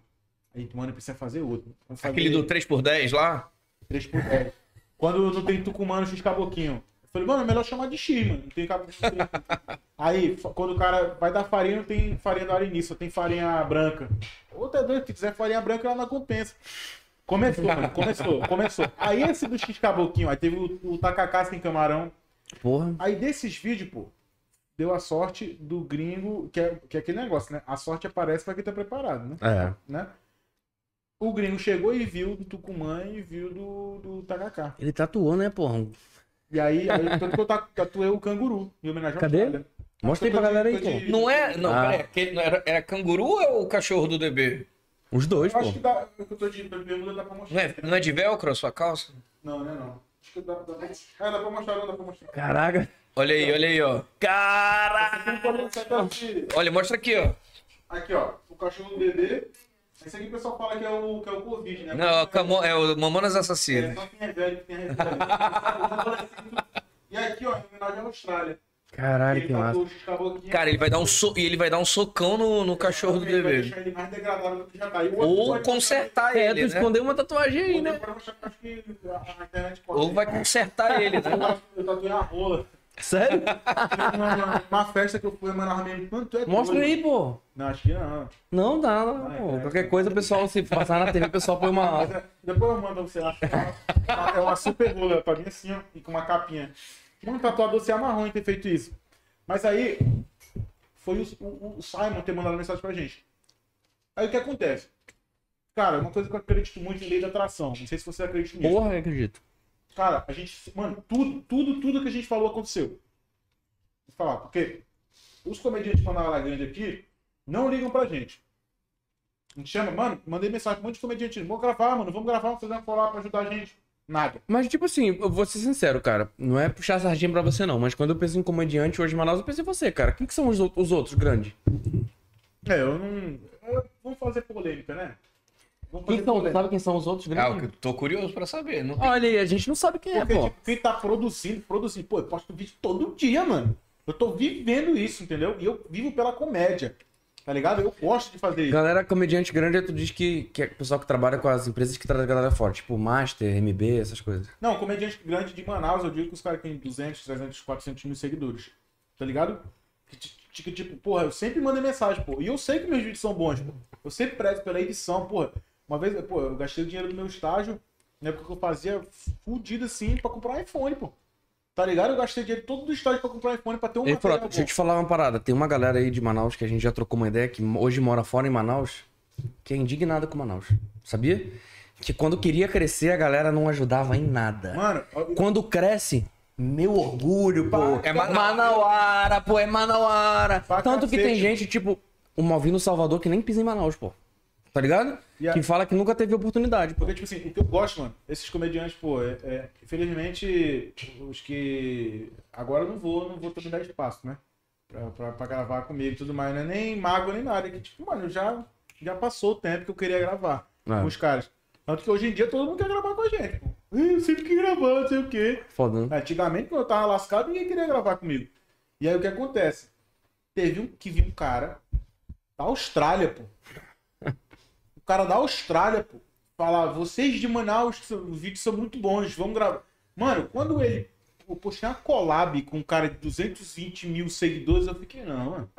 S3: Aí, mano, precisa fazer outro. Vamos fazer
S2: Aquele do 3x10 lá.
S3: 3 por 10. Quando não tem tucumano, X caboquinho. Eu falei, mano, é melhor chamar de X, mano. Não tem caboquinho. não tem. Aí, fa- quando o cara vai dar farinha, não tem farinha do Arini, só tem farinha branca. Outra doido, se quiser farinha branca, ela não compensa. Começou, mano. Começou, começou. Aí esse do X caboquinho, aí teve o, o tacacá sem camarão.
S1: Porra.
S3: Aí desses vídeos, pô, deu a sorte do gringo, que é, que é aquele negócio, né? A sorte aparece pra quem tá preparado, né?
S1: É.
S3: né? O gringo chegou e viu do Tucumã e viu do, do Takaká.
S1: Ele tatuou, né, porra?
S3: E aí, aí tanto que eu ta- tatuei o canguru em homenagem ao
S1: Cadê?
S3: Charlie.
S1: Mostra aí pra galera aí, pô.
S2: Não é. Não,
S1: Ah.
S2: peraí, aquele, não era, era canguru ou é o cachorro do DB?
S1: Os dois,
S3: Eu
S1: pô.
S3: acho que dá. Eu tô de bermuda, dá pra
S2: Não
S3: mostrar.
S2: é, não é de velcro a sua calça?
S3: Não, né, não. Acho que dá, dá pra mostrar. Ah, dá pra mostrar, não dá pra mostrar.
S1: Caraca.
S2: Olha aí, olha aí, ó. Caraca!
S3: Aqui, pode mostrar até aqui.
S2: Olha, mostra aqui, ó.
S3: Aqui, ó. O cachorro do bebê. Esse aqui o pessoal fala que é o, que é o Covid, né?
S2: Não, é o Camo- é o Mamonas
S3: É
S2: Assassinas.
S3: só quem é velho que tem a resposta. E aqui, ó, em homenagem à Austrália.
S1: Caralho, que massa.
S2: Cara, ele vai dar um so... e ele vai dar um socão no, no cachorro do
S3: Vai
S2: DB.
S3: deixar ele mais degradável do que já tá. E o outro
S2: Ou
S3: pode-
S2: consertar
S1: É, tu
S2: ele, né?
S1: escondeu uma tatuagem aí, né?
S3: Outro pode mostrar, porque Acho que a a internet pode.
S2: Ou vai consertar ele,
S1: [LAUGHS]
S2: né?
S3: Eu tatuei a rola.
S1: [LAUGHS] Sério?
S3: Uma, uma- uma festa que eu fui, mano, arrumei ele, mano, tu é
S1: Mostra
S3: doido.
S1: aí, pô.
S3: Não, acho que não.
S1: Não dá, não,
S3: Ai,
S1: pô.
S3: cara.
S1: Qualquer coisa, o pessoal, se passar na TV, o pessoal põe uma.
S3: Mas é- depois eu mando pra você acha. É uma super rola pra mim assim, ó, e com uma capinha. Mano, tatuador se amarrou em ter feito isso. Mas aí, foi o, o- o Simon ter mandado mensagem pra gente. Aí o que acontece? Cara, uma coisa que eu acredito muito em lei da atração. Não sei se você acredita nisso.
S1: Porra, eu acredito.
S3: Cara, a gente. Mano, tudo, tudo, tudo que a gente falou aconteceu. Vou falar, porque os comediantes de Manaus Grande aqui não ligam pra gente. A gente chama, mano, mandei mensagem pra um monte de comediante. Vamos gravar, mano, vamos gravar, vamos fazer uma collab pra ajudar a gente. Nada.
S1: Mas, tipo assim, eu vou ser sincero, cara. Não é puxar sardinha pra você, não. Mas quando eu penso em comediante hoje em Manaus, eu penso em você, cara. Quem que são os, ou- os outros grandes?
S3: É, eu não. eu- Vamos fazer polêmica, né? Vamos fazer
S1: Quem são,
S3: polêmica.
S1: Então, sabe quem são os outros
S2: É o que
S1: grandes?
S2: eu tô curioso pra saber. Não...
S1: Olha aí, a gente não sabe quem é,
S3: Porque,
S1: pô.
S3: tipo, quem tá produzindo, produzindo. Pô, eu posto vídeo todo dia, mano. Eu tô vivendo isso, entendeu? E eu vivo pela comédia. Tá ligado? Eu gosto de fazer isso.
S1: Galera, comediante grande, tu diz que, que é o pessoal que trabalha com as empresas que traz a galera fora, tipo Master, MB, essas coisas.
S3: Não, um comediante grande de Manaus, eu digo que os caras têm 200, 300, 400 mil seguidores. Tá ligado? Que, ti- ti- que, tipo, porra, eu sempre mando mensagem, pô. E eu sei que meus vídeos são bons, pô. Eu sempre prezo pela edição, porra. Uma vez, pô, eu gastei o dinheiro do meu estágio, na época que eu fazia fudido assim, pra comprar um iPhone, pô. Tá ligado? Eu gastei dinheiro todo do estágio pra comprar um iPhone, pra ter um
S1: Ele falou,
S3: material
S1: deixa eu
S3: bom.
S1: te falar uma parada. Tem uma galera aí de Manaus que a gente já trocou uma ideia, que hoje mora fora em Manaus, que é indignada com Manaus. Sabia? Que quando queria crescer, a galera não ajudava em nada.
S3: Mano, eu-
S1: Quando cresce, meu orgulho, pô.
S2: É
S1: É
S2: Mana-
S1: Manauara, pô, é Manauara.
S3: Pra
S1: Tanto que tem
S3: cacete.
S1: gente, tipo, o Malvino Salvador que nem pisa em Manaus, pô. Tá ligado?
S3: E a-
S1: Que fala que nunca teve oportunidade, pô.
S3: Porque, tipo assim, o que eu gosto, mano, esses comediantes, pô, é, é, infelizmente, os que. Agora eu não vou, não vou também dar espaço, né? Pra, pra, pra gravar comigo e tudo mais, não é nem mágoa nem nada. É que, tipo, mano, eu já, já passou o tempo que eu queria gravar
S1: É.
S3: com os caras. Tanto que hoje em dia todo mundo quer gravar com a gente, pô. "Ih, Eu sempre que gravar, não sei o quê.
S1: Foda, né?
S3: Antigamente, quando eu tava lascado, ninguém queria gravar comigo. E aí o que acontece? Teve um que viu um cara da Austrália, pô. O cara da Austrália, pô. Falar, vocês de Manaus, que são- os vídeos são muito bons, vamos gravar. Mano, quando ele. Eu postei uma collab com um cara de 220 mil seguidores, eu fiquei, não, mano.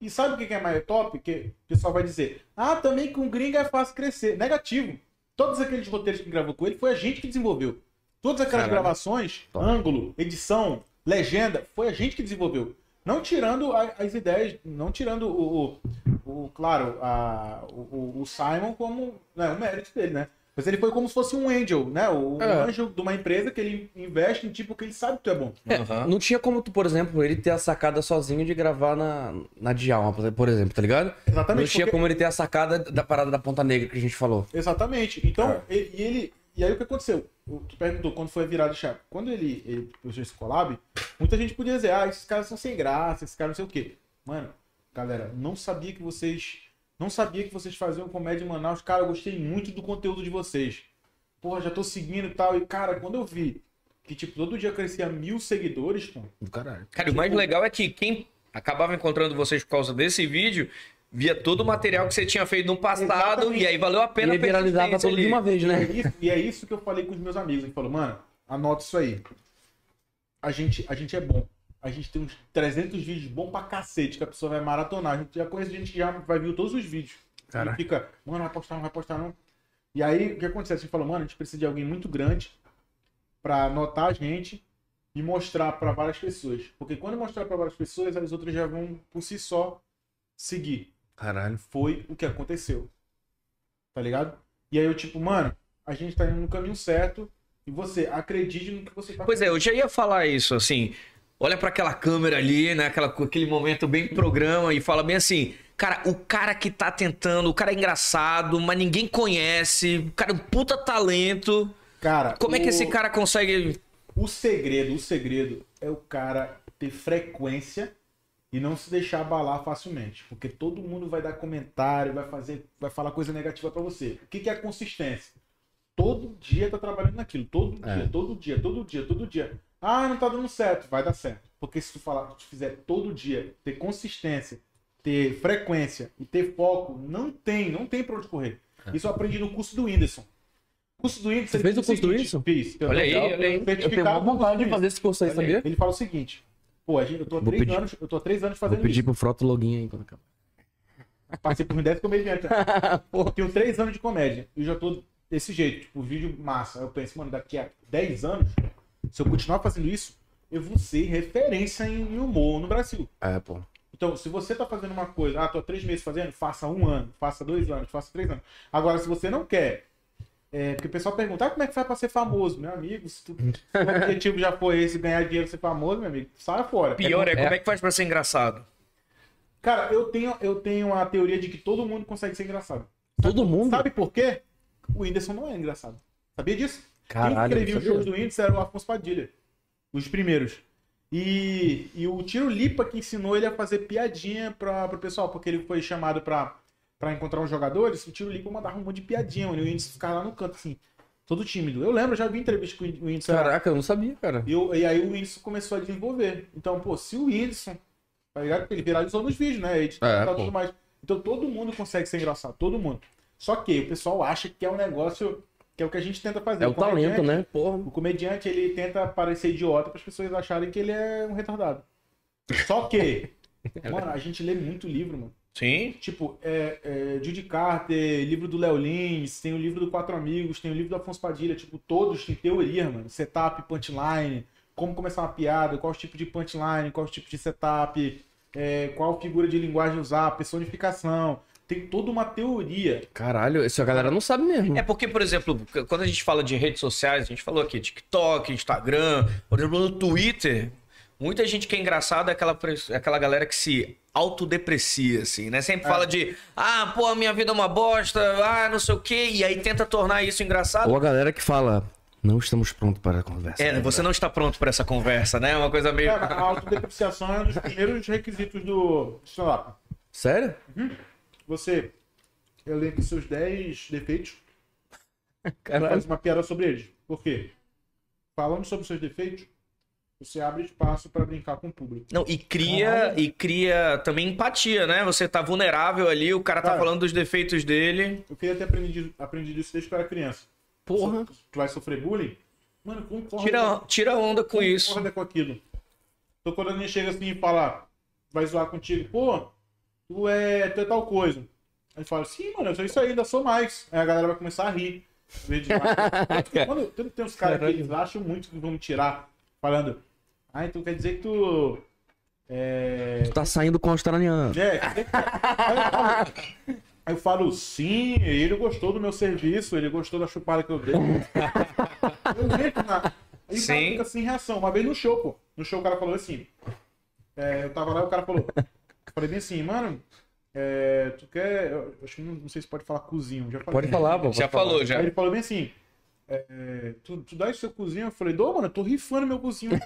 S3: E sabe o que que é mais top? Que o pessoal vai dizer, ah, também com gringa é fácil crescer. Negativo. Todos aqueles roteiros que gravou com ele foi a gente que desenvolveu. Todas aquelas
S1: Caralho.
S3: gravações,
S1: Top.
S3: ângulo, edição, legenda, foi a gente que desenvolveu. Não tirando a- as ideias, não tirando o, o, o- claro, a- o, o- o Simon como né, o mérito dele, né? Mas ele foi como se fosse um angel, né? O, um
S1: É.
S3: anjo de uma empresa que ele investe em tipo que ele sabe que tu é bom.
S1: É,
S2: Aham.
S1: Não tinha como tu, por exemplo, ele ter a sacada sozinho de gravar na, na Djalma, por exemplo, tá ligado? não
S3: Exatamente.
S1: tinha
S3: porque-
S1: como ele ter a sacada da parada da Ponta Negra que a gente falou.
S3: Exatamente. Então, ele- e ele. E aí o que aconteceu? O- Tu perguntou quando foi a virada de chave. Quando ele, ele fez esse collab, muita gente podia dizer, ah, esses caras são sem graça, esses caras não sei o quê. Mano, galera, não sabia que vocês. Não sabia que vocês faziam comédia em Manaus. Cara, eu gostei muito do conteúdo de vocês. Porra, já tô seguindo e tal. E, cara, quando eu vi que, tipo, todo dia crescia mil seguidores, pô,
S1: Do caralho.
S2: Cara, o mais legal é que quem acabava encontrando vocês por causa desse vídeo via todo o material que você tinha feito no passado
S3: Exatamente.
S2: e aí valeu a pena
S1: Ele é viralizava
S2: persistência
S1: tudo de
S2: ali.
S1: uma vez,
S3: E é,
S1: né?
S3: isso, e é isso que eu falei com os meus amigos. A gente falou, mano, anota isso aí. A gente, a gente é bom. A gente tem uns 300 vídeos bons pra cacete, que a pessoa vai maratonar. A gente já conhece gente que já vai ver todos os vídeos.
S1: Cara.
S3: E fica, mano, vai postar, não vai postar, não. E aí, o que acontece? A gente falou, mano, a gente precisa de alguém muito grande pra anotar a gente e mostrar pra várias pessoas. Porque quando mostrar pra várias pessoas, as outras já vão, por si só, seguir
S1: Caralho.
S3: foi o que aconteceu. Tá ligado? E aí eu, tipo, mano, a gente tá indo no caminho certo e você acredite no que você tá
S2: Pois é, eu já ia falar isso, assim. Olha pra aquela câmera ali, né? Aquela, aquele momento bem programa e fala bem assim. Cara, o cara que tá tentando, o cara é engraçado, mas ninguém conhece, o cara é um puta talento.
S3: Cara,
S2: Como é que
S3: o-
S2: esse cara consegue.
S3: O segredo, o segredo é o cara ter frequência e não se deixar abalar facilmente. Porque todo mundo vai dar comentário, vai fazer, vai falar coisa negativa pra você. O que, que é a consistência? Todo dia tá trabalhando naquilo. Todo
S1: É.
S3: dia, todo dia, todo dia, todo dia. Ah, não tá dando certo. Vai dar certo. Porque se tu falar, se tu fizer todo dia, ter consistência, ter frequência e ter foco, não tem, não tem pra onde correr. Isso eu aprendi no curso do Whindersson. O curso do Whindersson.
S1: É. Você fez
S3: ele diz
S1: o curso do
S3: seguinte,
S1: Whindersson?
S3: Fiz.
S2: Olha
S1: é
S2: aí,
S3: Legal.
S2: olha
S1: Eu
S2: aí. Eu
S1: tenho uma
S3: Certificado
S1: vontade
S3: do
S1: de
S3: curso do
S1: fazer esse curso aí, sabia?
S3: ele fala o seguinte: pô, a gente, eu, tô há
S1: Vou
S3: três
S1: pedir.
S3: anos, eu tô há três anos
S1: Vou
S3: fazendo
S1: pedir
S3: isso. um
S1: pro Frota o login aí quando acabar.
S3: Passei por
S1: [LAUGHS]
S3: 10 comediantes. Eu tenho três anos de comédia e já tô desse jeito. Tipo, vídeo massa. Aí eu penso, mano, daqui a 10 anos, se eu continuar fazendo isso, eu vou ser referência em em humor no Brasil.
S1: É, pô.
S3: Então, se você tá fazendo uma coisa, ah, tô há três meses fazendo, faça um ano, faça dois anos, faça três anos. Agora, se você não quer, é, porque o pessoal pergunta, ah, como é que faz pra ser famoso, meu amigo? Se tu, se o objetivo já foi esse, ganhar dinheiro, ser famoso, meu amigo, sai fora.
S2: Pior é,
S1: é-
S2: como é que faz pra ser engraçado?
S3: Cara, eu tenho, eu tenho a teoria de que todo mundo consegue ser engraçado.
S1: Todo mundo?
S3: Sabe por quê? O Whindersson não é engraçado. Sabia disso? Quem
S1: Caralho, é
S3: escrevia os
S1: sabia?
S3: shows do Whindersson era o Afonso Padilha. Os primeiros. E, e o Tiro Lipa que ensinou ele a fazer piadinha pra, pro pessoal, porque ele foi chamado pra, pra encontrar os jogadores. O Tiro Lipa mandava um monte de piadinha, mano. E o Whindersson ficava lá no canto, assim, todo tímido. Eu lembro, eu já vi entrevista com o Whindersson. era-
S1: Caraca, eu não sabia, cara.
S3: E, o- e aí o Whindersson começou a desenvolver. Então, pô, se o Whindersson, tá ligado? Porque ele viralizou nos vídeos, né? Ele
S1: É,
S3: tá
S1: pô.
S3: tudo mais. Então todo mundo consegue ser engraçado, todo mundo. Só que o pessoal acha que é um negócio que é o que a gente tenta fazer.
S1: É o talento,
S3: comediante-
S1: né? Porra.
S3: O comediante, ele tenta parecer idiota para as pessoas acharem que ele é um retardado.
S1: [LAUGHS]
S3: Só que, mano, a gente lê muito livro, mano.
S2: Sim.
S3: Tipo, é, é, Judy Carter, livro do Léo Lins, tem o livro do Quatro Amigos, tem o livro do Afonso Padilha, tipo, todos têm teoria, mano. Setup, punchline, como começar uma piada, qual o tipo de punchline, qual o tipo de setup, é, qual figura de linguagem usar, personificação. Tem toda uma teoria.
S1: Caralho, isso a galera não sabe mesmo.
S2: É porque, por exemplo, c- quando a gente fala de redes sociais, a gente falou aqui, TikTok, Instagram, por exemplo, no Twitter, muita gente que é engraçada é aquela, pres- é aquela galera que se autodeprecia, assim, né? Sempre fala de, ah, pô, minha vida é uma bosta, ah, não sei o quê, e aí tenta tornar isso engraçado.
S1: Ou a galera que fala, não estamos prontos para a conversa.
S2: É, você não está pronto para essa conversa, né? É Uma coisa meio...
S3: Cara, a autodepreciação é um dos primeiros requisitos do stand-up.
S1: Sério?
S3: Você elenca os seus 10 defeitos e
S1: Caralho.
S3: faz uma piada sobre eles. Por quê? Falando sobre os seus defeitos, você abre espaço pra brincar com o público.
S2: Não, e cria, e cria também empatia, né? Você tá vulnerável ali, o cara tá
S3: Cara.
S2: falando dos defeitos dele.
S3: Eu queria ter aprendido, aprendido isso desde que eu era criança.
S1: Porra.
S3: So- Tu vai sofrer bullying? Mano, é concorda,
S2: Tira, tira onda com isso.
S3: concorda é com aquilo. Então quando alguém chega assim e fala, vai zoar contigo, pô, tu é, tu é tal coisa. Aí fala, sim, mano, eu sou isso aí, ainda sou mais. Aí a galera vai começar a rir. Em vez de-
S2: [LAUGHS]
S3: Quando tem, tem uns caras que
S1: Caralho.
S3: eles acham muito que vão me tirar, falando, ah, então quer dizer que tu. É.
S1: Tu tá saindo com o australiano.
S3: é quer dizer que- Aí eu falo, sim, ele gostou do meu serviço, ele gostou da chupada que eu dei. eu vejo na. Aí o cara
S2: Sim.
S3: fica sem reação. Uma vez no show, pô. No show o cara falou assim. é, eu tava lá e o cara falou. Eu falei bem assim, mano. é, tu quer. Eu acho que não, não sei se pode falar cozinho. Já falei.
S1: Pode falar, pô.
S2: Já
S1: pode falar.
S2: falou, já.
S3: Aí ele falou bem assim: é, tu, tu dá esse seu cozinho? Eu falei, dou, mano, eu tô rifando meu cozinho.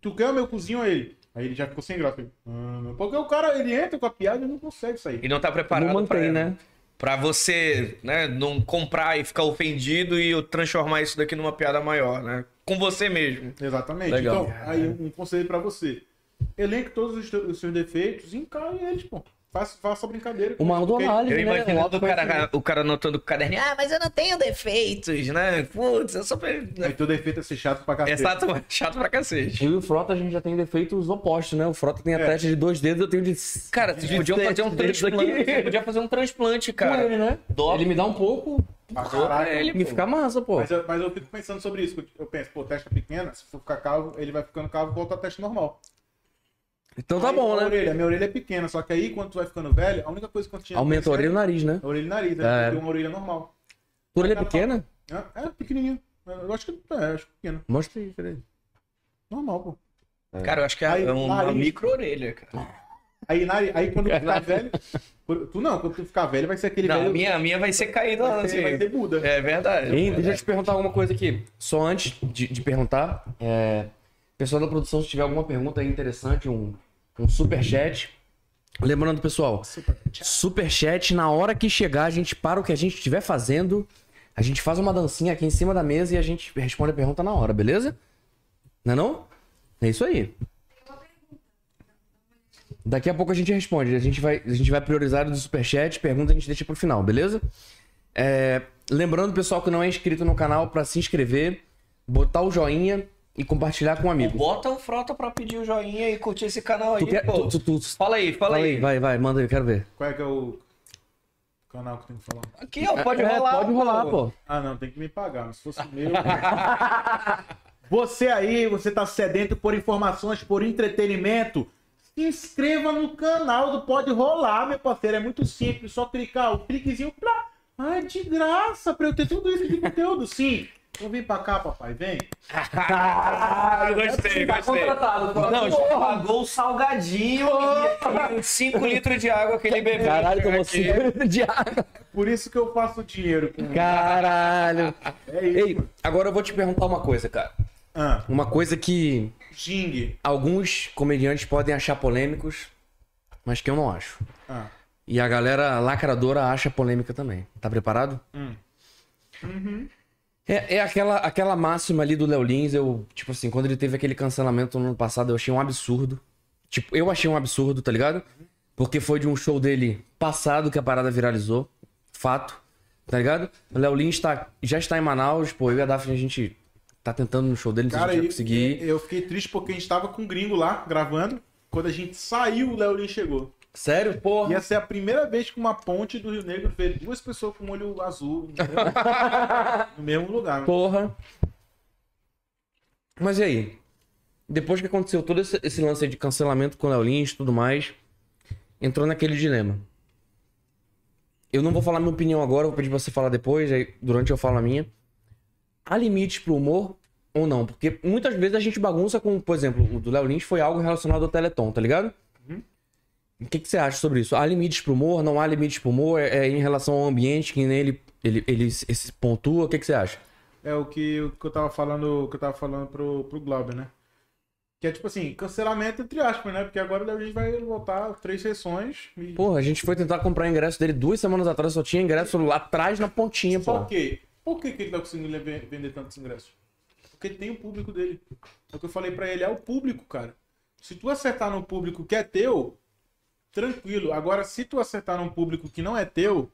S3: tu quer o meu cozinho? Aí ele. Aí ele já ficou sem graça. Eu falei, "Ah, não." porque o cara, ele entra com a piada e não consegue sair.
S2: E não tá preparado
S1: Não
S2: pra
S1: mantém,
S2: ela.
S1: né?
S2: Pra você, né, não comprar e ficar ofendido e eu transformar isso daqui numa piada maior, né? Com você mesmo.
S3: Exatamente.
S2: Legal.
S3: Então, aí um conselho pra você. Elenque todos os, teus- os seus defeitos e encare eles, pô. Faça, faça a brincadeira.
S1: Uma autoanálise,
S2: Eu
S1: né?
S2: imagino
S1: Um
S2: o cara, o cara anotando o caderno, ah, mas eu não tenho defeitos, né? Putz, eu sou... pe- né?
S3: Aí teu defeito é ser chato pra
S2: É
S3: cacete.
S2: chato, chato pra cacete.
S1: Eu e o Frota, a gente já tem defeitos opostos, né? O Frota tem a
S3: É.
S1: testa de dois dedos, eu tenho de...
S2: Cara, vocês podiam
S1: sete
S2: fazer um
S1: dedos aqui.
S2: transplante. Você podia fazer um transplante,
S1: Com
S2: cara.
S1: ele, né?
S2: Dobra.
S1: Ele me dá um pouco
S3: Pra caralho.
S2: É, ele-
S1: e fica massa, pô.
S3: Mas eu, mas eu fico pensando sobre isso. Eu penso, pô, testa pequena, se for ficar calvo, ele vai ficando calvo, volta a testa normal.
S1: Então tá
S3: Aí,
S1: bom,
S3: a
S1: né?
S3: Orelha, minha orelha é pequena, só que aí quando tu vai ficando velho, a única coisa que eu tinha. é
S1: Aumenta a orelha e o nariz, né?
S3: A orelha e nariz,
S1: É.
S3: né? tem uma orelha normal.
S1: Por ele é pequena?
S3: É, é pequenininha. Eu acho que é, acho que pequena.
S1: Mostra aí, peraí.
S3: Normal, pô.
S2: Cara, eu acho que é
S3: Aí,
S2: uma
S3: nariz.
S2: micro-orelha, cara.
S3: Aí, nari- aí quando tu ficar velho. quando- Tu não, quando tu ficar velho, vai ser aquele
S2: Não, a
S3: velho.
S2: minha, a minha vai ser caída
S3: vai,
S2: assim.
S3: ser, vai ser Buda.
S2: É verdade.
S1: Hein, deixa eu te perguntar alguma coisa aqui. Só antes de, de perguntar, é, pessoal da produção, se tiver alguma pergunta aí interessante, um, um superchat. Lembrando, pessoal, superchat, na hora que chegar, a gente para o que a gente estiver fazendo, a gente faz uma dancinha aqui em cima da mesa e a gente responde a pergunta na hora, beleza? Não é não? É isso aí. Daqui a pouco a gente responde. A gente vai, a gente vai priorizar o do superchat, pergunta a gente deixa pro final, beleza? É, lembrando, pessoal, que não é inscrito no canal, pra se inscrever, botar o joinha e compartilhar com um
S2: Pô,
S1: amigo.
S2: Bota o Frota pra pedir o joinha e curtir esse canal aí,
S1: Tu quer-
S2: pô.
S1: tu- tu- tu-
S2: Fala aí, fala, aí.
S1: vai, vai, manda aí, eu quero ver.
S3: Qual é que é o canal que tem que falar?
S2: Aqui, ó, pode
S1: É,
S2: rolar.
S1: Pode rolar, pô.
S3: Ah, não, tem que me pagar. mas Se fosse o meu. [LAUGHS] você aí, você tá sedento por informações, por entretenimento. Se inscreva no canal do Pode Rolar, meu parceiro. É muito simples, só clicar o cliquezinho pra. Ah, é de graça, pra eu ter tudo isso de conteúdo. Sim, Então vem pra cá, papai, vem.
S2: Ah, gostei,
S1: Tá
S2: gostei. Não, já pagou o salgadinho e 5 litros de água que ele bebeu.
S1: Caralho,
S2: Chega
S1: tomou
S2: aqui.
S1: 5 litros de água.
S3: É Por isso que eu faço dinheiro com.
S1: Caralho.
S3: É isso.
S1: Ei, agora eu vou te perguntar uma coisa, cara.
S3: Ah,
S1: Uma coisa que
S3: Jing.
S1: alguns comediantes podem achar polêmicos, mas que eu não acho.
S3: Ah.
S1: E a galera lacradora acha polêmica também. Tá preparado?
S3: Hum.
S1: É, é aquela, aquela máxima ali do Léo Lins, eu, tipo assim, quando ele teve aquele cancelamento no ano passado, eu achei um absurdo. Tipo, eu achei um absurdo, tá ligado? Porque foi de um show dele passado que a parada viralizou. Fato. Tá ligado? O Léo Lins tá, já está em Manaus, pô, eu e a Daphne, a gente tá tentando no show dele, não sei se a
S3: Cara,
S1: gente vai
S3: eu,
S1: conseguir.
S3: eu fiquei triste porque a gente tava com um gringo lá gravando. Quando a gente saiu, o Léo Lins chegou.
S1: Sério? Porra.
S3: Ia ser a primeira vez que uma ponte do Rio Negro fez duas pessoas com um olho azul no mesmo- no mesmo lugar. né?
S1: Porra. Mas e aí? Depois que aconteceu todo esse, esse lance aí de cancelamento com o Léo Lins e tudo mais, entrou naquele dilema. Eu não vou falar minha opinião agora, vou pedir pra você falar depois, aí durante eu falo a minha. Há limites pro humor ou não? Porque muitas vezes a gente bagunça com, por exemplo, o do Léo Lins foi algo relacionado ao Teleton, tá ligado? O que, que você acha sobre isso? Há limites pro humor? Não há limites pro humor? É, é em relação ao ambiente que nele ele, ele, se- se pontua? O que, que você acha?
S3: É o que, o que eu tava falando, o que eu tava falando pro, pro Glauber, né? Que é tipo assim, cancelamento entre aspas, né? Porque agora o Léo Lins vai voltar três sessões e
S1: Porra, a gente foi tentar comprar ingresso dele duas semanas atrás, só tinha ingresso lá atrás na pontinha,
S3: Só
S1: pô.
S3: que, por que, que ele tá conseguindo lev- vender tantos ingressos? Porque tem o público dele. É o que eu falei pra ele, é o público, cara. Se tu acertar num público que é teu, tranquilo. Agora, se tu acertar num público que não é teu,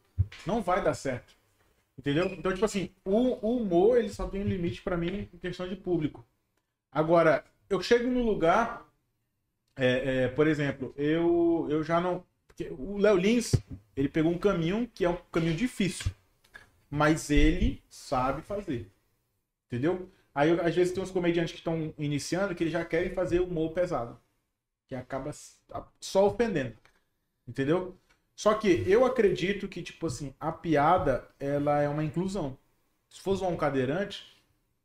S3: não vai dar certo. Entendeu? Então, tipo assim, o, o humor, ele só tem um limite pra mim em questão de público. Agora, eu chego num lugar, é, é, por exemplo, eu, eu já não... porque o Léo Lins, ele pegou um caminho que é um caminho difícil mas ele sabe fazer. Entendeu? Aí eu- às vezes tem uns comediantes que estão iniciando que eles já querem fazer humor pesado, que acaba s- a- só ofendendo. Entendeu? Só que eu acredito que tipo assim, a piada ela é uma inclusão. Se for zoar um cadeirante,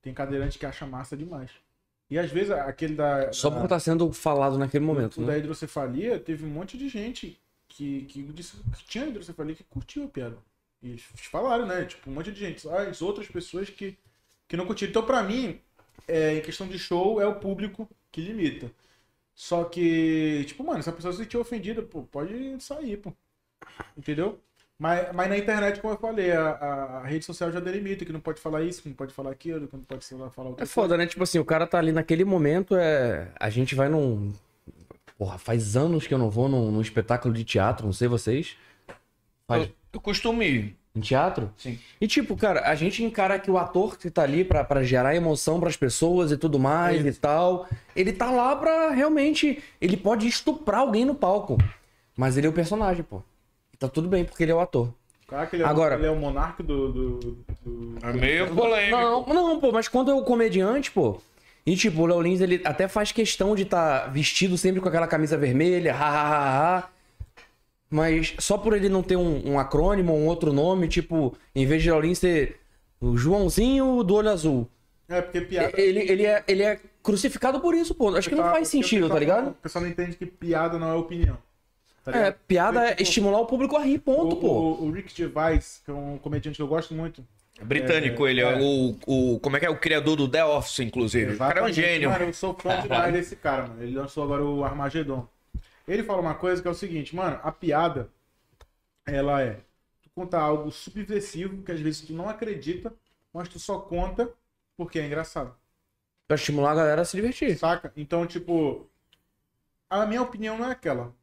S3: tem cadeirante que acha massa demais. E às vezes a- aquele da
S1: Só
S3: da-
S1: por estar sendo falado naquele momento,
S3: o da
S1: né?
S3: hidrocefalia, teve um monte de gente que, que disse que tinha hidrocefalia que curtiu a piada. E eles falaram, né? Tipo, um monte de gente. As outras pessoas que, que não curtiram. Então, pra mim, é, em questão de show, é o público que limita. Só que, tipo, mano, se a pessoa se sentir ofendida, pô, pode sair, pô. Entendeu? Mas, mas na internet, como eu falei, a, a- a rede social já delimita que não pode falar isso, que não pode falar aquilo, que não pode sei lá, falar outra
S1: É foda, né? Tipo assim, o cara tá ali naquele momento, é. A gente vai num. Porra, faz anos que eu não vou num, num espetáculo de teatro, não sei vocês. Faz...
S2: Eu, eu costumo ir.
S1: Em teatro?
S2: Sim.
S1: E tipo, cara, a gente encara que o ator que tá ali pra, pra gerar emoção pras pessoas e tudo mais e tal, ele tá lá pra realmente. Ele pode estuprar alguém no palco. Mas ele é o personagem, pô. Tá tudo bem, porque ele é o ator.
S3: Caraca, ele é,
S1: Agora-
S3: ele é o monarca do. do- do-
S2: É meio polêmico.
S1: Não, não, pô, mas quando é o comediante, pô. E tipo, o Léo Lins, ele até faz questão de estar vestido sempre com aquela camisa vermelha, ha, ha, ha, ha. Mas só por ele não ter um, um acrônimo, um outro nome, tipo, em vez de Léo Lins ser o Joãozinho do Olho Azul.
S3: É, porque piada.
S1: Ele, ele, é, ele é crucificado por isso, pô. Acho que não
S3: Tá,
S1: faz
S3: porque o
S1: sentido,
S3: pessoal
S1: tá
S3: não-
S1: ligado?
S3: O pessoal não entende que piada não é opinião. tá
S1: É,
S3: ligado?
S1: piada
S3: Tipo,
S1: é estimular o público a rir, ponto,
S3: o,
S1: pô.
S3: O, o Rick Gervais, que é um comediante que eu gosto muito.
S2: Britânico, ele é, o, o. Como é que é? O criador do The Office, inclusive. O cara é um
S3: Exatamente.
S2: gênio.
S3: Mano, eu sou
S2: [LAUGHS]
S3: fã demais desse cara, mano. Ele lançou agora o Armagedon. Ele fala uma coisa que é o seguinte, mano, a piada, ela é tu conta algo subversivo, que às vezes tu não acredita, mas tu só conta porque é engraçado.
S1: Pra estimular a galera a se divertir.
S3: Saca? Então, tipo, a minha opinião não é aquela.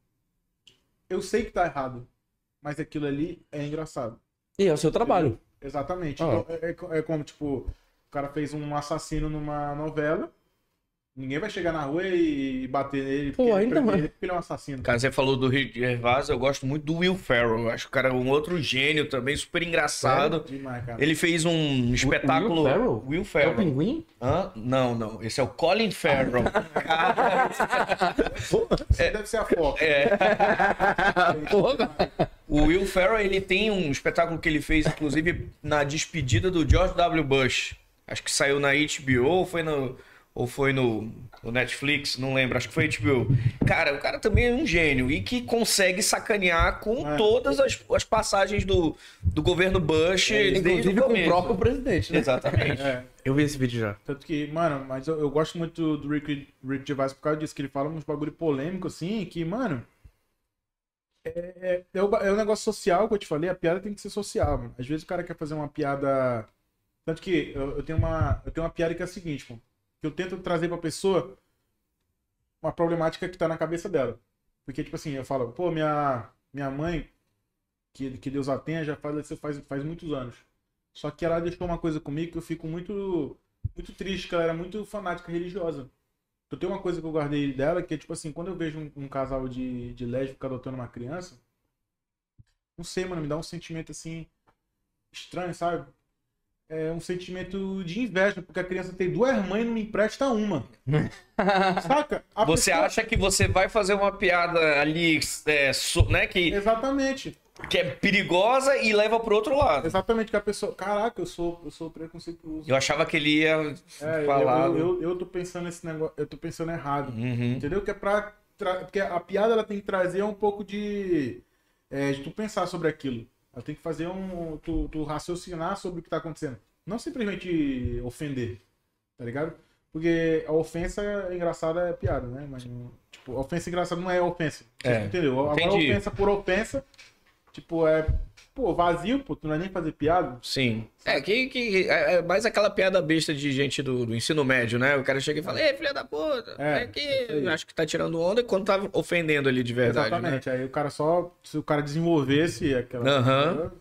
S3: Eu sei que tá errado, mas aquilo ali é engraçado.
S1: E é o seu trabalho.
S3: Exatamente.
S1: Ah.
S3: Então, é- é, co- é como, tipo, o cara fez um assassino numa novela. Ninguém vai chegar na rua e bater nele porque,
S1: Pô,
S3: ele,
S1: ainda
S3: prende
S1: mais.
S3: ele porque ele é um assassino.
S2: Cara, você falou do Rick Gervais, eu gosto muito do Will Ferrell. Eu acho que o cara é um outro gênio também, super engraçado.
S3: É Demais, cara.
S2: Ele fez um espetáculo.
S1: Will Ferrell?
S2: Will
S1: É o
S2: Ferrell.
S3: [LAUGHS]
S1: pinguim? [LAUGHS]
S2: Hã? Não, não. Esse é o Colin [LAUGHS] Farrell.
S3: Isso deve ser a
S2: é-
S3: foca.
S2: O Will Ferrell, ele tem um espetáculo que ele fez, inclusive, na despedida do George W. Bush. Acho que saiu na HBO ou foi no, ou foi no, no Netflix, não lembro, acho que foi HBO. Cara, o cara também é um gênio e que consegue sacanear com
S3: É.
S2: todas as, as passagens do, do governo Bush, desde
S1: É, Inclusive
S2: o
S1: com o
S2: começo.
S1: próprio presidente, né? [LAUGHS]
S2: Exatamente.
S3: É.
S1: Eu vi esse vídeo já.
S3: Tanto que, mano, mas eu, eu gosto muito do Rick, Rick Gervais por causa disso, que ele fala uns bagulho polêmico, assim, que, mano. É, é, é, o, ba- é o negócio social que eu te falei, a piada tem que ser social, mano. Às vezes o cara quer fazer uma piada. Tanto que eu, eu tenho, uma, eu tenho uma piada que é a seguinte, mano. Que eu tento trazer pra pessoa uma problemática que tá na cabeça dela. Porque, tipo assim, eu falo, pô, minha, minha mãe, que, que Deus a tenha, já faz isso faz, faz muitos anos. Só que ela deixou uma coisa comigo que eu fico muito muito triste, que ela era muito fanática religiosa. Eu tenho uma coisa que eu guardei dela, que é tipo assim, quando eu vejo um, um casal de, de lésbica adotando uma criança, não sei, mano, me dá um sentimento assim estranho, sabe? É um sentimento de inveja, porque a criança tem duas mães e não me empresta
S2: [LAUGHS]
S3: uma. Saca? A
S2: Você
S3: pessoa-
S2: acha que você vai fazer uma piada ali, é, so- né, que,
S3: Exatamente.
S2: que é perigosa e leva pro outro lado.
S3: Exatamente que a pessoa. Caraca, eu sou, eu sou preconceituoso.
S2: Eu achava que ele ia
S3: É, eu-
S2: falar.
S3: eu, eu, eu tô pensando nesse negócio. Eu tô pensando errado.
S2: Uhum.
S3: Entendeu? Que é pra. tra- Porque a piada ela tem que trazer um pouco de. é, de tu pensar sobre aquilo. Ela tem que fazer um. Tu, tu raciocinar sobre o que tá acontecendo. Não simplesmente ofender. Tá ligado? Porque a ofensa engraçada é piada, né? Mas, não- tipo, a ofensa engraçada não é ofensa. Você
S2: É.
S3: entendeu? Agora,
S2: Entendi.
S3: ofensa por ofensa, tipo, é. Pô, vazio, pô, tu não é nem fazer piada.
S2: Sim. É, que, que, é é mais aquela piada besta de gente do, do ensino médio, né? O cara chega e fala, ei, filha da puta,
S3: É,
S2: é, que
S3: isso aí.
S2: eu acho que tá tirando onda quando tá ofendendo ali de verdade, né?
S3: Exatamente. Aí o cara só. Se o cara desenvolvesse aquela.
S2: Aham.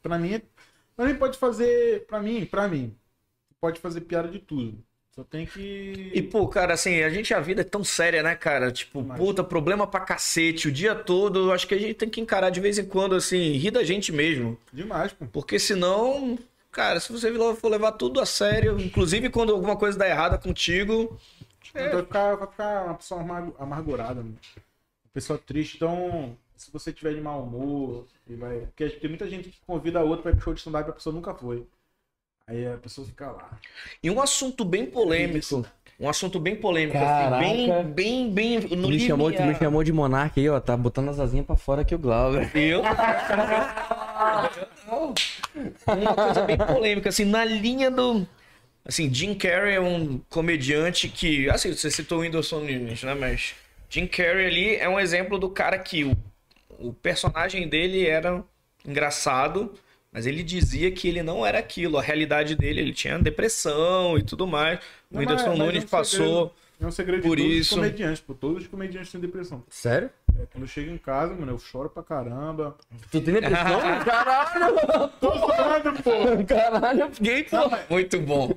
S3: Pra mim, é- pra mim pode fazer. Pra mim, pra mim. Pode fazer piada de tudo. Só tem que.
S2: E, pô, cara, assim, a gente, a vida é tão séria, né, cara? Tipo,
S3: Demais.
S2: puta, problema pra cacete o dia todo. Eu Acho que a gente tem que encarar de vez em quando, assim, rir da gente mesmo.
S3: Demais, pô.
S2: Porque senão, cara, se você for levar tudo a sério, inclusive quando alguma coisa dá errada contigo, É.
S3: Então Vai, ficar, vai ficar uma pessoa amargu- amargurada, mano. Uma pessoa triste. Então, se você tiver de mau humor, e vai. Porque tem muita gente que convida a outra pra ir pro show de stand-up e a pessoa nunca foi. Aí a pessoa fica lá.
S2: E um assunto bem polêmico. Um assunto bem polêmico.
S1: Caraca.
S2: Assim, bem, bem, bem. No
S1: Me chamou,
S2: limiar.
S1: me chamou de monarca aí, ó. Tá botando as asinhas pra fora aqui o Glauber.
S2: Eu? Não. Uma coisa bem polêmica, assim, na linha do. Assim, Jim Carrey é um comediante que. Assim, você citou o Whindersson Nunes, né? Mas. Jim Carrey ali é um exemplo do cara que o, o personagem dele era engraçado, mas ele dizia que ele não era aquilo. A realidade dele, ele tinha depressão e tudo mais. O
S3: Não,
S2: Whindersson
S3: mas- mas
S2: Nunes
S3: é um
S2: passou.
S3: segredo- É um segredo
S2: por
S3: de todos
S2: isso.
S3: os comediantes, pô. Todos os comediantes têm depressão.
S1: Sério?
S3: É, quando eu chego em casa, mano, eu choro pra caramba.
S1: Tu tem
S2: [LAUGHS]
S1: depressão? Caralho! [LAUGHS]
S3: Tô zoando, pô!
S1: Caralho, fiquei, pô.
S2: Muito bom.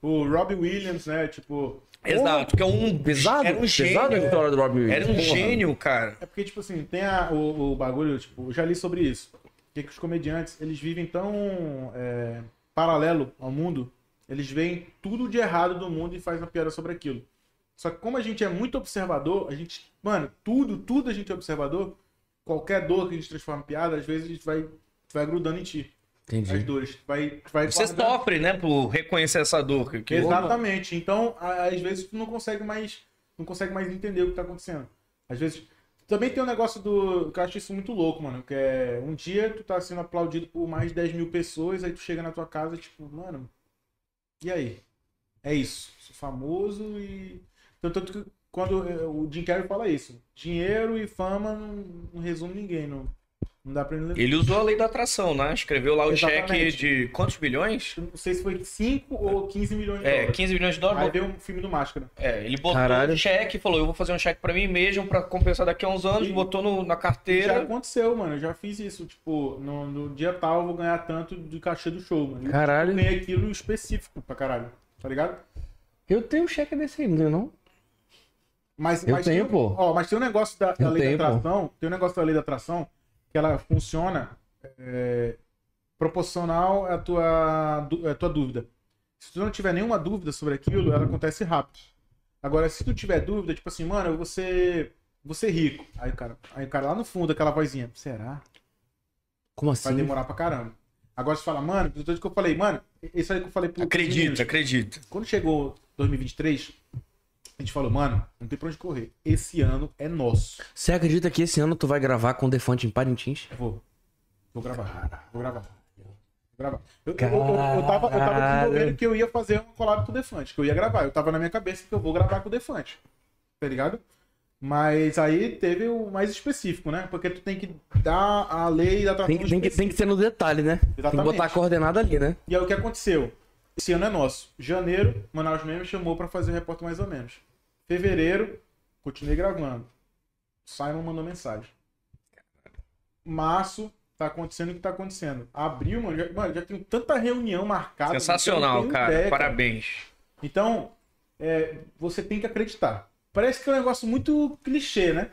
S3: O Robbie Williams, né? Tipo.
S2: Exato, porque é um
S1: Pesado?
S2: Era um
S1: Pesado a
S2: gênio.
S1: história do Robin Williams.
S2: Era um
S1: Porra.
S2: gênio, cara.
S3: É porque, tipo assim, tem a- o, o bagulho, tipo, eu já li sobre isso. Que, que os comediantes, eles vivem tão é, paralelo ao mundo, eles veem tudo de errado do mundo e fazem uma piada sobre aquilo. Só que como a gente é muito observador, a gente. Mano, tudo, tudo a gente é observador. Qualquer dor que a gente transforma em piada, às vezes a gente vai, vai grudando em ti. As
S1: Entendi.
S3: dores. Vai, vai
S2: Você
S3: guardando.
S2: sofre, né, por reconhecer essa dor. que- que-
S3: Exatamente. Então, a- às vezes tu não consegue mais, não consegue mais entender o que tá acontecendo. Às vezes também tem um negócio do, que eu acho isso muito louco, mano, que é um dia tu tá sendo aplaudido por mais de 10 mil pessoas, aí tu chega na tua casa, tipo, mano, e aí? É isso. Sou famoso e então, tanto que quando eh, o Jim Carrey fala isso, dinheiro e fama não, não resume ninguém, não, não dá pra ele levar.
S2: Ele usou a lei da atração, né? Escreveu lá o
S3: Exatamente.
S2: cheque de quantos bilhões?
S3: Não sei se foi 5 ou 15 milhões de
S2: É,
S3: dólares.
S2: 15 bilhões de
S3: Aí
S2: dólares.
S3: veio um filme do Máscara.
S2: É, ele botou
S1: Caralho.
S2: um cheque, falou, eu vou fazer um cheque pra mim mesmo pra compensar daqui a uns anos,
S3: E-
S2: botou no- na
S3: Já
S2: carteira.
S3: aconteceu, mano. Eu já fiz isso. Tipo, no, no dia tal eu vou ganhar tanto do cachê do show, mano. Eu
S1: Caralho.
S3: ganhei aquilo específico pra caralho. Tá ligado?
S1: Eu tenho um cheque desse aí, não tenho, não?
S3: Mas,
S1: Eu
S3: mas
S1: tenho,
S3: tem,
S1: pô.
S3: Ó, mas tem um negócio da, da
S1: Eu
S3: lei
S1: tenho, pô.
S3: da atração. Tem um negócio da lei da atração que ela funciona é, proporcional à tua, dú- à tua dúvida. Se tu não tiver nenhuma dúvida sobre aquilo, ela acontece rápido. Agora, se tu tiver dúvida, tipo assim, mano, eu vou ser, vou ser rico. Aí o, cara, aí o cara lá no fundo, aquela vozinha, será?
S1: Como
S3: Vai
S1: assim?
S3: demorar pra caramba. Agora você fala, mano, dos dois que eu falei, mano, isso aí que eu falei pro.
S2: Acredita, acredita.
S3: Quando chegou 2023, a gente falou, mano, não tem pra onde correr. Esse ano é nosso.
S1: Você acredita que esse ano tu vai gravar com o Defante em Parintins?
S3: Eu Vou. Vou gravar. Vou gravar. Vou gravar. Eu, eu, eu, eu tava, eu tava
S1: Caralho.
S3: desenvolvendo que eu ia fazer uma collab com o Defante, que eu ia gravar. Eu tava na minha cabeça que eu vou gravar com o Defante. Tá ligado? Mas aí teve o mais específico, né? Porque tu tem que dar a lei da
S1: Tem, que- tem que, tem que ser no detalhe, né? Tem que
S3: Exatamente.
S1: botar a coordenada ali, né?
S3: E aí o que aconteceu? Esse ano é nosso. Janeiro, Manaus mesmo chamou pra fazer o repórter mais ou menos. Fevereiro, continuei gravando. Simon mandou mensagem. Março, tá acontecendo o que tá acontecendo. Abril, mano, já, mano, já tenho tanta reunião marcada. eu
S2: Sensacional,
S3: não tenho
S2: cara.
S3: ideia,
S2: Parabéns.
S3: Então, é, você tem que acreditar. Parece que é um negócio muito clichê, né?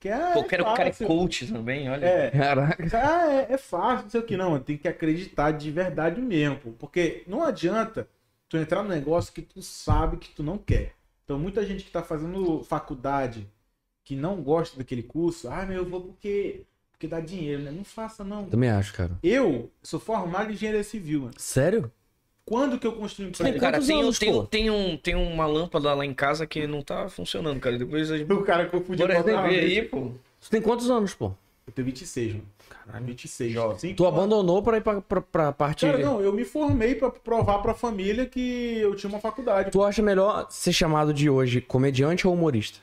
S3: Que é,
S2: Pô, quero que o cara é
S3: fácil.
S2: coach também, olha.
S3: É,
S1: Caraca.
S3: ah, é, é fácil, não sei o que, não. Tem que acreditar de verdade mesmo, pô. Porque não adianta tu entrar num negócio que tu sabe que tu não quer. Então, muita gente que tá fazendo faculdade que não gosta daquele curso, ah, meu, eu vou porque, porque dá dinheiro, né? Não faça, não.
S1: Também acho, cara.
S3: Eu sou formado em engenharia civil, mano.
S1: Sério?
S3: Quando que eu construí um
S1: Tem
S3: prédio?
S2: Cara,
S1: quantos
S2: tem,
S1: anos,
S2: tem,
S1: pô?
S2: tem um, tem uma lâmpada lá em casa que não tá funcionando, cara. Depois a gente.
S3: [LAUGHS] O cara confundiu
S2: Bora
S3: com a outra
S2: resolver
S3: vez.
S2: aí, pô.
S1: Tu tem quantos anos, pô?
S3: Eu tenho 26, mano. Caralho, 26. Cinco
S1: Tu
S3: anos.
S1: abandonou pra ir pra, pra, pra parte.
S3: Cara, não, eu me formei pra provar pra família que eu tinha uma faculdade.
S1: Tu acha melhor ser chamado de hoje comediante ou humorista?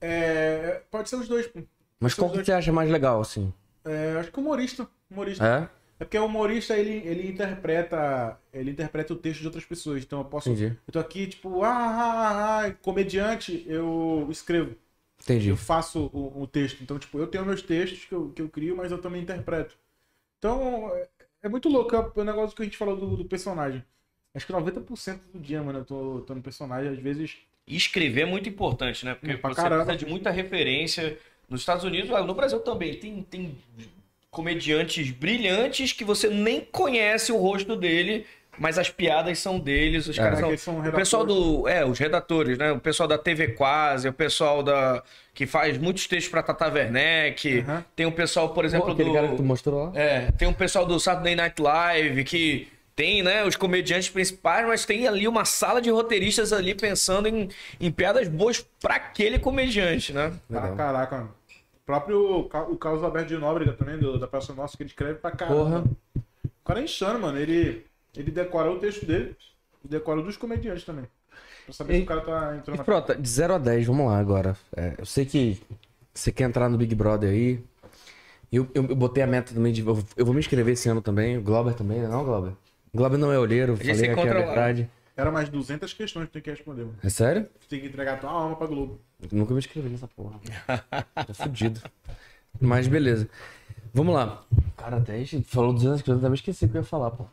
S3: É, pode ser os dois, pô.
S1: Mas qual que você acha mais legal, assim?
S3: É, acho que humorista. Humorista. É,
S1: É?
S3: porque o humorista, ele, ele interpreta. Ele interpreta o texto de outras pessoas. Então eu posso.
S1: Entendi.
S3: Eu tô aqui, tipo, ah, ah, ah, ah, comediante, eu escrevo.
S1: Entendi.
S3: Eu faço o, o texto. Então, tipo, eu tenho meus textos que eu, que eu crio, mas eu também interpreto. Então, é, é muito louco é o negócio que a gente falou do, do personagem. Acho que 90% do dia, mano, eu tô, tô no personagem, às vezes.
S2: E escrever é muito importante, né? Porque
S3: Pra
S2: você
S3: caramba.
S2: precisa de muita referência. Nos Estados Unidos, ah, no Brasil também, tem, tem comediantes brilhantes que você nem conhece o rosto dele, mas as piadas são deles, os caras
S3: Caraca,
S2: são...
S3: É. eles são
S2: O pessoal do. É, os redatores, né? O pessoal da TV Quase, o pessoal da. que faz muitos textos pra Tata Werneck.
S3: Aham.
S2: Tem o pessoal, por exemplo,
S1: Aquele
S2: do.
S1: cara que tu mostrou lá?
S2: É, tem um pessoal do Saturday Night Live que tem, né, os comediantes principais, mas tem ali uma sala de roteiristas ali pensando em, em piadas boas pra aquele comediante, né?
S3: Ah,
S1: Legal.
S3: caraca, mano. O próprio Ca- o Carlos Alberto de Nóbrega também, do- da Praça Nossa, que ele escreve pra caramba.
S1: Porra.
S3: O cara é insano, mano. Ele, ele decora o texto dele e decora o dos comediantes também. Pra saber
S1: E-
S3: se o cara tá entrando
S1: E
S3: na...
S1: pronto, de 0 a 10, vamos lá agora. É, eu sei que você quer entrar no Big Brother aí. Eu, eu, eu botei a meta também de. Eu, eu vou me inscrever esse ano também. O Glauber também, né? não, Glauber? O Glauber não é olheiro,
S2: gente
S1: falei
S2: se
S1: aqui a
S2: encontra lá.
S1: verdade.
S3: Era mais 200 questões que tem que responder, mano.
S1: É sério?
S3: Tu tem que entregar tua alma pra Globo.
S1: Eu nunca me inscrevi nessa
S2: [LAUGHS]
S1: porra. Tô fudido. Mas beleza. Vamos lá. Cara, até a gente falou 200 coisas, eu até esqueci o que eu ia falar, pô.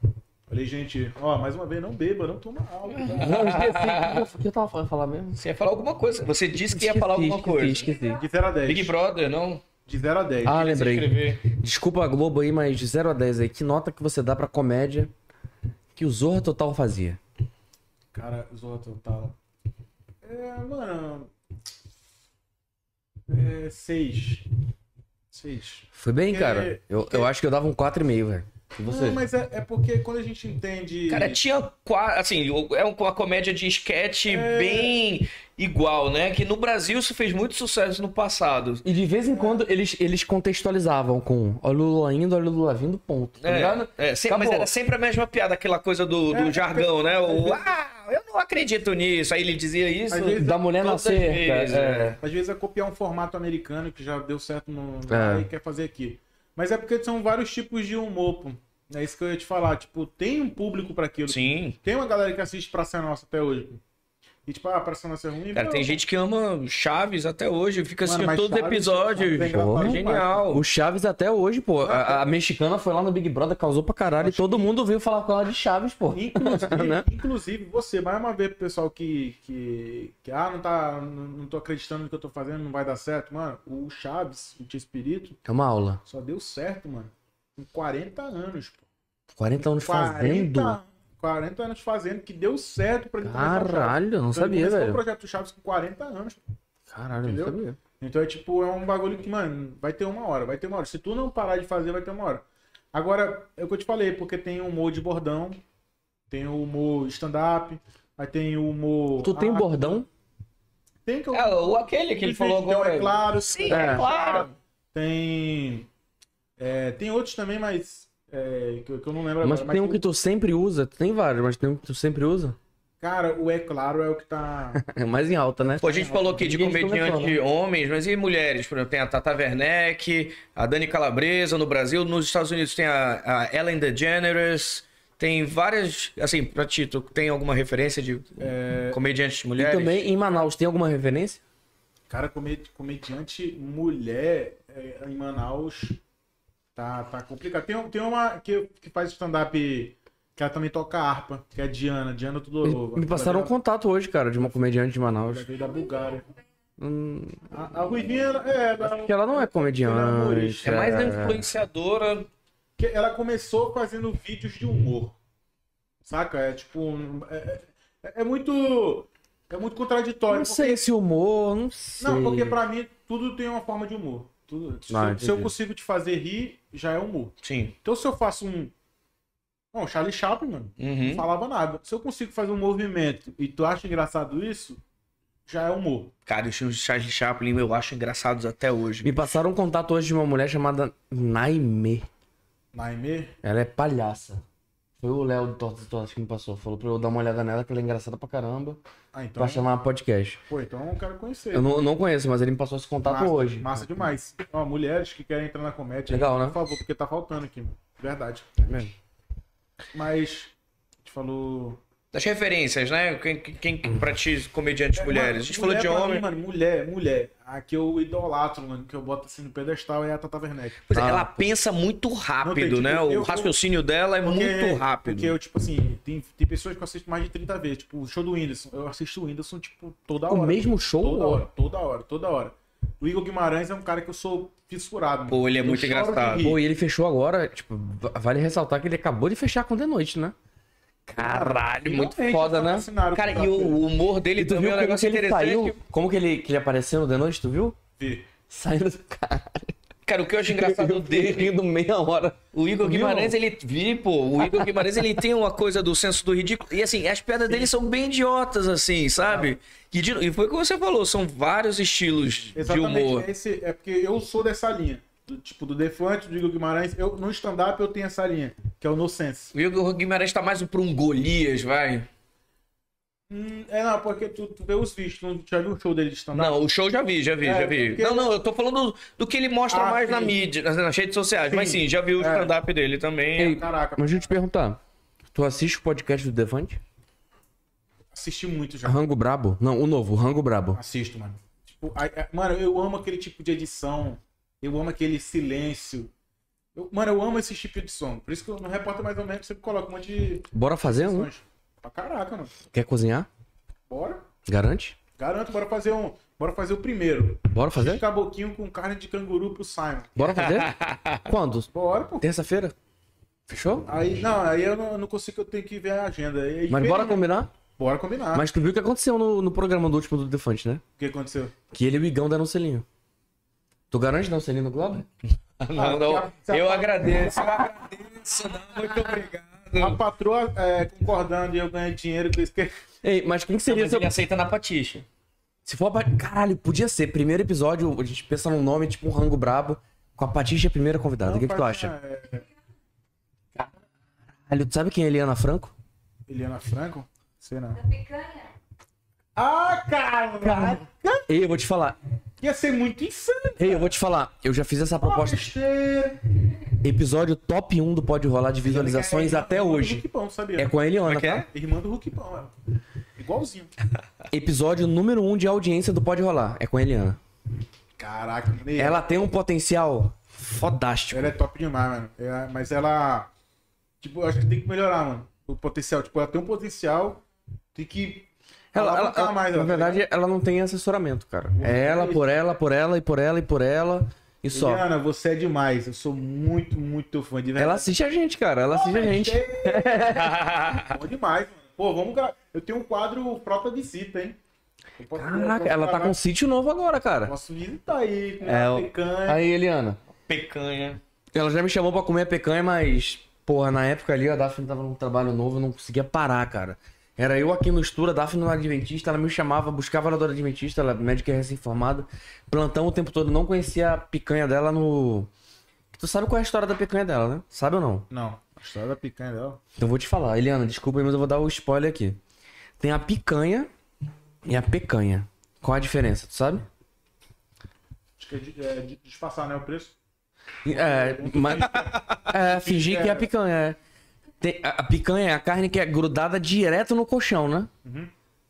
S3: Falei, gente, ó, mais uma vez, não beba, não toma tá? aula.
S1: Não, eu esqueci. O que eu tava falando falar mesmo?
S2: Você ia falar alguma coisa. Você disse que ia falar alguma
S1: Esqueci,
S2: coisa.
S1: Esqueci, esqueci.
S3: De 0 a 10.
S2: Big Brother, não?
S3: De 0 a 10.
S1: Ah,
S2: Se
S1: lembrei.
S2: inscrever.
S1: Desculpa a Globo aí, mas de 0 a 10 aí, que nota que você dá pra comédia que o Zorra Total fazia?
S3: Cara, Zorra Total. É, mano... É, 6. 6.
S1: Foi bem,
S3: É,
S1: cara. Eu, eu acho que eu dava um 4,5, velho. E você?
S3: Não, mas é, é porque quando a gente entende.
S2: Cara, é tinha qua- assim, o- é uma comédia de esquete
S3: É.
S2: bem igual, né? Que no Brasil isso fez muito sucesso no passado.
S1: E de vez em quando eles, eles contextualizavam com olha o Lula indo, olha o Lula vindo, ponto. Tá ligado?
S2: É, é, sempre- mas
S1: Acabou.
S2: era sempre a mesma piada, aquela coisa do, do
S3: É,
S2: jargão, né? O, ah, eu não acredito nisso. Aí ele dizia isso.
S3: Às vezes-
S1: Da mulher na
S2: Todas
S1: cerca.
S2: vezes, né?
S1: é.
S3: Às vezes é copiar um formato americano que já deu certo no.
S1: É.
S3: e quer fazer aqui. Mas é porque são vários tipos de humor, pô. É isso que eu ia te falar. Tipo, tem um público pra aquilo.
S2: Sim.
S3: Tem uma galera que assiste Praça Nossa até hoje. pô. E tipo, ah, Praça Nossa é ruim.
S2: Cara,
S3: não.
S2: tem gente que ama Chaves até hoje, fica
S3: Mano,
S2: assistindo
S3: mas
S2: todo
S3: Chaves-
S2: episódio.
S3: Chaves é engraçado demais.
S2: Genial.
S1: O Chaves até hoje, pô. A, a mexicana foi lá no Big Brother, causou pra caralho e todo mundo veio falar com ela de Chaves, pô.
S2: [LAUGHS]
S3: Inclusive,
S1: Né?
S3: inclusive, você, mais uma vez pro pessoal que, que, que, ah, não tá, não, não tô acreditando no que eu tô fazendo, não vai dar certo. Mano, o Chaves, o Tio Espírito,
S1: É uma aula.
S3: só deu certo, mano, com 40 anos, pô.
S1: 40 anos fazendo.
S3: 40, 40 anos fazendo, que deu certo pra ele começar o Chaves.
S1: Caralho, eu não
S3: Então, ele
S1: sabia,
S3: começou o
S1: velho.
S3: projeto Chaves com 40 anos.
S1: Caralho, eu não
S3: Entendeu?
S1: sabia.
S3: Então é tipo, é um bagulho que, mano, vai ter uma hora, vai ter uma hora. Se tu não parar de fazer, vai ter uma hora. Agora, é o que eu te falei, porque tem o humor de bordão, tem o humor stand-up, aí tem o humor.
S1: Tu tem um
S3: Ah,
S1: bordão?
S3: Tem que eu.
S2: É, o, aquele que ele falou
S3: Então,
S2: agora.
S3: É claro.
S2: Sim,
S1: É.
S2: é claro.
S3: Tem. é, tem outros também, mas. é, que, eu- que eu não lembro
S1: Mas
S3: agora.
S1: tem um que tu sempre usa. Tu tem vários, mas tem um que tu sempre usa.
S3: Cara, o É Claro é o que tá.
S1: É mais em alta, né?
S2: Pô, a gente falou aqui de
S1: Ninguém
S2: comediante
S3: né?
S1: começou,
S2: de homens, mas e mulheres? Por exemplo, tem a Tata Werneck, a Dani Calabresa no Brasil, nos Estados Unidos tem a, a Ellen DeGeneres, tem várias. Assim, pra ti, tu tem alguma referência de
S3: É,
S2: comediantes
S1: E
S2: mulheres?
S1: também em Manaus tem alguma referência?
S3: Cara, comedi- comediante mulher é, em Manaus tá, tá complicado. Tem, um- tem uma que, que faz stand-up que ela também toca harpa, que é a Diana, Diana Tudorova.
S1: Me passaram um
S3: Ela
S1: contato hoje, cara, de uma comediante de Manaus.
S3: veio da Bulgária.
S1: Hum,
S3: A, a Ruivinha, é, ela,
S1: Porque ela não é comediante.
S2: É mais influenciadora.
S3: que ela começou fazendo vídeos de humor. Saca? É tipo. um- É, é- é muito. É muito contraditório.
S1: Não sei se humor, não sei.
S3: Não, porque pra mim tudo tem uma forma de humor. Tudo- se,
S1: Ah,
S3: eu- se eu
S1: entendi.
S3: consigo te fazer rir, já é humor.
S2: Sim.
S3: Então se eu faço um. Bom, Charlie Chaplin, mano, não
S2: Uhum.
S3: falava nada. Se eu consigo fazer um movimento e tu acha engraçado isso, já é humor.
S2: Cara, os filmes de Charlie Chaplin eu acho engraçados até hoje.
S1: Me passaram um contato hoje de uma mulher chamada Naime.
S3: Naime,
S1: Ela é palhaça. Foi o Léo do Tortas e Tortas que me passou. Falou pra eu dar uma olhada nela, que ela é engraçada pra caramba.
S3: ah, então.
S1: Pra chamar um podcast.
S3: Pô, então eu quero conhecer.
S1: Eu não, não conheço, mas ele me passou esse contato
S3: massa,
S1: hoje.
S3: Massa demais. Ó, mulheres que querem entrar na comédia.
S1: Legal, né?
S3: Por favor, porque tá faltando aqui, mano. Verdade.
S1: mesmo.
S3: Mas. A gente falou.
S2: Das referências, né? Quem, quem quem pra ti, comediantes mulheres? A gente
S3: É, Mulher
S2: falou de
S3: pra
S2: homem.
S3: mim, é mano, mulher, mulher. A que eu idolatro, mano, que eu boto assim no pedestal é a Tata Werneck.
S2: Pois é,
S1: Ah,
S2: ela pensa muito rápido,
S3: tipo,
S2: né? O
S3: eu-
S2: raciocínio dela é
S3: Porque-
S2: muito rápido.
S3: Porque eu, tipo assim, tem, tem pessoas que eu assisto mais de 30 vezes. Tipo, o show do Whindersson. Eu assisto o Whindersson, tipo, toda
S1: O
S3: hora.
S1: mesmo show?
S3: Toda hora, toda hora, toda hora. O Igor Guimarães é um cara que eu sou fissurado.
S2: Pô, ele é
S3: Eu
S2: muito
S3: choro de
S2: engraçado.
S3: rir.
S1: Pô, e ele fechou agora, tipo, va- vale ressaltar que ele acabou de fechar com The Noite, né? Caralho, é muito
S3: Finalmente,
S1: foda,
S3: eles
S1: né?
S3: assinaram
S2: Cara,
S3: é com
S2: e o o humor dele
S1: E tu
S2: também
S1: viu
S2: é um
S1: como que
S2: negócio
S1: ele
S2: interessante.
S1: saiu,
S2: que-
S1: como que ele, que ele apareceu no The Noite, tu viu?
S3: Tati.
S1: Saiu do cara.
S2: Cara, o que eu acho engraçado
S1: [LAUGHS] Eu fiquei
S2: dele.
S1: rindo meia hora.
S2: O Igor
S3: Viu?
S2: Guimarães, ele. Vi, pô, o
S1: [LAUGHS]
S2: Igor Guimarães, ele tem uma coisa do senso do ridículo. E assim, as piadas dele são bem idiotas, assim, sabe? E, de- e foi o que você falou, são vários estilos de humor.
S3: Exatamente. Esse, é porque eu sou dessa linha. Do, tipo, do Defante, do Igor Guimarães. Eu, no stand-up eu tenho essa linha, que é o nonsense.
S2: O Igor Guimarães tá mais pra um Golias, vai.
S3: Hum, é, não, porque tu, tu vê os vídeos, tu já viu o show dele de stand-up?
S2: Não, o show já vi, já vi,
S3: É,
S2: já vi.
S3: porque-
S2: Não, não, eu tô falando do, do que ele mostra
S3: Ah,
S2: mais na
S3: sim.
S2: mídia, nas, nas redes sociais. Mas
S3: Sim.
S2: sim, já vi o
S3: É.
S2: stand-up dele também. [LAUGHS]
S1: Ei,
S3: Caraca,
S1: Mas deixa eu te perguntar. Tu assiste o podcast do Devante?
S3: assisti muito já.
S1: Rango Brabo? Não, o novo, o Rango Brabo.
S3: Assisto, mano. Tipo, ai- ai- mano, eu amo aquele tipo de edição. Eu amo aquele silêncio. Eu- mano, eu amo esse tipo de som. Por isso que eu no repórter mais ou menos sempre coloco um monte de
S1: Bora fazer um?
S3: sons. Pra caraca, mano.
S1: Quer cozinhar?
S3: Bora.
S1: Garante?
S3: Garanto, bora fazer um. Bora fazer o primeiro.
S1: Bora
S3: De
S1: fazer?
S3: caboquinho com carne de canguru pro Simon.
S1: Bora
S2: [LAUGHS]
S1: fazer? Quando?
S3: Bora, pô.
S1: Terça-feira? Fechou?
S3: Aí, não, aí eu não, eu não consigo, eu tenho que ver né? a agenda. E-
S1: Mas bora
S3: infelizmente-
S1: combinar?
S3: Bora combinar.
S1: Mas tu viu o que aconteceu no, no programa do último do Defante, né?
S3: O que aconteceu?
S1: Que ele e o Igão deram um selinho. Tu garante dar um selinho no Globo?
S2: Não, não,
S3: se a-
S2: eu agradeço.
S3: Muito obrigado. A patroa é, concordando e eu ganhei dinheiro com isso que...
S1: Ei, mas quem que seria
S2: Mas
S1: seu...
S2: ele é- aceita na patixa.
S1: Se for a Pat- Caralho, podia ser. Primeiro episódio, a gente pensa num nome tipo um rango brabo. Com a Patrícia primeira convidada. O que, que tu acha?
S3: É,
S1: Caralho, tu sabe quem é Eliana Franco?
S3: Eliana Franco? Sei não.
S4: Da picanha.
S3: Ah, cara!
S1: Ei, eu vou te falar.
S3: Ia ser muito insano.
S1: Ei, eu vou te falar. Eu já fiz essa proposta.
S3: Besteira.
S1: Episódio top 1 do Pode Rolar de visualizações até
S3: Irmã do Hulk
S1: hoje.
S3: Pão, sabia?
S1: É com a Eliana,
S2: que é?
S1: tá?
S3: Irmã do Hulk Pão, ela. Igualzinho.
S1: Episódio número 1 de audiência do Pode Rolar. É com a Eliana.
S3: Caraca, né?
S1: Ela tem um potencial fodástico.
S3: Ela é top demais, mano. É, mas ela. Tipo, eu acho que tem que melhorar, mano. O potencial. Tipo, ela tem um potencial. Tem que.
S1: Ela, ela,
S3: alavancar
S1: ela-
S3: mais,
S1: na
S3: ela.
S1: verdade, ela não tem assessoramento, cara. É ela, por ela, por ela, e por ela, e por ela, e só.
S3: Eliana, você é demais. Eu sou muito, muito teu fã de verdade.
S1: Ela assiste a gente, cara. Ela assiste a gente.
S3: Bom demais, mano. Pô, vamos gravar. Eu tenho um quadro própria visita, hein? Eu posso- eu
S1: Caraca,
S3: posso
S1: ela tá
S3: gravar.
S1: com um sítio novo agora, cara.
S3: Posso visitar aí, com
S1: É,
S3: uma
S1: o-
S3: picanha.
S1: Aí, Eliana.
S2: Pecanha.
S1: Ela já me chamou pra comer a pecanha, mas, porra, na época ali a Daphne tava num trabalho novo, eu não conseguia parar, cara. Era eu aqui no estúdio, a Daphne no Adventista, ela me chamava, buscava ela do Adventista, ela é médica recém-formada. Plantão o tempo todo, não conhecia a picanha dela no. Tu sabe qual é a história da picanha dela, né? Sabe ou não?
S3: Não, a história da picanha dela.
S1: Então vou te falar, Eliana, desculpa aí, mas eu vou dar o spoiler aqui. Tem a picanha e a pecanha. Qual a diferença, tu sabe?
S3: Acho que é, de, é de- disfarçar, né? O preço.
S1: É, mas, é fingir que é a picanha. é. Tem- a, a picanha é a carne que é grudada direto no colchão, né?
S3: Uhum.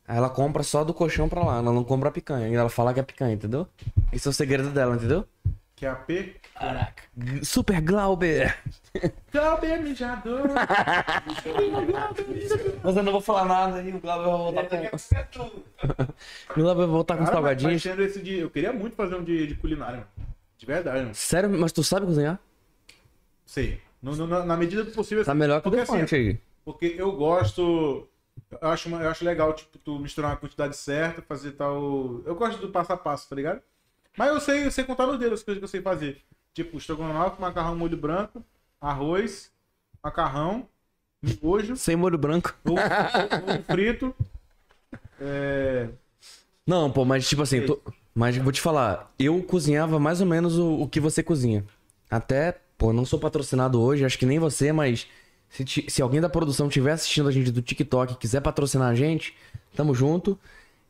S1: Aí Ela compra só do colchão pra lá, ela não compra a picanha. E ela fala que é picanha, entendeu? Esse é o segredo dela, entendeu?
S3: Que é a P.
S1: Caraca. Super Glauber!
S3: Calbe mijador.
S1: Tá Mas eu não vou falar nada e o Glauber vai voltar com. O Glauber vai voltar com os
S3: Cara, mas- mas
S1: salgadinhos.
S3: sendo tá esse de. Eu queria muito fazer um de, de culinária, mano. De verdade, mano.
S1: Sério, mas tu sabe cozinhar?
S3: Sei. No- no- na- na medida do possível.
S1: Tá
S3: assim,
S1: melhor que o
S3: porque, assim,
S1: Defante aí.
S3: Porque eu gosto. Eu acho, uma- eu acho legal, tipo, tu misturar uma quantidade certa, fazer tal. Eu gosto do passo a passo, tá ligado? Mas eu sei, eu sei contar no dedo as coisas que eu sei fazer. Tipo, estrogonofe, macarrão molho branco, arroz, macarrão,
S1: [LAUGHS]
S3: miojo,
S1: Sem molho branco.
S3: ovo, ovo frito. É...
S1: Não, pô, mas tipo assim, tu- mas vou te falar, eu cozinhava mais ou menos o, o que você cozinha. Até, pô, não sou patrocinado hoje, acho que nem você, mas se, ti- se alguém da produção estiver assistindo a gente do TikTok e quiser patrocinar a gente, tamo junto.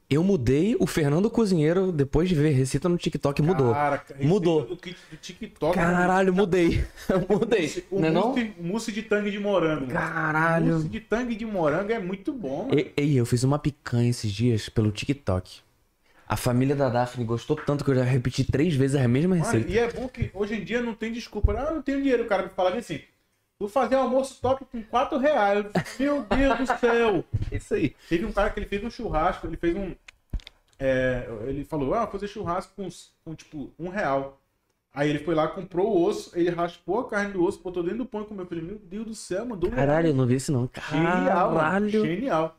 S1: Eu mudei o Fernando Cozinheiro depois de ver receita no TikTok, mudou.
S3: Caraca,
S1: Mudou.
S3: receita Do, é kit do TikTok. né?
S1: Caralho, mudei. [LAUGHS] Eu mudei.
S3: O
S1: Não é não?
S3: mousse, mousse de tangue de morango. mano.
S1: Caralho.
S3: Mousse de tangue de morango é muito bom. mano.
S1: Ei, ei, eu fiz uma picanha esses dias pelo TikTok. A família da Daphne gostou tanto que eu já repeti três vezes a mesma
S3: Mano,
S1: receita.
S3: e é bom que hoje em dia não tem desculpa. Ah, eu não tenho dinheiro, o cara me fala assim. Vou fazer almoço top com 4 reais. Meu Deus do céu!
S1: Isso aí.
S3: Teve um cara que ele fez um churrasco, ele fez um. é, ele falou, ah, vou fazer churrasco com, s- com, tipo um real. Aí ele foi lá, comprou o osso, ele raspou a carne do osso, botou dentro do pão e comeu. Eu falei, meu Deus do céu, mandou um
S1: Caralho, eu não vi isso não.
S3: Genial, mano.
S1: Caralho.
S3: Genial.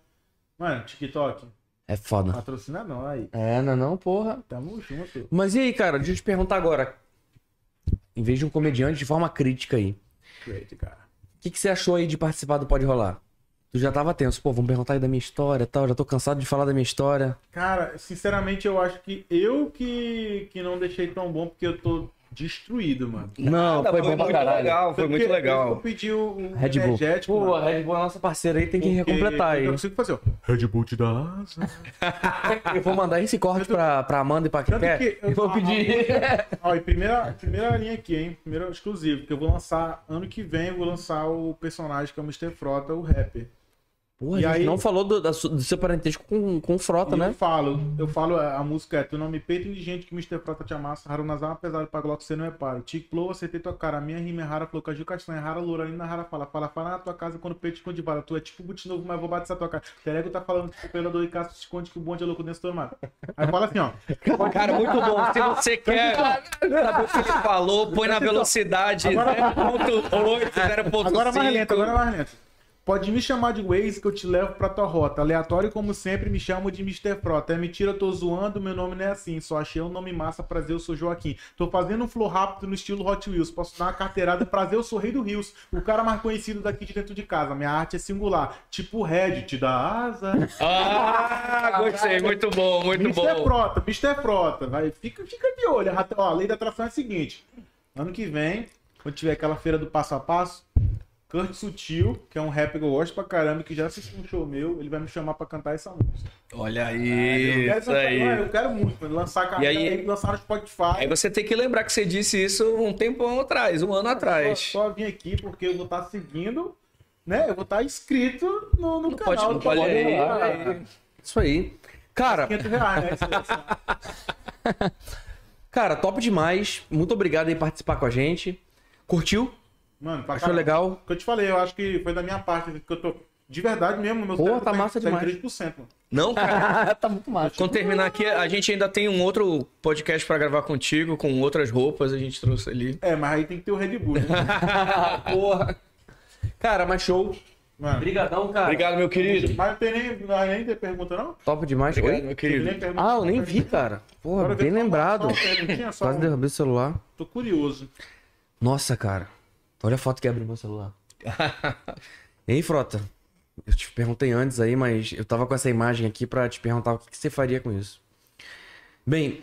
S3: Mano, TikTok,
S1: É foda.
S3: patrocina não aí.
S1: É, não, não, porra.
S3: Tamo junto.
S1: Mas e aí, cara, deixa eu te perguntar agora. Em vez de um comediante, de forma crítica aí.
S3: Great, cara.
S1: O que, que você achou aí de participar do Pode Rolar? Tu já tava tenso, pô, vamos perguntar aí da minha história e tal, já tô cansado de falar da minha história.
S3: Cara, sinceramente, eu acho que eu que, que não deixei tão bom porque eu tô destruído, mano.
S1: Não,
S2: Nada,
S1: foi bom pra
S2: muito
S1: caralho.
S2: legal, foi
S3: Porque
S2: muito
S3: Eu
S2: legal.
S3: pedi um
S1: Red Bull.
S3: energético.
S1: Pô, a
S3: mano,
S1: Red Bull é nossa parceira aí, tem que
S3: porque
S1: recompletar aí.
S3: Eu não consigo fazer, ó. Red Bull te dá asa.
S1: Eu vou mandar esse corte pra, pra Amanda e pra
S3: Tanto
S1: Keké.
S3: que eu-
S1: Eu vou
S3: Ah,
S1: pedir. [LAUGHS]
S3: Ó, e primeira, primeira linha aqui, hein? Primeiro exclusivo, que eu vou lançar ano que vem, eu vou lançar o personagem que é o Mr. Frota, o rapper.
S1: Pô, a
S3: E
S1: gente
S3: aí-
S1: não falou do, da su- do seu parentesco com, com o Frota,
S3: E
S1: né?
S3: eu falo, eu falo, a a música é Tu não me peito indigente que Mr. Prata te amassa, Harunazama pesado pra Glock você não é paro. Tic Plow, acertei tua cara, minha rima é rara, Flow, Caju Castanha, rara, Loralina, rara, fala, fala, fala na tua casa quando o peito esconde bala. Tu é tipo boot novo, mas vou bater essa tua cara. Terego tá falando que o operador e Castro se esconde que o bonde é louco dentro do armário. Aí fala assim, ó.
S2: Cara, muito bom. Se você quer saber o que ele falou, põe na velocidade 0.8, 0.5.
S3: Agora mais lento, agora mais lento. Pode me chamar de Waze que eu te levo pra tua rota. Aleatório como sempre, me chamo de Mr. Frota. É mentira, eu tô zoando, meu nome não é assim. Só achei um nome massa, prazer, eu sou Joaquim. Tô fazendo um flow rápido no estilo Hot Wheels. Posso dar uma carteirada, prazer, eu sou rei do Rios. O cara mais conhecido daqui de dentro de casa. Minha arte é singular. Tipo Red, te dá asa.
S2: Ah, gostei. Muito bom, muito
S3: Mr.
S2: bom.
S3: Frota, Mr. Frota. Vai, fica, fica de olho. A- Ó, a lei da atração é a seguinte. Ano que vem, quando tiver aquela feira do passo a passo, Kurt Sutil, que é um rapper que eu gosto pra caramba, que já assistiu um show meu, ele vai me chamar pra cantar essa música.
S2: Olha
S3: eu,
S2: aí.
S3: quero
S2: Isso
S3: cantar- mano,
S2: aí.
S3: eu quero muito, mano, lançar a carreira
S2: aí- É
S3: aí, lançar no Spotify.
S2: Aí você tem que lembrar que você disse isso um tempão atrás, um ano
S3: só,
S2: atrás.
S3: só vim aqui porque eu vou estar seguindo, né? Eu vou estar inscrito no, no canal.
S2: Pode,
S3: do
S2: olha
S3: Pode
S2: aí,
S3: Rolar.
S2: olha aí.
S1: Isso aí. Cara,
S3: 500 reais, né?
S2: [LAUGHS]
S1: cara, top demais. Muito obrigado aí por participar com a gente. Curtiu?
S3: Mano, pra
S1: Achou
S3: caramba.
S1: legal?
S3: que eu te falei, eu acho que foi da minha parte, que eu tô. De verdade mesmo, meu
S1: Porra,
S3: cérebro
S1: tá massa
S3: em- tá
S1: demais.
S3: em 3%, mano.
S2: Não, cara.
S1: tá muito massa.
S2: Quando terminar aqui, a gente ainda tem um outro podcast pra gravar contigo, com outras roupas a gente trouxe ali.
S3: É, mas aí tem que ter o Red Bull. Né?
S1: [LAUGHS]
S3: [LAUGHS]
S1: Porra. Cara, mas show.
S3: Mano.
S1: Obrigadão, cara.
S2: Obrigado, meu querido.
S3: Mas não tem nem, não vai nem ter pergunta, não?
S1: Top demais.
S2: Obrigado,
S1: Oi?
S2: meu
S3: Tem
S2: querido.
S3: nem pergunta,
S1: Ah, eu
S3: não?
S1: nem vi, cara. Porra,
S3: Agora
S1: bem
S3: vê só uma-
S1: lembrado.
S3: Só uma perguntinha, só
S1: Quase
S3: uma.
S1: derrubei o celular.
S3: Tô curioso.
S1: Nossa, cara. Olha a foto que abre no meu celular. Hein, Frota? Eu te perguntei antes aí, mas eu tava com essa imagem aqui pra te perguntar o que, que você faria com isso. Bem,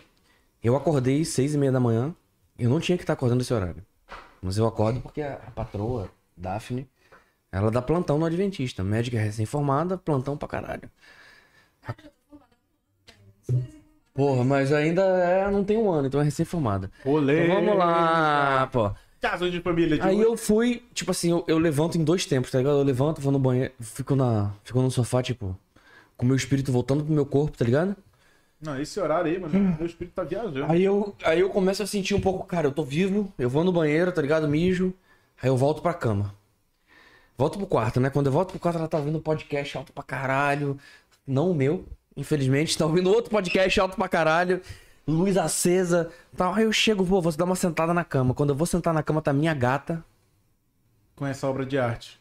S1: eu acordei seis e meia da manhã. Eu não tinha que estar acordando esse horário. Mas eu acordo porque a a patroa, Daphne, ela dá plantão no Adventista. Médica recém-formada, plantão pra caralho. Porra, mas ainda é- não tem um ano, então é recém-formada.
S3: Olê.
S1: Então vamos lá, pô.
S3: Caso de família de
S1: Aí
S3: hoje.
S1: eu fui, tipo assim, eu, eu levanto em dois tempos, tá ligado? Eu levanto, vou no banheiro, fico na, fico no sofá, tipo, com meu espírito voltando pro meu corpo, tá ligado?
S3: Não, esse horário aí, mano, meu espírito tá viajando.
S1: Aí eu, aí eu começo a sentir um pouco, cara, eu tô vivo, eu vou no banheiro, tá ligado? Mijo, aí eu volto pra cama. Volto pro quarto, né? Quando eu volto pro quarto, ela tá ouvindo um podcast alto pra caralho. Não o meu, infelizmente, [LAUGHS] tá ouvindo outro podcast alto pra caralho. Luz acesa, tal. Aí eu chego, pô, vou dar uma sentada na cama. Quando eu vou sentar na cama, tá minha gata.
S3: Com essa obra de arte.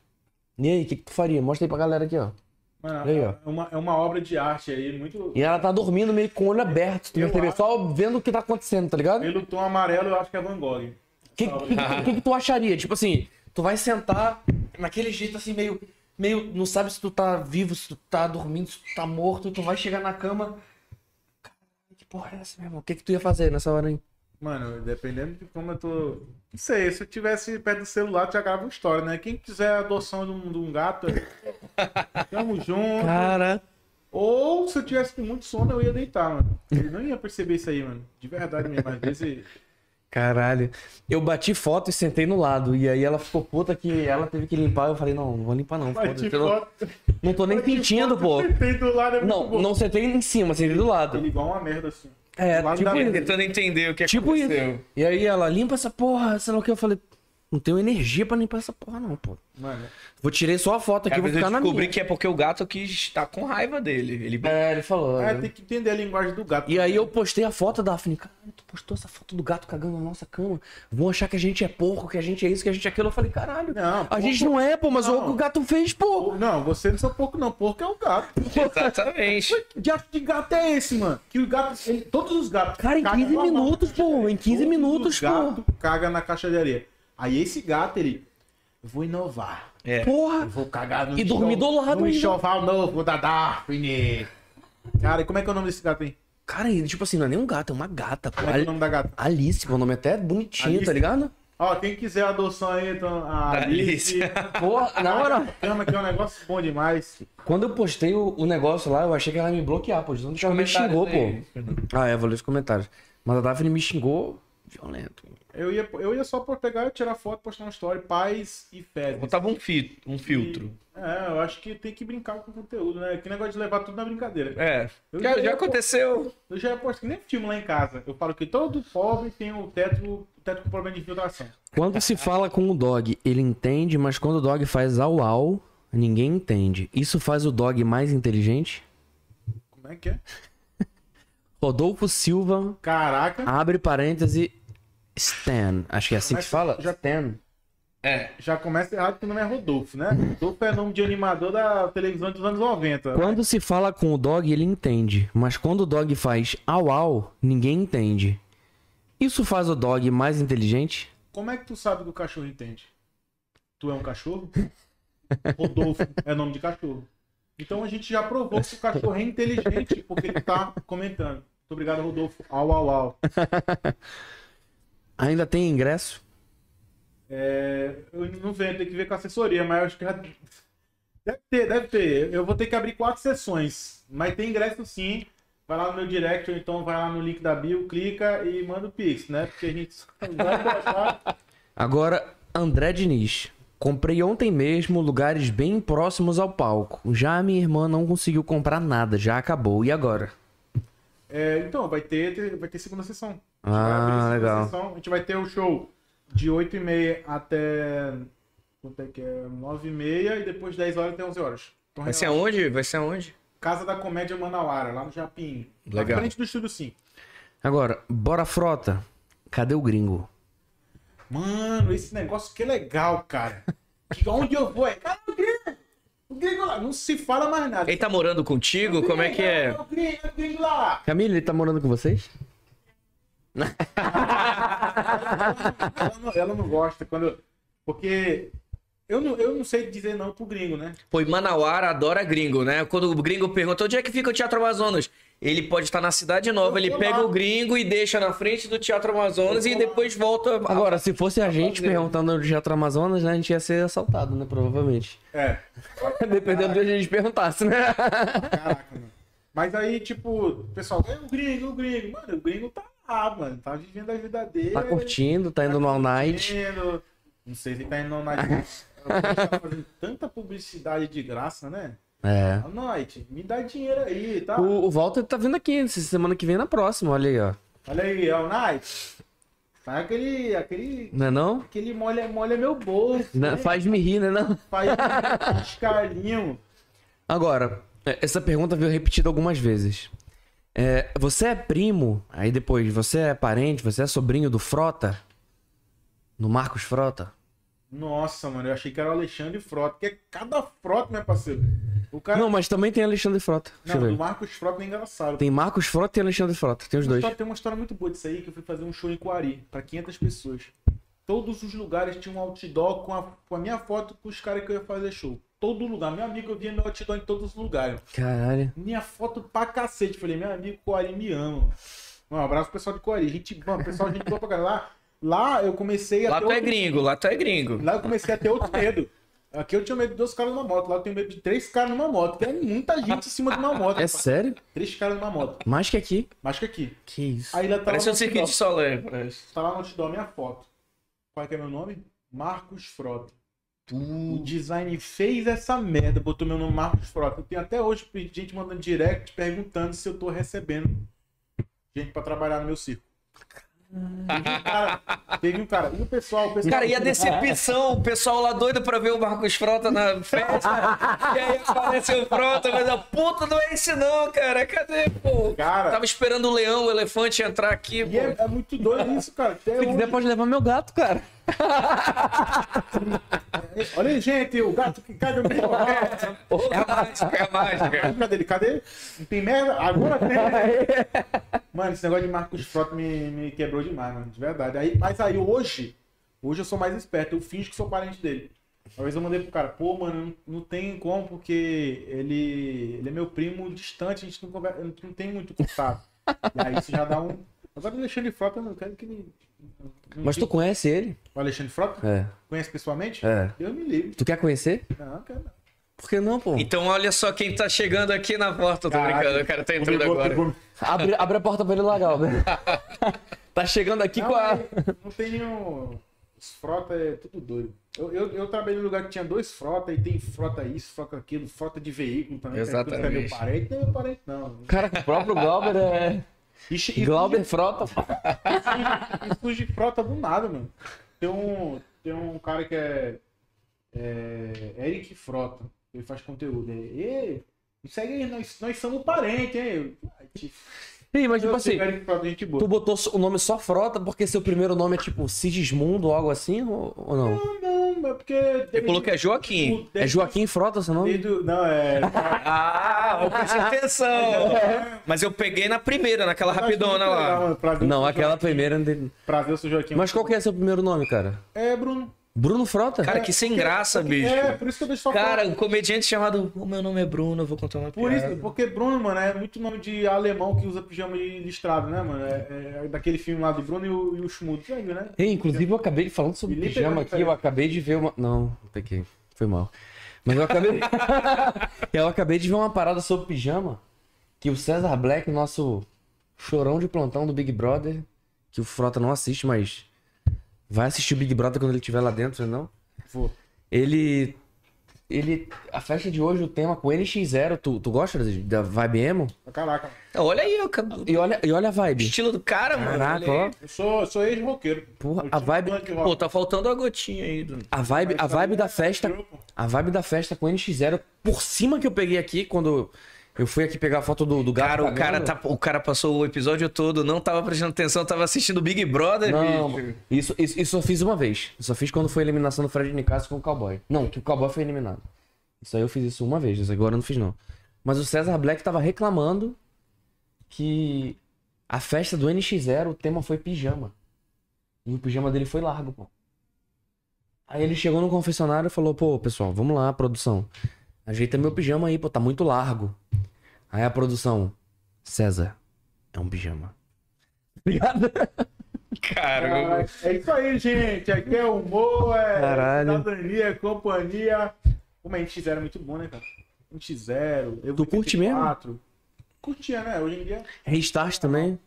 S1: E aí, o que, que tu faria? Mostra aí pra galera aqui, ó.
S3: Mano,
S1: Aí, ó.
S3: é, uma, é uma obra de arte aí, muito.
S1: E ela tá dormindo meio com o olho aberto, tu
S3: Eu
S1: percebeu?
S3: acho-
S1: Só vendo o que tá acontecendo, tá ligado?
S3: Pelo tom amarelo, eu acho que é Van Gogh.
S1: O que, que, que- que- que tu acharia? Tipo assim, tu vai sentar naquele jeito assim, meio. meio não sabe se tu tá vivo, se tu tá dormindo, se tu tá morto, tu vai chegar na cama. Caralho, que porra é essa, meu irmão? O que, que tu ia fazer nessa hora aí?
S3: Mano, dependendo de como eu tô. Não sei, se eu tivesse perto do celular, eu já grava uma história, né? Quem quiser a adoção de um, de um gato,
S1: [LAUGHS]
S3: tamo junto.
S1: Cara.
S3: Ou se eu tivesse com muito sono, eu ia deitar, mano. Eu não ia perceber isso aí, mano. De verdade mesmo.
S1: [LAUGHS]
S3: Às vezes.
S1: Caralho. Eu bati foto e sentei no lado. E aí ela ficou puta que ela teve que limpar. Eu falei, não, não vou limpar não.
S3: Mas
S1: foda-se,
S3: de
S1: eu não,
S3: foto.
S1: não tô nem
S3: mas de
S1: sentindo,
S3: foto,
S1: pô.
S3: eu sentei do lado, é muito
S1: Não,
S3: bom.
S1: não sentei em cima, sentei do lado.
S3: Ele igual uma merda assim.
S1: É,
S3: Do lado
S1: tipo
S3: da
S1: isso.
S3: mesa.
S2: Tentando entender o que
S1: Tipo isso.
S2: aconteceu.
S1: E aí ela limpa essa porra, sei lá o que. Eu falei, não tenho energia pra limpar essa porra, não, pô.
S3: assim. Mano,
S1: Vou tirar só a foto aqui,
S2: Às
S1: vou
S2: vezes eu
S1: ficar na
S2: descobri
S1: minha.
S2: que é porque o gato quis estar com raiva dele.
S1: [LAUGHS]
S2: Ele...
S1: É, ele falou.
S3: é,
S1: né?
S3: tem que entender a linguagem do gato. né?
S1: E aí eu postei a foto da Daphne. Caralho, tu postou essa foto do gato cagando na nossa cama. Vão achar que a gente é porco, que a gente é isso, que a gente é aquilo. Eu falei, caralho.
S3: Não,
S1: a
S3: porco-
S1: gente não é, pô, mas olha o que o gato fez, pô.
S3: Não, você não é porco, não. Porco é o gato.
S2: Exatamente.
S3: Que diacho de gato é esse, mano? Que o gato. ele- todos os gatos.
S1: Cara, em
S3: cagam
S1: 15
S3: na mão.
S1: minutos, pô. Em 15
S3: Todos
S1: minutos,
S3: os
S1: pô.
S3: gatos caga na caixa de areia. Aí esse gato, ele. Eu vou inovar.
S2: É.
S1: Porra.
S3: Eu vou cagar no
S1: E dormir do lado
S3: No
S1: ainda.
S3: enxoval novo da Daphne. Cara, e como é que é o nome desse gato, hein?
S1: Cara, ele, tipo assim, não é nem um gato, é uma gata, pô.
S3: Como é que é o
S1: Ali-
S3: nome da gata?
S1: Alice, meu nome é até bonitinho,
S3: Alice.
S1: tá ligado?
S3: Ó, quem quiser a adoção aí, então. A
S1: Tá
S2: Alice.
S3: [LAUGHS] Alice.
S1: Porra, na hora.
S3: Cama que é um negócio bom demais.
S1: Quando eu postei o, o negócio lá, eu achei que ela ia me bloquear, pô. Então, ela me xingou,
S2: Comentários
S1: pô. Ah, é, vou ler os comentários. Mas a Daphne me xingou violento.
S3: Eu ia, eu ia só pra pegar, tirar foto, postar uma story. Paz e fezes.
S2: Botava um, fi... um filtro.
S3: É, eu acho que tem que brincar com o conteúdo, né? Que negócio de levar tudo na brincadeira.
S2: É.
S3: Eu
S2: Cara,
S3: já-
S2: já aconteceu.
S3: Eu já aposto que nem filme lá em casa. Eu falo que todo pobre tem o teto, o teto com problema de infiltração.
S1: Quando se fala com o dog, ele entende, mas quando o dog faz au au, ninguém entende. Isso faz o dog mais inteligente?
S3: Como é que é?
S1: Rodolfo Silva,
S3: Caraca.
S1: abre parêntese, Stan. Acho que é assim que
S3: Mas
S1: se fala?
S3: já-
S1: Stan.
S2: É.
S3: Já começa errado que o nome é Rodolfo, né? Rodolfo é nome de animador da televisão dos anos 90.
S1: Quando se fala com o dog, ele entende, mas quando o dog faz au au, ninguém entende. Isso faz o dog mais inteligente?
S3: Como é que tu sabe que o cachorro entende? Tu é um cachorro? Rodolfo é nome de cachorro. Então a gente já provou que o cachorro é inteligente porque ele tá comentando. Muito obrigado, Rodolfo. Au, au, au.
S1: Ainda tem ingresso?
S3: É, eu não vejo, tem que ver com a assessoria, mas eu acho que já... Deve ter, deve ter. Eu vou ter que abrir quatro sessões. Mas tem ingresso sim. Vai lá no meu direct, ou então vai lá no link da bio, clica e manda o Pix, né? Porque a gente só vai
S2: [LAUGHS]
S3: baixar.
S1: Agora, André Diniz. Comprei ontem mesmo lugares bem próximos ao palco. Já a minha irmã não conseguiu comprar nada, já acabou. E agora?
S3: É, então, vai ter, vai ter segunda sessão. A gente vai abrir a
S1: Ah,
S3: segunda
S1: legal.
S3: sessão. A gente vai ter o show de 8h30 até. Quanto é que é? 9h30 e depois 10 horas até 11 horas. Então,
S2: Vai ser
S3: relaxa.
S2: aonde? Vai ser aonde?
S3: Casa da Comédia Manauara, lá no Japim. Na
S2: Legal.
S3: frente do Estúdio 5.
S1: Agora, bora frota. Cadê o gringo?
S3: Mano, esse negócio que é legal, cara. Que onde eu vou é. Cara, o gringo! O gringo lá, não se fala mais nada.
S2: Ele tá morando contigo? Como é que é?
S3: O gringo, o gringo lá.
S1: Camila, ele tá morando com vocês?
S3: ela, não, ela não gosta quando. Porque eu não, eu não sei dizer não pro gringo, né?
S2: Pô, e Manauara adora gringo, né? Quando o gringo pergunta onde é que fica o Teatro Amazonas, ele pode estar na Cidade Nova,
S3: Eu
S2: ele
S3: vou
S2: pega
S3: lá.
S2: o gringo e deixa na frente do Teatro Amazonas
S3: Eu
S2: e
S3: vou lá.
S2: depois volta.
S1: Agora, se fosse a gente perguntando onde já tá Amazonas, né, a gente ia ser assaltado, né, provavelmente.
S3: É.
S1: [LAUGHS] Dependendo de onde a gente perguntasse, né?
S3: Caraca, mano. Mas aí, tipo, o pessoal, é o gringo, o gringo. Mano, o gringo tá lá, mano. Tá vivendo a vida dele.
S1: Tá curtindo, tá indo no all night.
S3: curtindo. Não sei se tá indo
S1: [LAUGHS]
S3: no night. tá fazendo tanta publicidade de graça, né?
S1: É.
S3: All night, me dá dinheiro aí, tá?
S1: O, o Walter tá vindo aqui, essa semana que vem na próxima, olha aí, ó.
S3: Olha aí, all night. Tá aquele. aquele.
S1: Não é não?
S3: aquele molha, molha meu bolso.
S1: Não-
S3: né?
S1: Faz-me rir, né não?
S3: Faz um escalinho.
S1: Agora, é, essa pergunta veio repetida algumas vezes. É, você é primo, aí depois, você é parente, você é sobrinho do Frota? No Marcos Frota?
S3: Nossa, mano, eu achei que era o Alexandre Frota, porque é cada Frota, né, parceiro? O cara.
S1: Não, mas também tem Alexandre Frota. Deixa
S3: Não,
S1: eu
S3: do
S1: ver.
S3: Marcos Frota é engraçado.
S1: Tem Marcos Frota e Alexandre Frota, tem os
S3: Uma
S1: dois.
S3: história- tem uma história muito boa disso aí, que eu fui fazer um show em Coari, pra 500 pessoas. Todos os lugares tinham um outdoor com a, com a minha foto com os caras que eu ia fazer show. Todo lugar. Meu amigo, eu via meu outdoor em todos os lugares.
S1: Caralho.
S3: Minha foto pra cacete. Falei, meu amigo, Coari me ama. Um abraço pro pessoal de Coari. Gente, mano, pessoal, gente boa pra caralho. Lá, lá eu comecei a
S2: Lá
S3: ter
S2: tu é
S3: outro-
S2: gringo, lá tu é gringo.
S3: Lá eu comecei a ter outro medo. Aqui eu tinha medo de dois caras numa moto, lá eu tenho medo de três caras numa moto, que é muita gente em cima de uma moto.
S1: É sério?
S3: Três caras numa moto,
S1: Mais que aqui.
S3: mais que aqui.
S1: Que isso.
S3: Aí lá tá
S2: Parece um
S3: lá no
S2: circuito de
S3: outdoor,
S2: Soleil, parece.
S3: tá lá no outdoor minha foto. Qual é que é meu nome? Marcos Frota. O design fez essa merda, botou meu nome Marcos Frota. Eu tenho até hoje gente mandando direct perguntando se eu tô recebendo gente pra trabalhar no meu circo. Teve um cara, teve um cara, e o pessoal, o pessoal
S2: Cara, e a decepção, o pessoal lá doido pra ver o Marcos Frota na
S3: [LAUGHS]
S2: festa. e aí apareceu o Frota, mas a puta não é esse não, cara. Cadê, pô?
S3: "Ah, Cara.
S2: Tava esperando o leão, o elefante entrar aqui,
S3: E é,
S2: pô.
S3: é muito doido isso, cara. Até
S1: Se
S3: hoje-
S1: quiser, pode levar meu gato, cara.
S3: Olha aí, gente, o gato que cai no meu gato.
S2: É a mágica, é a mágica.
S3: Cadê ele? Cadê? Não tem merda?
S1: [LAUGHS]
S3: Agora tem. Mano, esse negócio de Marcos Frota me, me quebrou demais, mano. De verdade. Aí, mas aí hoje, hoje eu sou mais esperto. Eu finjo que sou parente dele. Uma vez eu mandei pro cara, pô, mano, não, não tem como, porque ele, ele é meu primo distante, a gente não, conversa, não tem muito contato. E aí isso já dá um. Agora o Alexandre Frota, eu não quero que ele. não
S1: Mas tu
S3: tem-
S1: conhece ele?
S3: O Alexandre Frota?
S1: É.
S3: Conhece pessoalmente?
S1: É.
S3: Eu me livro.
S1: Tu quer conhecer?
S3: Não, cara. não.
S1: Por que não, pô?
S2: Então olha só quem tá chegando aqui na porta, tô
S3: Caraca.
S2: brincando, o cara tá entrando
S3: Pegou-
S2: agora.
S3: pegou-
S1: Abre, abre a porta pra ele largar, ó. [LAUGHS] Tá chegando aqui
S3: Não,
S1: com a.
S3: mas não tem nenhum. Os frota é tudo doido. Eu, eu, eu trabalhei num lugar que tinha dois frota e tem frota isso, frota aquilo, frota de veículo também. que é tudo que É meu
S2: Exatamente.
S3: parente, não é meu parente, não.
S1: Cara, o próprio Glauber é.
S3: E, e,
S1: Glauber Frota.
S3: e surge frota do nada, mano. Tem um, tem um cara que é, é Eric Frota. Ele faz conteúdo. Ele, Ei, me segue aí, nós, nós somos parentes, hein? Eu, "Ai, tio."
S1: Ih, mas tipo
S3: Eu sei
S1: assim,
S3: que Eric Frota, é gente boa.
S1: tu botou o nome só Frota porque seu primeiro nome é tipo Sigismundo ou algo assim? Ou, ou não?
S3: Não, é porque. Eu
S2: falou que é Joaquim.
S1: É Joaquim Frota seu nome? [LAUGHS]
S3: Não, é.
S2: Ah, eu prestei atenção. [LAUGHS] Mas eu peguei na primeira, naquela rapidona lá.
S3: Prazer, eu
S1: né, Não,
S3: sou
S1: aquela
S3: Joaquim. um
S1: primeira. não tem-
S3: Prazer, eu sou Joaquim.
S1: Mas qual que é seu primeiro nome, cara?
S3: É, Bruno.
S1: Bruno Frota?
S2: Cara, que sem graça, bicho.
S3: É, por isso que eu deixo só
S2: Cara,
S3: falar.
S2: um comediante chamado. O meu nome é Bruno, eu vou contar uma
S3: Por
S2: piada.
S3: isso, porque Bruno, mano, é muito nome de alemão que usa pijama de listrado, né, mano? É, é daquele filme lá do Bruno e o, e o Schmudo. Já viu, né?
S1: Ei, inclusive eu acabei de falando sobre
S3: Felipe
S1: pijama
S3: é
S1: aqui, eu acabei de ver uma. Não, peguei. Foi mal. Mas eu
S3: [LAUGHS]
S1: acabei. eu acabei de ver uma parada sobre pijama. Que o César Black, nosso chorão de plantão do Big Brother, que o Frota não assiste, mas vai assistir o Big Brother quando ele estiver lá dentro, né, não?
S3: Vou.
S1: Ele. Ele. A festa de hoje, o tema com NX0, tu, tu gosta de- da vibe emo?
S3: Caraca.
S2: É, Olha aí, o cara-
S1: E olha, e olha a
S2: o
S1: vibe.
S2: estilo do cara, mano.
S1: Caraca,
S2: Olha
S1: ó.
S2: aí.
S3: Eu sou, sou ex-roqueiro.
S1: Porra,
S3: Eu um
S1: a
S3: tive
S1: vibe-
S3: banda de rock.
S2: Pô, tá faltando a gotinha aí. do-
S1: A vibe, a
S3: Mas
S1: vibe
S3: também
S1: da
S3: é
S1: festa.
S3: grupo.
S1: A vibe da festa com o NX0 por cima que eu peguei aqui quando eu fui aqui pegar a foto do, do gato.
S2: Cara, o cara,
S1: cagando.
S2: tá, o cara passou o episódio todo, não tava prestando atenção, tava assistindo Big Brother,
S1: Não,
S2: bicho.
S1: isso, isso, isso eu fiz uma vez. Eu só fiz quando foi a eliminação do Fred Nicasso com o Cowboy. Não, que o Cowboy foi eliminado. Isso aí eu fiz isso uma vez, isso agora eu não fiz não. Mas o César Black tava reclamando que a festa do NX0, o tema foi pijama. E o pijama dele foi largo, pô. Aí ele chegou no confessionário e falou, pô, pessoal, vamos lá, produção. Ajeita meu pijama aí, pô, tá muito largo. Aí a produção, César, é um pijama. [LAUGHS] Obrigado.
S2: Cara, eu-
S3: É isso aí, gente. Aqui é humor, é
S1: Caralho.
S3: cidadania, é companhia. Como a NX0 é muito bom, né, cara? NX0. Eu
S1: Tu curte mesmo?
S3: Curtia, né? Hoje em dia.
S1: Restart também?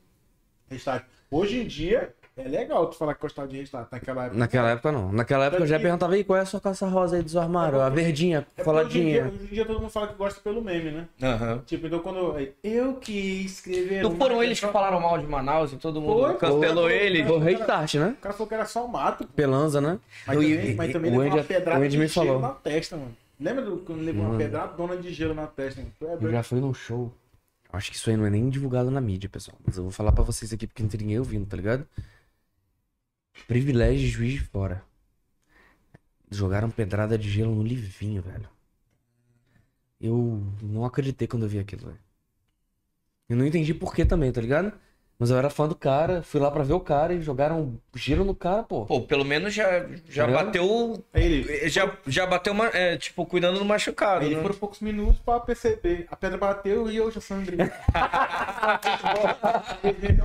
S3: Restart. Hoje em dia é legal tu falar que gostava de restart naquela época.
S1: Naquela época não. Naquela época eu já
S3: Tanto que-
S1: perguntava, e qual é a sua calça rosa aí do seu armário? A verdinha,
S3: É porque hoje, em dia,
S1: coladinha.
S3: hoje em dia todo mundo fala que gosta pelo meme, né?
S2: Aham.
S3: Tipo, então quando. eu- Eu que um escrever.
S2: Não
S3: uma
S2: foram eles que
S3: canção-
S2: falaram mal de Manaus e todo mundo
S3: Foi,
S2: cancelou
S3: foi.
S2: ele?
S1: Foi restart, né?
S3: O cara falou que era só o mato. pô.
S1: Pelanza, né?
S3: Mas
S1: Eu-
S3: também,
S1: eu-
S3: mas também
S1: o
S3: levou uma
S1: Andy-
S3: pedrada
S1: o Andy
S3: de
S1: me
S3: gelo
S1: falou.
S3: na testa, mano. Lembra do, quando levou uma pedradona de gelo na testa? Mano? Tu é
S1: Eu
S3: doido.
S1: já fui num show. Eu acho que isso aí não é nem divulgado na mídia, pessoal. Mas eu vou falar pra vocês aqui porque não tem ninguém ouvindo, tá ligado? Privilégio de juiz de fora. Jogaram pedrada de gelo no livinho, velho. Eu não acreditei quando eu vi aquilo, velho. Eu não entendi por que também, tá ligado? Mas eu era fã do cara, fui lá pra ver o cara e jogaram gelo no cara, pô.
S2: Pô, pelo menos já, já
S1: Caramba. Hum.
S2: bateu.
S3: Aí ele.
S2: Já, já bateu, uma, é, tipo, cuidando do machucado.
S3: Aí
S2: né?
S3: foram poucos minutos pra perceber. A pedra bateu e eu
S1: [LAUGHS]
S3: já sangrei.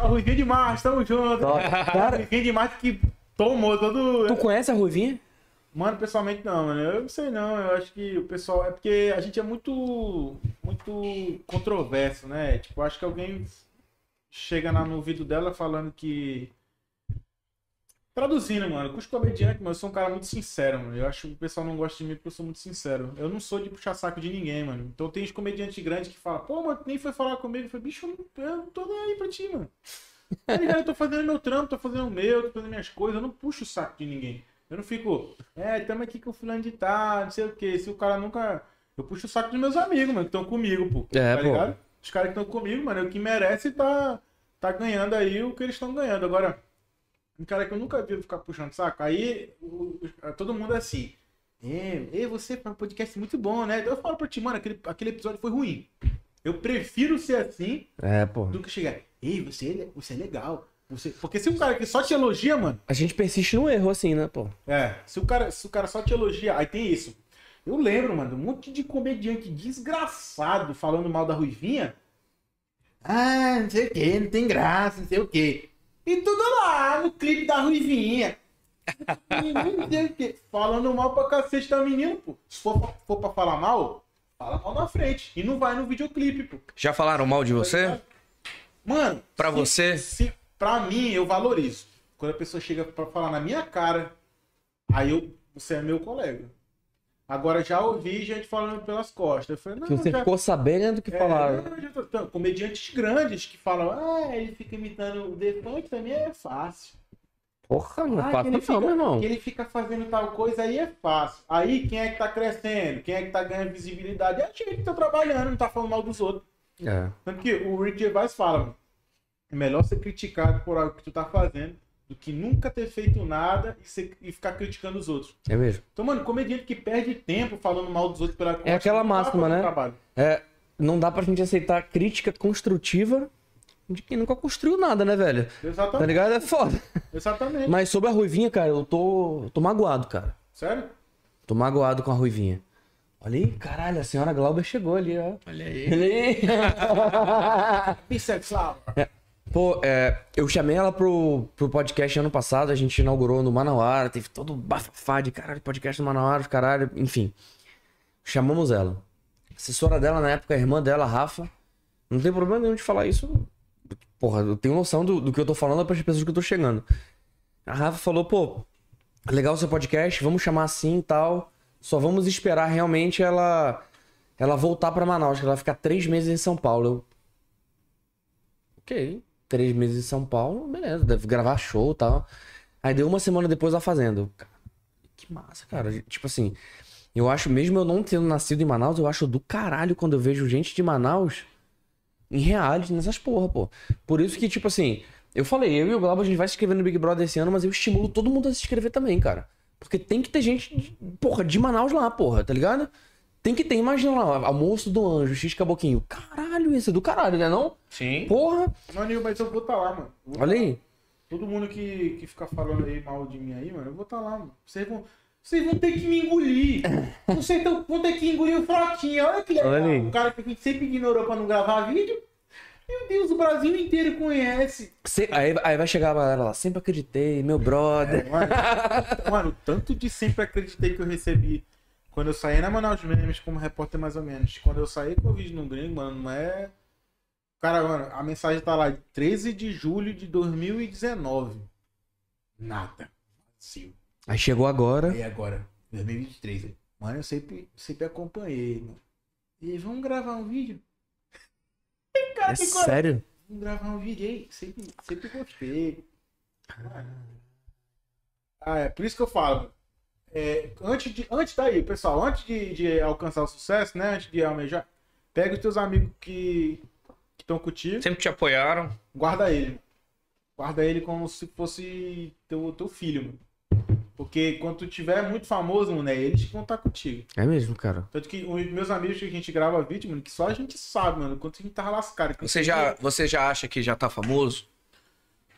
S3: Ó, Ruivinho de Marte, tamo junto.
S1: Ó, cara-
S3: Ruivinho de Marte que tomou todo.
S1: Tu conhece a Ruivinha?
S3: Mano, pessoalmente não, mano. Eu não sei não. Eu acho que o pessoal. É porque a gente é muito. Muito controverso, né? Tipo, eu acho que alguém chega lá no ouvido dela falando que. Traduzindo, mano, com os comediantes, mano, eu sou um cara muito sincero, mano. Eu acho que o pessoal não gosta de mim porque eu sou muito sincero. Eu não sou de puxar saco de ninguém, mano. Então tem os comediantes grandes que falam, pô, mano, tu nem foi falar comigo. Eu falei, bicho, eu não- eu não tô nem aí pra ti, mano. Tá ligado? Eu tô fazendo meu trampo, tô fazendo o meu, tô fazendo minhas coisas, eu não puxo o saco de ninguém. Eu não fico, é, tamo aqui com o fulano de tal, não sei o quê. Se o cara nunca. Eu puxo o saco dos meus amigos, mano, que estão comigo, pô.
S1: É,
S3: tá
S1: pô.
S3: ligado? Os caras que estão comigo, mano, é o que merece tá, tá ganhando aí o que eles estão ganhando. Agora, um cara que eu nunca vi ficar puxando saco, aí o- o- todo mundo é assim. É, e você faz um podcast muito bom, né? Eu falo pra ti, mano, aquele, aquele episódio foi ruim. Eu prefiro ser assim
S1: É, pô.
S3: do que chegar, ei, você, você é legal. Você... Porque se um cara que só te elogia, mano.
S1: A gente persiste no erro assim, né, pô?
S3: É, se o cara, se o cara só te elogia, aí tem isso. Eu lembro, mano, um monte de comediante desgraçado falando mal da Ruivinha. Ah, não sei o que, não tem graça, não sei o que. E tudo lá no clipe da Ruivinha. [LAUGHS] E não sei o quê. Falando mal pra cacete da menina, pô. Se for, for pra falar mal, fala mal na frente. E não vai no videoclipe, pô. Tá
S2: Já falaram mal de você?
S3: Mano,
S2: Pra
S3: se-
S2: você?
S3: se para mim eu valorizo. Quando a pessoa chega pra falar na minha cara, aí eu você é meu colega. Agora já ouvi gente falando pelas costas. Eu falei, não,
S1: Que você
S3: já,
S1: ficou sabendo do que
S3: é,
S1: falaram.
S3: não, já tô- tô- comediantes grandes que falam, ah, ele fica imitando o defante, também é fácil.
S1: Porra, não
S3: Ah,
S1: faço
S3: que ele
S1: não,
S3: fica-
S1: meu irmão.
S3: Que ele fica fazendo tal coisa aí é fácil. Aí quem é que tá crescendo? Quem é que tá ganhando visibilidade? É a gente que tá trabalhando, não tá falando mal dos outros.
S1: É.
S3: Tanto que o Rick Gervais fala, mano, é melhor ser criticado por algo que tu tá fazendo do que nunca ter feito nada e, ser- e ficar criticando os outros.
S1: É mesmo.
S3: Então, mano, comediante que perde tempo falando mal dos outros pela costa,
S1: É aquela
S3: não dá pra
S1: máxima,
S3: fazer
S1: né?
S3: Trabalho.
S1: É, não dá pra gente aceitar crítica construtiva de quem nunca construiu nada, né, velho? Tá
S3: Exatamente.
S1: ligado? É foda.
S3: Exatamente.
S1: Mas sobre a Ruivinha, cara, eu tô, tô magoado, cara.
S3: Sério?
S1: Tô magoado com a Ruivinha. Olha aí, caralho, a senhora Glauber chegou ali, ó.
S2: Olha aí.
S1: Olha aí. [LAUGHS]
S3: Bissexual.
S1: Pô, é, eu chamei ela pro, pro podcast ano passado, a gente inaugurou no Manauara, teve todo o bafafá de caralho, podcast no Manauara, os caralho, enfim. Chamamos ela. A assessora dela na época, a irmã dela, a Rafa. Não tem problema nenhum de falar isso. Porra, eu tenho noção do, do que eu tô falando para as pessoas que eu tô chegando. A Rafa falou, pô, legal o seu podcast, vamos chamar assim e tal. Só vamos esperar realmente ela ela voltar pra Manaus, que ela vai ficar três meses em São Paulo. Eu, Ok. Três meses em São Paulo, beleza, deve gravar show e tal. Aí deu uma semana depois a Fazenda. Eu, cara, que massa, cara. Tipo assim, eu acho, mesmo eu não tendo nascido em Manaus, eu acho do caralho quando eu vejo gente de Manaus em reality nessas porra, pô. Por isso que, tipo assim, eu falei, eu e o Glauber a gente vai se inscrever no Big Brother esse ano, mas eu estimulo todo mundo a se inscrever também, cara. Porque tem que ter gente, de- porra, de Manaus lá, porra, tá ligado? Tem que ter, imagina lá, almoço do anjo, X Caboquinho. Caralho, isso é do caralho, né não?
S2: Sim.
S1: Porra,
S3: Mano, mas eu vou tá lá, mano. Eu vou
S1: Olha
S3: tá lá.
S1: aí.
S3: Todo mundo que, que fica falando aí mal de mim aí, mano, eu vou estar lá. mano. Vocês vão, vocês vão ter que
S1: [LAUGHS]
S3: me engolir. Vocês tão- vão ter que engolir o Frotinha. Olha que legal.
S1: Olha aí.
S3: O cara que a gente sempre ignorou pra não gravar vídeo. Meu Deus, o Brasil inteiro conhece.
S1: Se- Aí, aí vai chegar a galera lá, sempre acreditei, meu brother.
S3: Mano,
S1: [LAUGHS]
S3: mano, o tanto de sempre acreditei que eu recebi. Quando eu saí na Manaus Memes, como repórter mais ou menos. Quando eu saí com o vídeo no gringo, mano, não é. Cara, mano, a mensagem tá lá, 13 de julho de 2019. Nada. Vazio.
S1: Aí chegou agora.
S3: E É agora? 2023. né? Mano, eu sempre, sempre acompanhei, mano. E vamos gravar um vídeo?
S1: É
S3: que coisa.
S1: sério?
S3: Vamos gravar um vídeo aí. Sempre, sempre gostei. Ah, é por isso que eu falo. É, antes, de, antes daí, pessoal, antes de, de alcançar o sucesso, né? Antes de almejar, pega os teus amigos que estão contigo,
S2: Sempre te apoiaram.
S3: guarda ele. mano. Guarda ele como se fosse teu, teu filho, mano. Porque quando tu tiver muito famoso, mano, é eles que vão estar contigo.
S1: É mesmo, cara.
S3: Tanto que os meus amigos que a gente grava vídeo, mano, que só a gente sabe, mano, quanto a gente tava lascado. Que
S2: Você
S3: eu-
S2: já, você já acha que já tá famoso?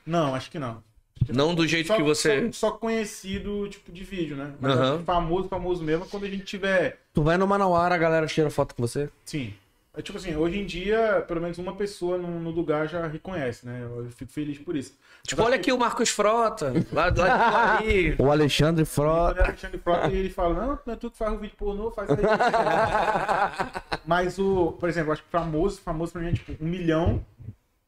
S3: Não, acho que não.
S2: Não do jeito
S3: Só,
S2: que você.
S3: só, só conhecido, tipo, de vídeo, né? Mas
S2: Aham.
S3: acho que famoso, famoso mesmo, é quando a gente tiver...
S1: Tu vai no Manauara, a galera tira foto com você.
S3: Sim. É tipo assim, hoje em dia, pelo menos uma pessoa no, no lugar já reconhece, né? Eu fico feliz por isso.
S2: Tipo, olha aqui o Marcos Frota. Lá, lá, lá
S1: [LAUGHS]
S2: ali.
S1: O Alexandre
S3: Quando
S1: Frota.
S3: era Tá Alexandre Frota, ele fala, não, não é tu que faz o vídeo pornô, faz aí. Mas o, por exemplo, acho que famoso, famoso pra mim é tipo um milhão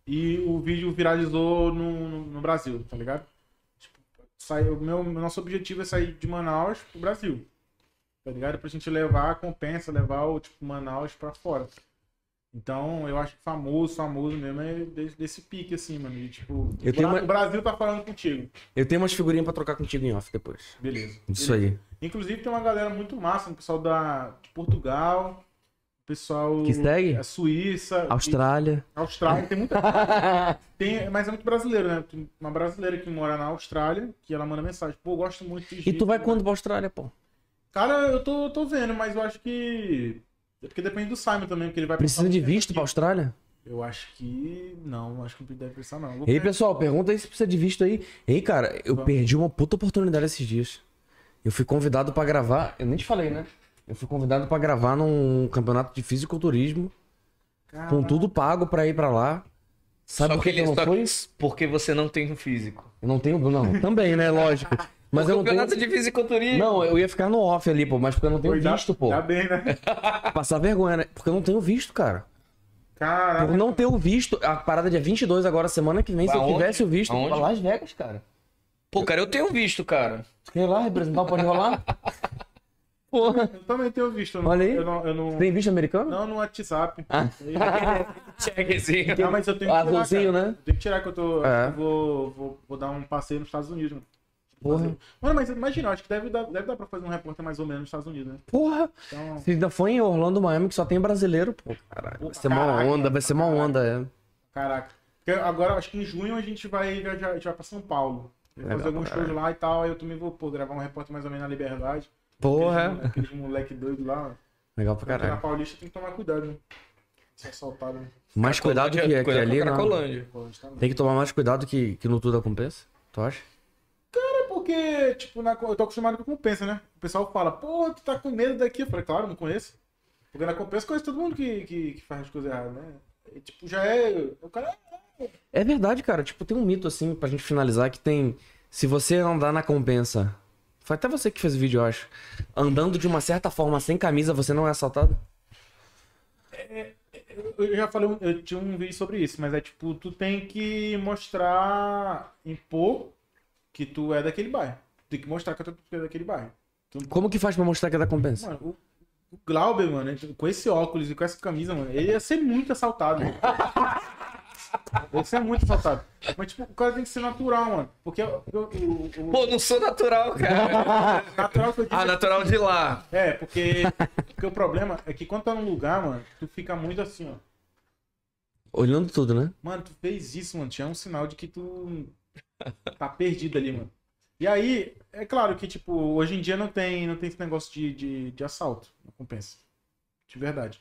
S3: e o vídeo viralizou no, no, no Brasil, tá ligado? Tipo, sai, o meu, meu nosso objetivo é sair de Manaus pro Brasil, tá ligado? Pra gente levar a compensa, levar o tipo Manaus pra fora. Então, eu acho que famoso, famoso mesmo é desse, desse pique, assim, mano. E, tipo,
S1: Eu tenho uma-
S3: o Brasil tá falando contigo.
S1: Eu tenho umas figurinhas pra trocar contigo em off depois.
S3: Beleza.
S1: Isso aí.
S3: Inclusive tem uma galera muito massa, um pessoal da de Portugal, um pessoal
S1: Que segue?
S3: da Suíça,
S1: Austrália.
S3: e- Austrália, tem muita tem, mas é muito brasileiro, né? Tem uma brasileira que mora na Austrália, que ela manda mensagem, pô, eu gosto muito
S1: [LAUGHS]
S3: de
S1: E tu vai quando pra Austrália, pô?
S3: Cara, eu tô, tô vendo, mas eu acho que é porque depende do Simon também, porque ele vai
S1: Precisa
S3: pensar
S1: de
S3: muito tempo
S1: visto pra
S3: aqui.
S1: Austrália?
S3: Eu acho que não, acho que não deve pensar não. Vou
S1: Ei,
S3: pe-
S1: pessoal, pergunta aí se precisa de visto aí. Ei, cara, eu
S3: Vamos.
S1: perdi uma puta oportunidade esses dias. Eu fui convidado pra gravar, eu nem te falei, né? Eu fui convidado pra gravar num campeonato de fisiculturismo,
S3: Cara,
S1: com tudo pago pra ir pra lá. Sabe
S2: Só
S1: por que,
S2: que
S1: que eu
S2: ele-
S1: não
S2: só-
S1: fui?
S2: Porque você não tem um físico.
S1: Eu não tenho, não, também, né, lógico. Mas eu não tenho... um
S2: Campeonato de fisiculturismo.
S1: Não, eu ia ficar no off ali, pô, mas porque eu não tenho
S3: foi, dá-
S1: visto, pô.
S3: Dá
S1: [LAUGHS]
S3: bem, né?
S1: Passar vergonha, né? Porque eu não tenho visto, cara. Por
S3: Caraca.
S1: não ter o visto, a parada é dia 22 agora, semana que vem, se eu
S2: Aonde?
S1: tivesse o visto,
S2: Aonde?
S1: pra Las Vegas, cara.
S2: Pô, cara, eu tenho um visto, cara.
S1: Sei lá, representar o pode [LAUGHS] rolar? Porra.
S3: Eu também tenho visto, eu não,
S1: Olha aí.
S3: eu não, eu não...
S1: Tem Ah. visto americano?
S3: Não, no WhatsApp.
S2: Checkzinho.
S3: Ah, mas eu tenho que tirar,
S1: Azulzinho,
S3: cara.
S1: né?
S3: Eu tenho que tirar que eu tô.
S1: É.
S3: eu vou, vou, vou dar um passeio nos Estados Unidos, mano.
S1: Porra.
S3: Mano, mas imagina, eu acho que deve dar, deve dar pra fazer um repórter mais ou menos nos Estados Unidos, né?
S1: Porra.
S3: Então,
S1: Se ainda foi em Orlando, Miami, que só tem brasileiro, pô. Caralho. Vai ser uma
S3: Caraca.
S1: onda, vai ser uma onda, é.
S3: caraca. Porque agora, acho que em junho a gente vai viajar, a gente vai pra São Paulo. Eu vou
S1: Legal
S3: fazer alguns
S1: pra caralho.
S3: shows lá e tal, aí eu também vou, pô, gravar um repórter mais ou menos na Liberdade.
S1: Porra.
S3: Aqueles, aqueles moleque doido lá, mano.
S1: Legal pra
S3: Porque na
S1: caralho.
S3: Paulista tem que tomar cuidado, né? Ser assaltado, né?
S1: Mais cuidado que, que
S2: Cuidado com
S1: ali,
S2: a
S1: né?
S2: Cracolândia.
S3: Pô, a gente tá
S1: Tem que tomar mais cuidado que, que no tudo acontece, tu acha?
S3: É porque, tipo, na- eu tô acostumado com a compensa, né? O pessoal fala, pô, tu tá com medo daqui. Eu falei, claro, não conheço. Porque na compensa conhece todo mundo que, que, que faz as coisas erradas, né? E, tipo, já é. O cara
S1: É verdade, cara. Tipo, tem um mito assim, pra gente finalizar, que tem. Se você andar na compensa. Foi até você que fez o vídeo, eu acho. Andando de uma certa forma sem camisa, você não é assaltado?
S3: Eu- Eu já falei, um- eu tinha um vídeo sobre isso, mas é tipo, tu tem que mostrar, impor que tu é daquele bairro. Tem que mostrar que tu é daquele bairro.
S1: Como que faz pra mostrar que é da compensa?
S3: Mano, o, o Glauber, mano, com esse óculos e com essa camisa, mano, ele ia ser muito assaltado.
S2: [LAUGHS]
S3: mano. Ele ia ser muito assaltado. Mas, tipo, o cara tem que ser natural, mano. Porque o, o- o-
S2: Pô, não sou natural, cara.
S3: natural que eu digo
S2: ah, natural de lá.
S3: é, porque, porque o problema é que quando tá num lugar, mano, tu fica muito assim, ó.
S1: [LAUGHS] Olhando tudo, né?
S3: Mano, tu fez isso, mano. Tinha um sinal de que tu tá perdido ali, mano. E aí, é claro que, tipo, hoje em dia não tem, não tem esse negócio de, de, de assalto. Não compensa. De verdade.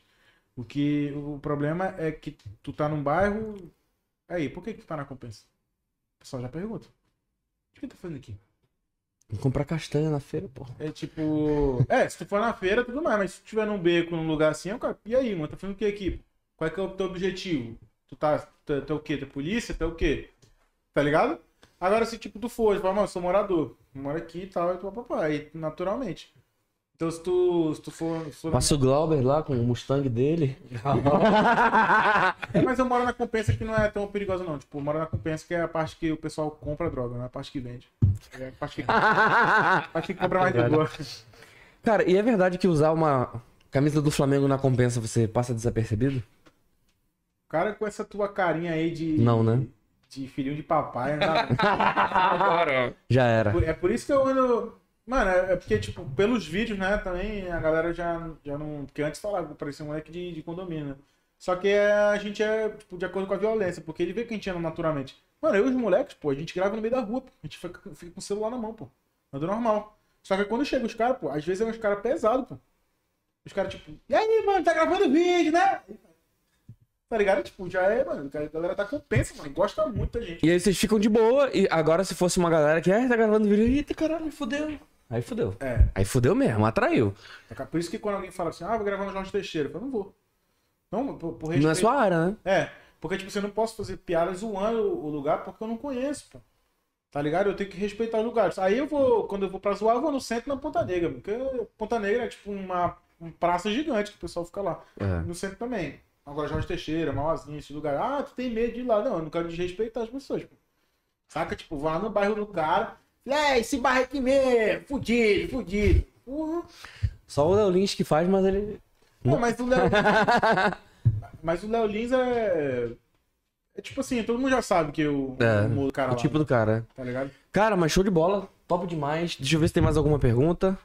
S3: O que o problema é que tu tá num bairro. Aí, por que que tu tá na compensa? O pessoal já pergunta. O que tá fazendo aqui?
S1: Vou comprar castanha na feira, pô.
S3: É tipo. É, se tu for na feira, tudo mais, mas se tu tiver num beco, num lugar assim, eu, cara, e aí, mano, tá fazendo o que aqui? Qual é que é o teu objetivo? Tu tá. Tu, tu é o quê? Tu é polícia? Tu é o quê? Tá ligado? Agora, se tipo, tu for, tu fala, mano, eu sou morador, eu moro aqui e tal, e tu papapá, aí naturalmente. Então se tu. Se tu for. se for-
S1: Passa o Glauber lá com o Mustang [LAUGHS] dele.
S3: É, mas eu moro na compensa que não é tão perigosa, não. Tipo, eu moro na compensa que é a parte que o pessoal compra droga, não é a parte que vende. É a parte que, a parte que compra mais de boa.
S1: Cara, e é verdade que usar uma camisa do Flamengo na compensa você passa desapercebido?
S3: Cara, com essa tua carinha aí de.
S1: Não, né?
S3: De filhinho de papai, né?
S2: Agora,
S1: Já era.
S3: Por- É por isso que eu ando. Mano, é é porque, tipo, pelos vídeos, né, também a galera já, já não. Porque antes falava, que eu parecia um moleque de, de condomínio, né? Só que é- a gente é, tipo, de acordo com a violência, porque ele vê que a gente anda naturalmente. Mano, eu e os moleques, pô, a gente grava no meio da rua, pô. A gente fica, fica com o celular na mão, pô. Anda normal. Só que quando chega os caras, pô, às vezes é uns caras pesados, pô. Os caras, tipo, e aí, mano, tá gravando vídeo, né? Tá ligado? Tipo, já é, mano, a galera tá compensa, mano. Gosta muito da gente.
S1: E aí vocês ficam de boa, e agora se fosse uma galera que, ah, tá gravando vídeo, eita caralho, fudeu. Aí fudeu.
S3: É.
S1: Aí fudeu mesmo, atraiu.
S3: Saca? Por isso que quando alguém fala assim, ah, vou gravar no Jorge Teixeira, eu falo, não vou. Não, por, por
S1: Não é
S3: respeito-
S1: sua área, né?
S3: É, porque, tipo, você não posso fazer piada zoando o o lugar porque eu não conheço, pô. Tá ligado? Eu tenho que respeitar os lugares. Aí eu vou, quando eu vou pra zoar, eu vou no centro na Ponta Negra, porque Ponta Negra é tipo uma, uma praça gigante que o pessoal fica lá.
S1: É.
S3: No centro também. Agora Jorge Teixeira, Mauazinho, esse lugar. Ah, tu tem medo de ir lá. Não, eu não quero desrespeitar as pessoas, pô. Saca? Tipo, vai lá no bairro do cara. É, esse bairro aqui mesmo, fudido, fudido. Porra.
S1: Só o Léo Lins que faz, mas
S3: [LAUGHS]
S1: ele.
S3: Pô, mas o Léo. mas o Léo Lins é. É tipo assim, todo mundo já sabe que eu
S1: É,
S3: eu mudo o cara
S1: o
S3: lá,
S1: tipo do cara.
S3: tá ligado?
S1: Cara, mas show de bola. Top demais. Deixa eu ver se tem mais alguma pergunta.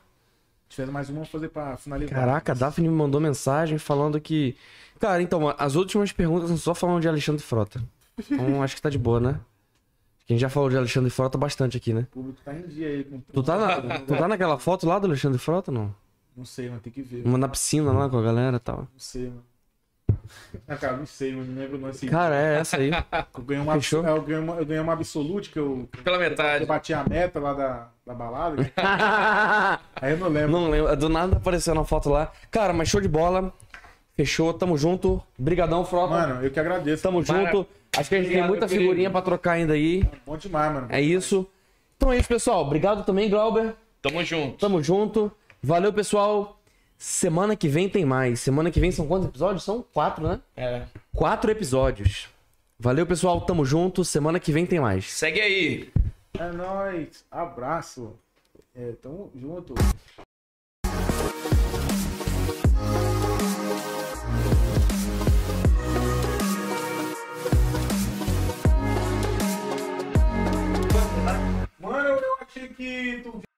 S3: Tiver mais uma, vou fazer pra finalizar.
S1: Caraca, a Daphne me mandou mensagem falando que. Cara, então, as últimas perguntas são só falando de Alexandre Frota. Então [LAUGHS] acho que tá de boa, né? A gente já falou de Alexandre Frota bastante aqui, né?
S3: O público tá em dia aí. Com...
S1: Tu tá, na- tu tá naquela foto lá do Alexandre Frota, não?
S3: Não sei, mano, tem que ver.
S1: Uma na piscina lá com a galera e tal.
S3: Não sei, mano. Ah, cara, não sei, mano. Não lembro não assim.
S1: Cara, é essa aí.
S3: eu ganhei uma, é,
S1: fechou?
S3: eu ganhei uma, eu ganhei uma absolute que eu,
S2: pela
S3: que eu
S2: metade.
S3: bati a meta lá da, da balada. né? aí eu não
S1: [LAUGHS]
S3: lembro.
S1: Não lembro, do nada apareceu na foto lá. Cara, mas show de bola. Fechou, tamo junto. Brigadão, Frota.
S3: Mano, eu que agradeço. é
S1: tamo
S2: Mara-
S1: junto. Acho que a gente tem
S2: Obrigado,
S1: muita
S2: meu querido.
S1: figurinha pra trocar ainda aí.
S3: Bom demais, mano.
S1: É isso. Então é isso, pessoal. Obrigado também, Glauber.
S2: Tamo junto.
S1: Tamo junto. Valeu, pessoal. Semana que vem tem mais. Semana que vem são quantos episódios? São quatro, né?
S2: É.
S1: Quatro episódios. Valeu, pessoal. Tamo junto. Semana que vem tem mais.
S2: Segue aí.
S3: É nóis. Abraço. É, tamo junto. Mano, eu achei que tu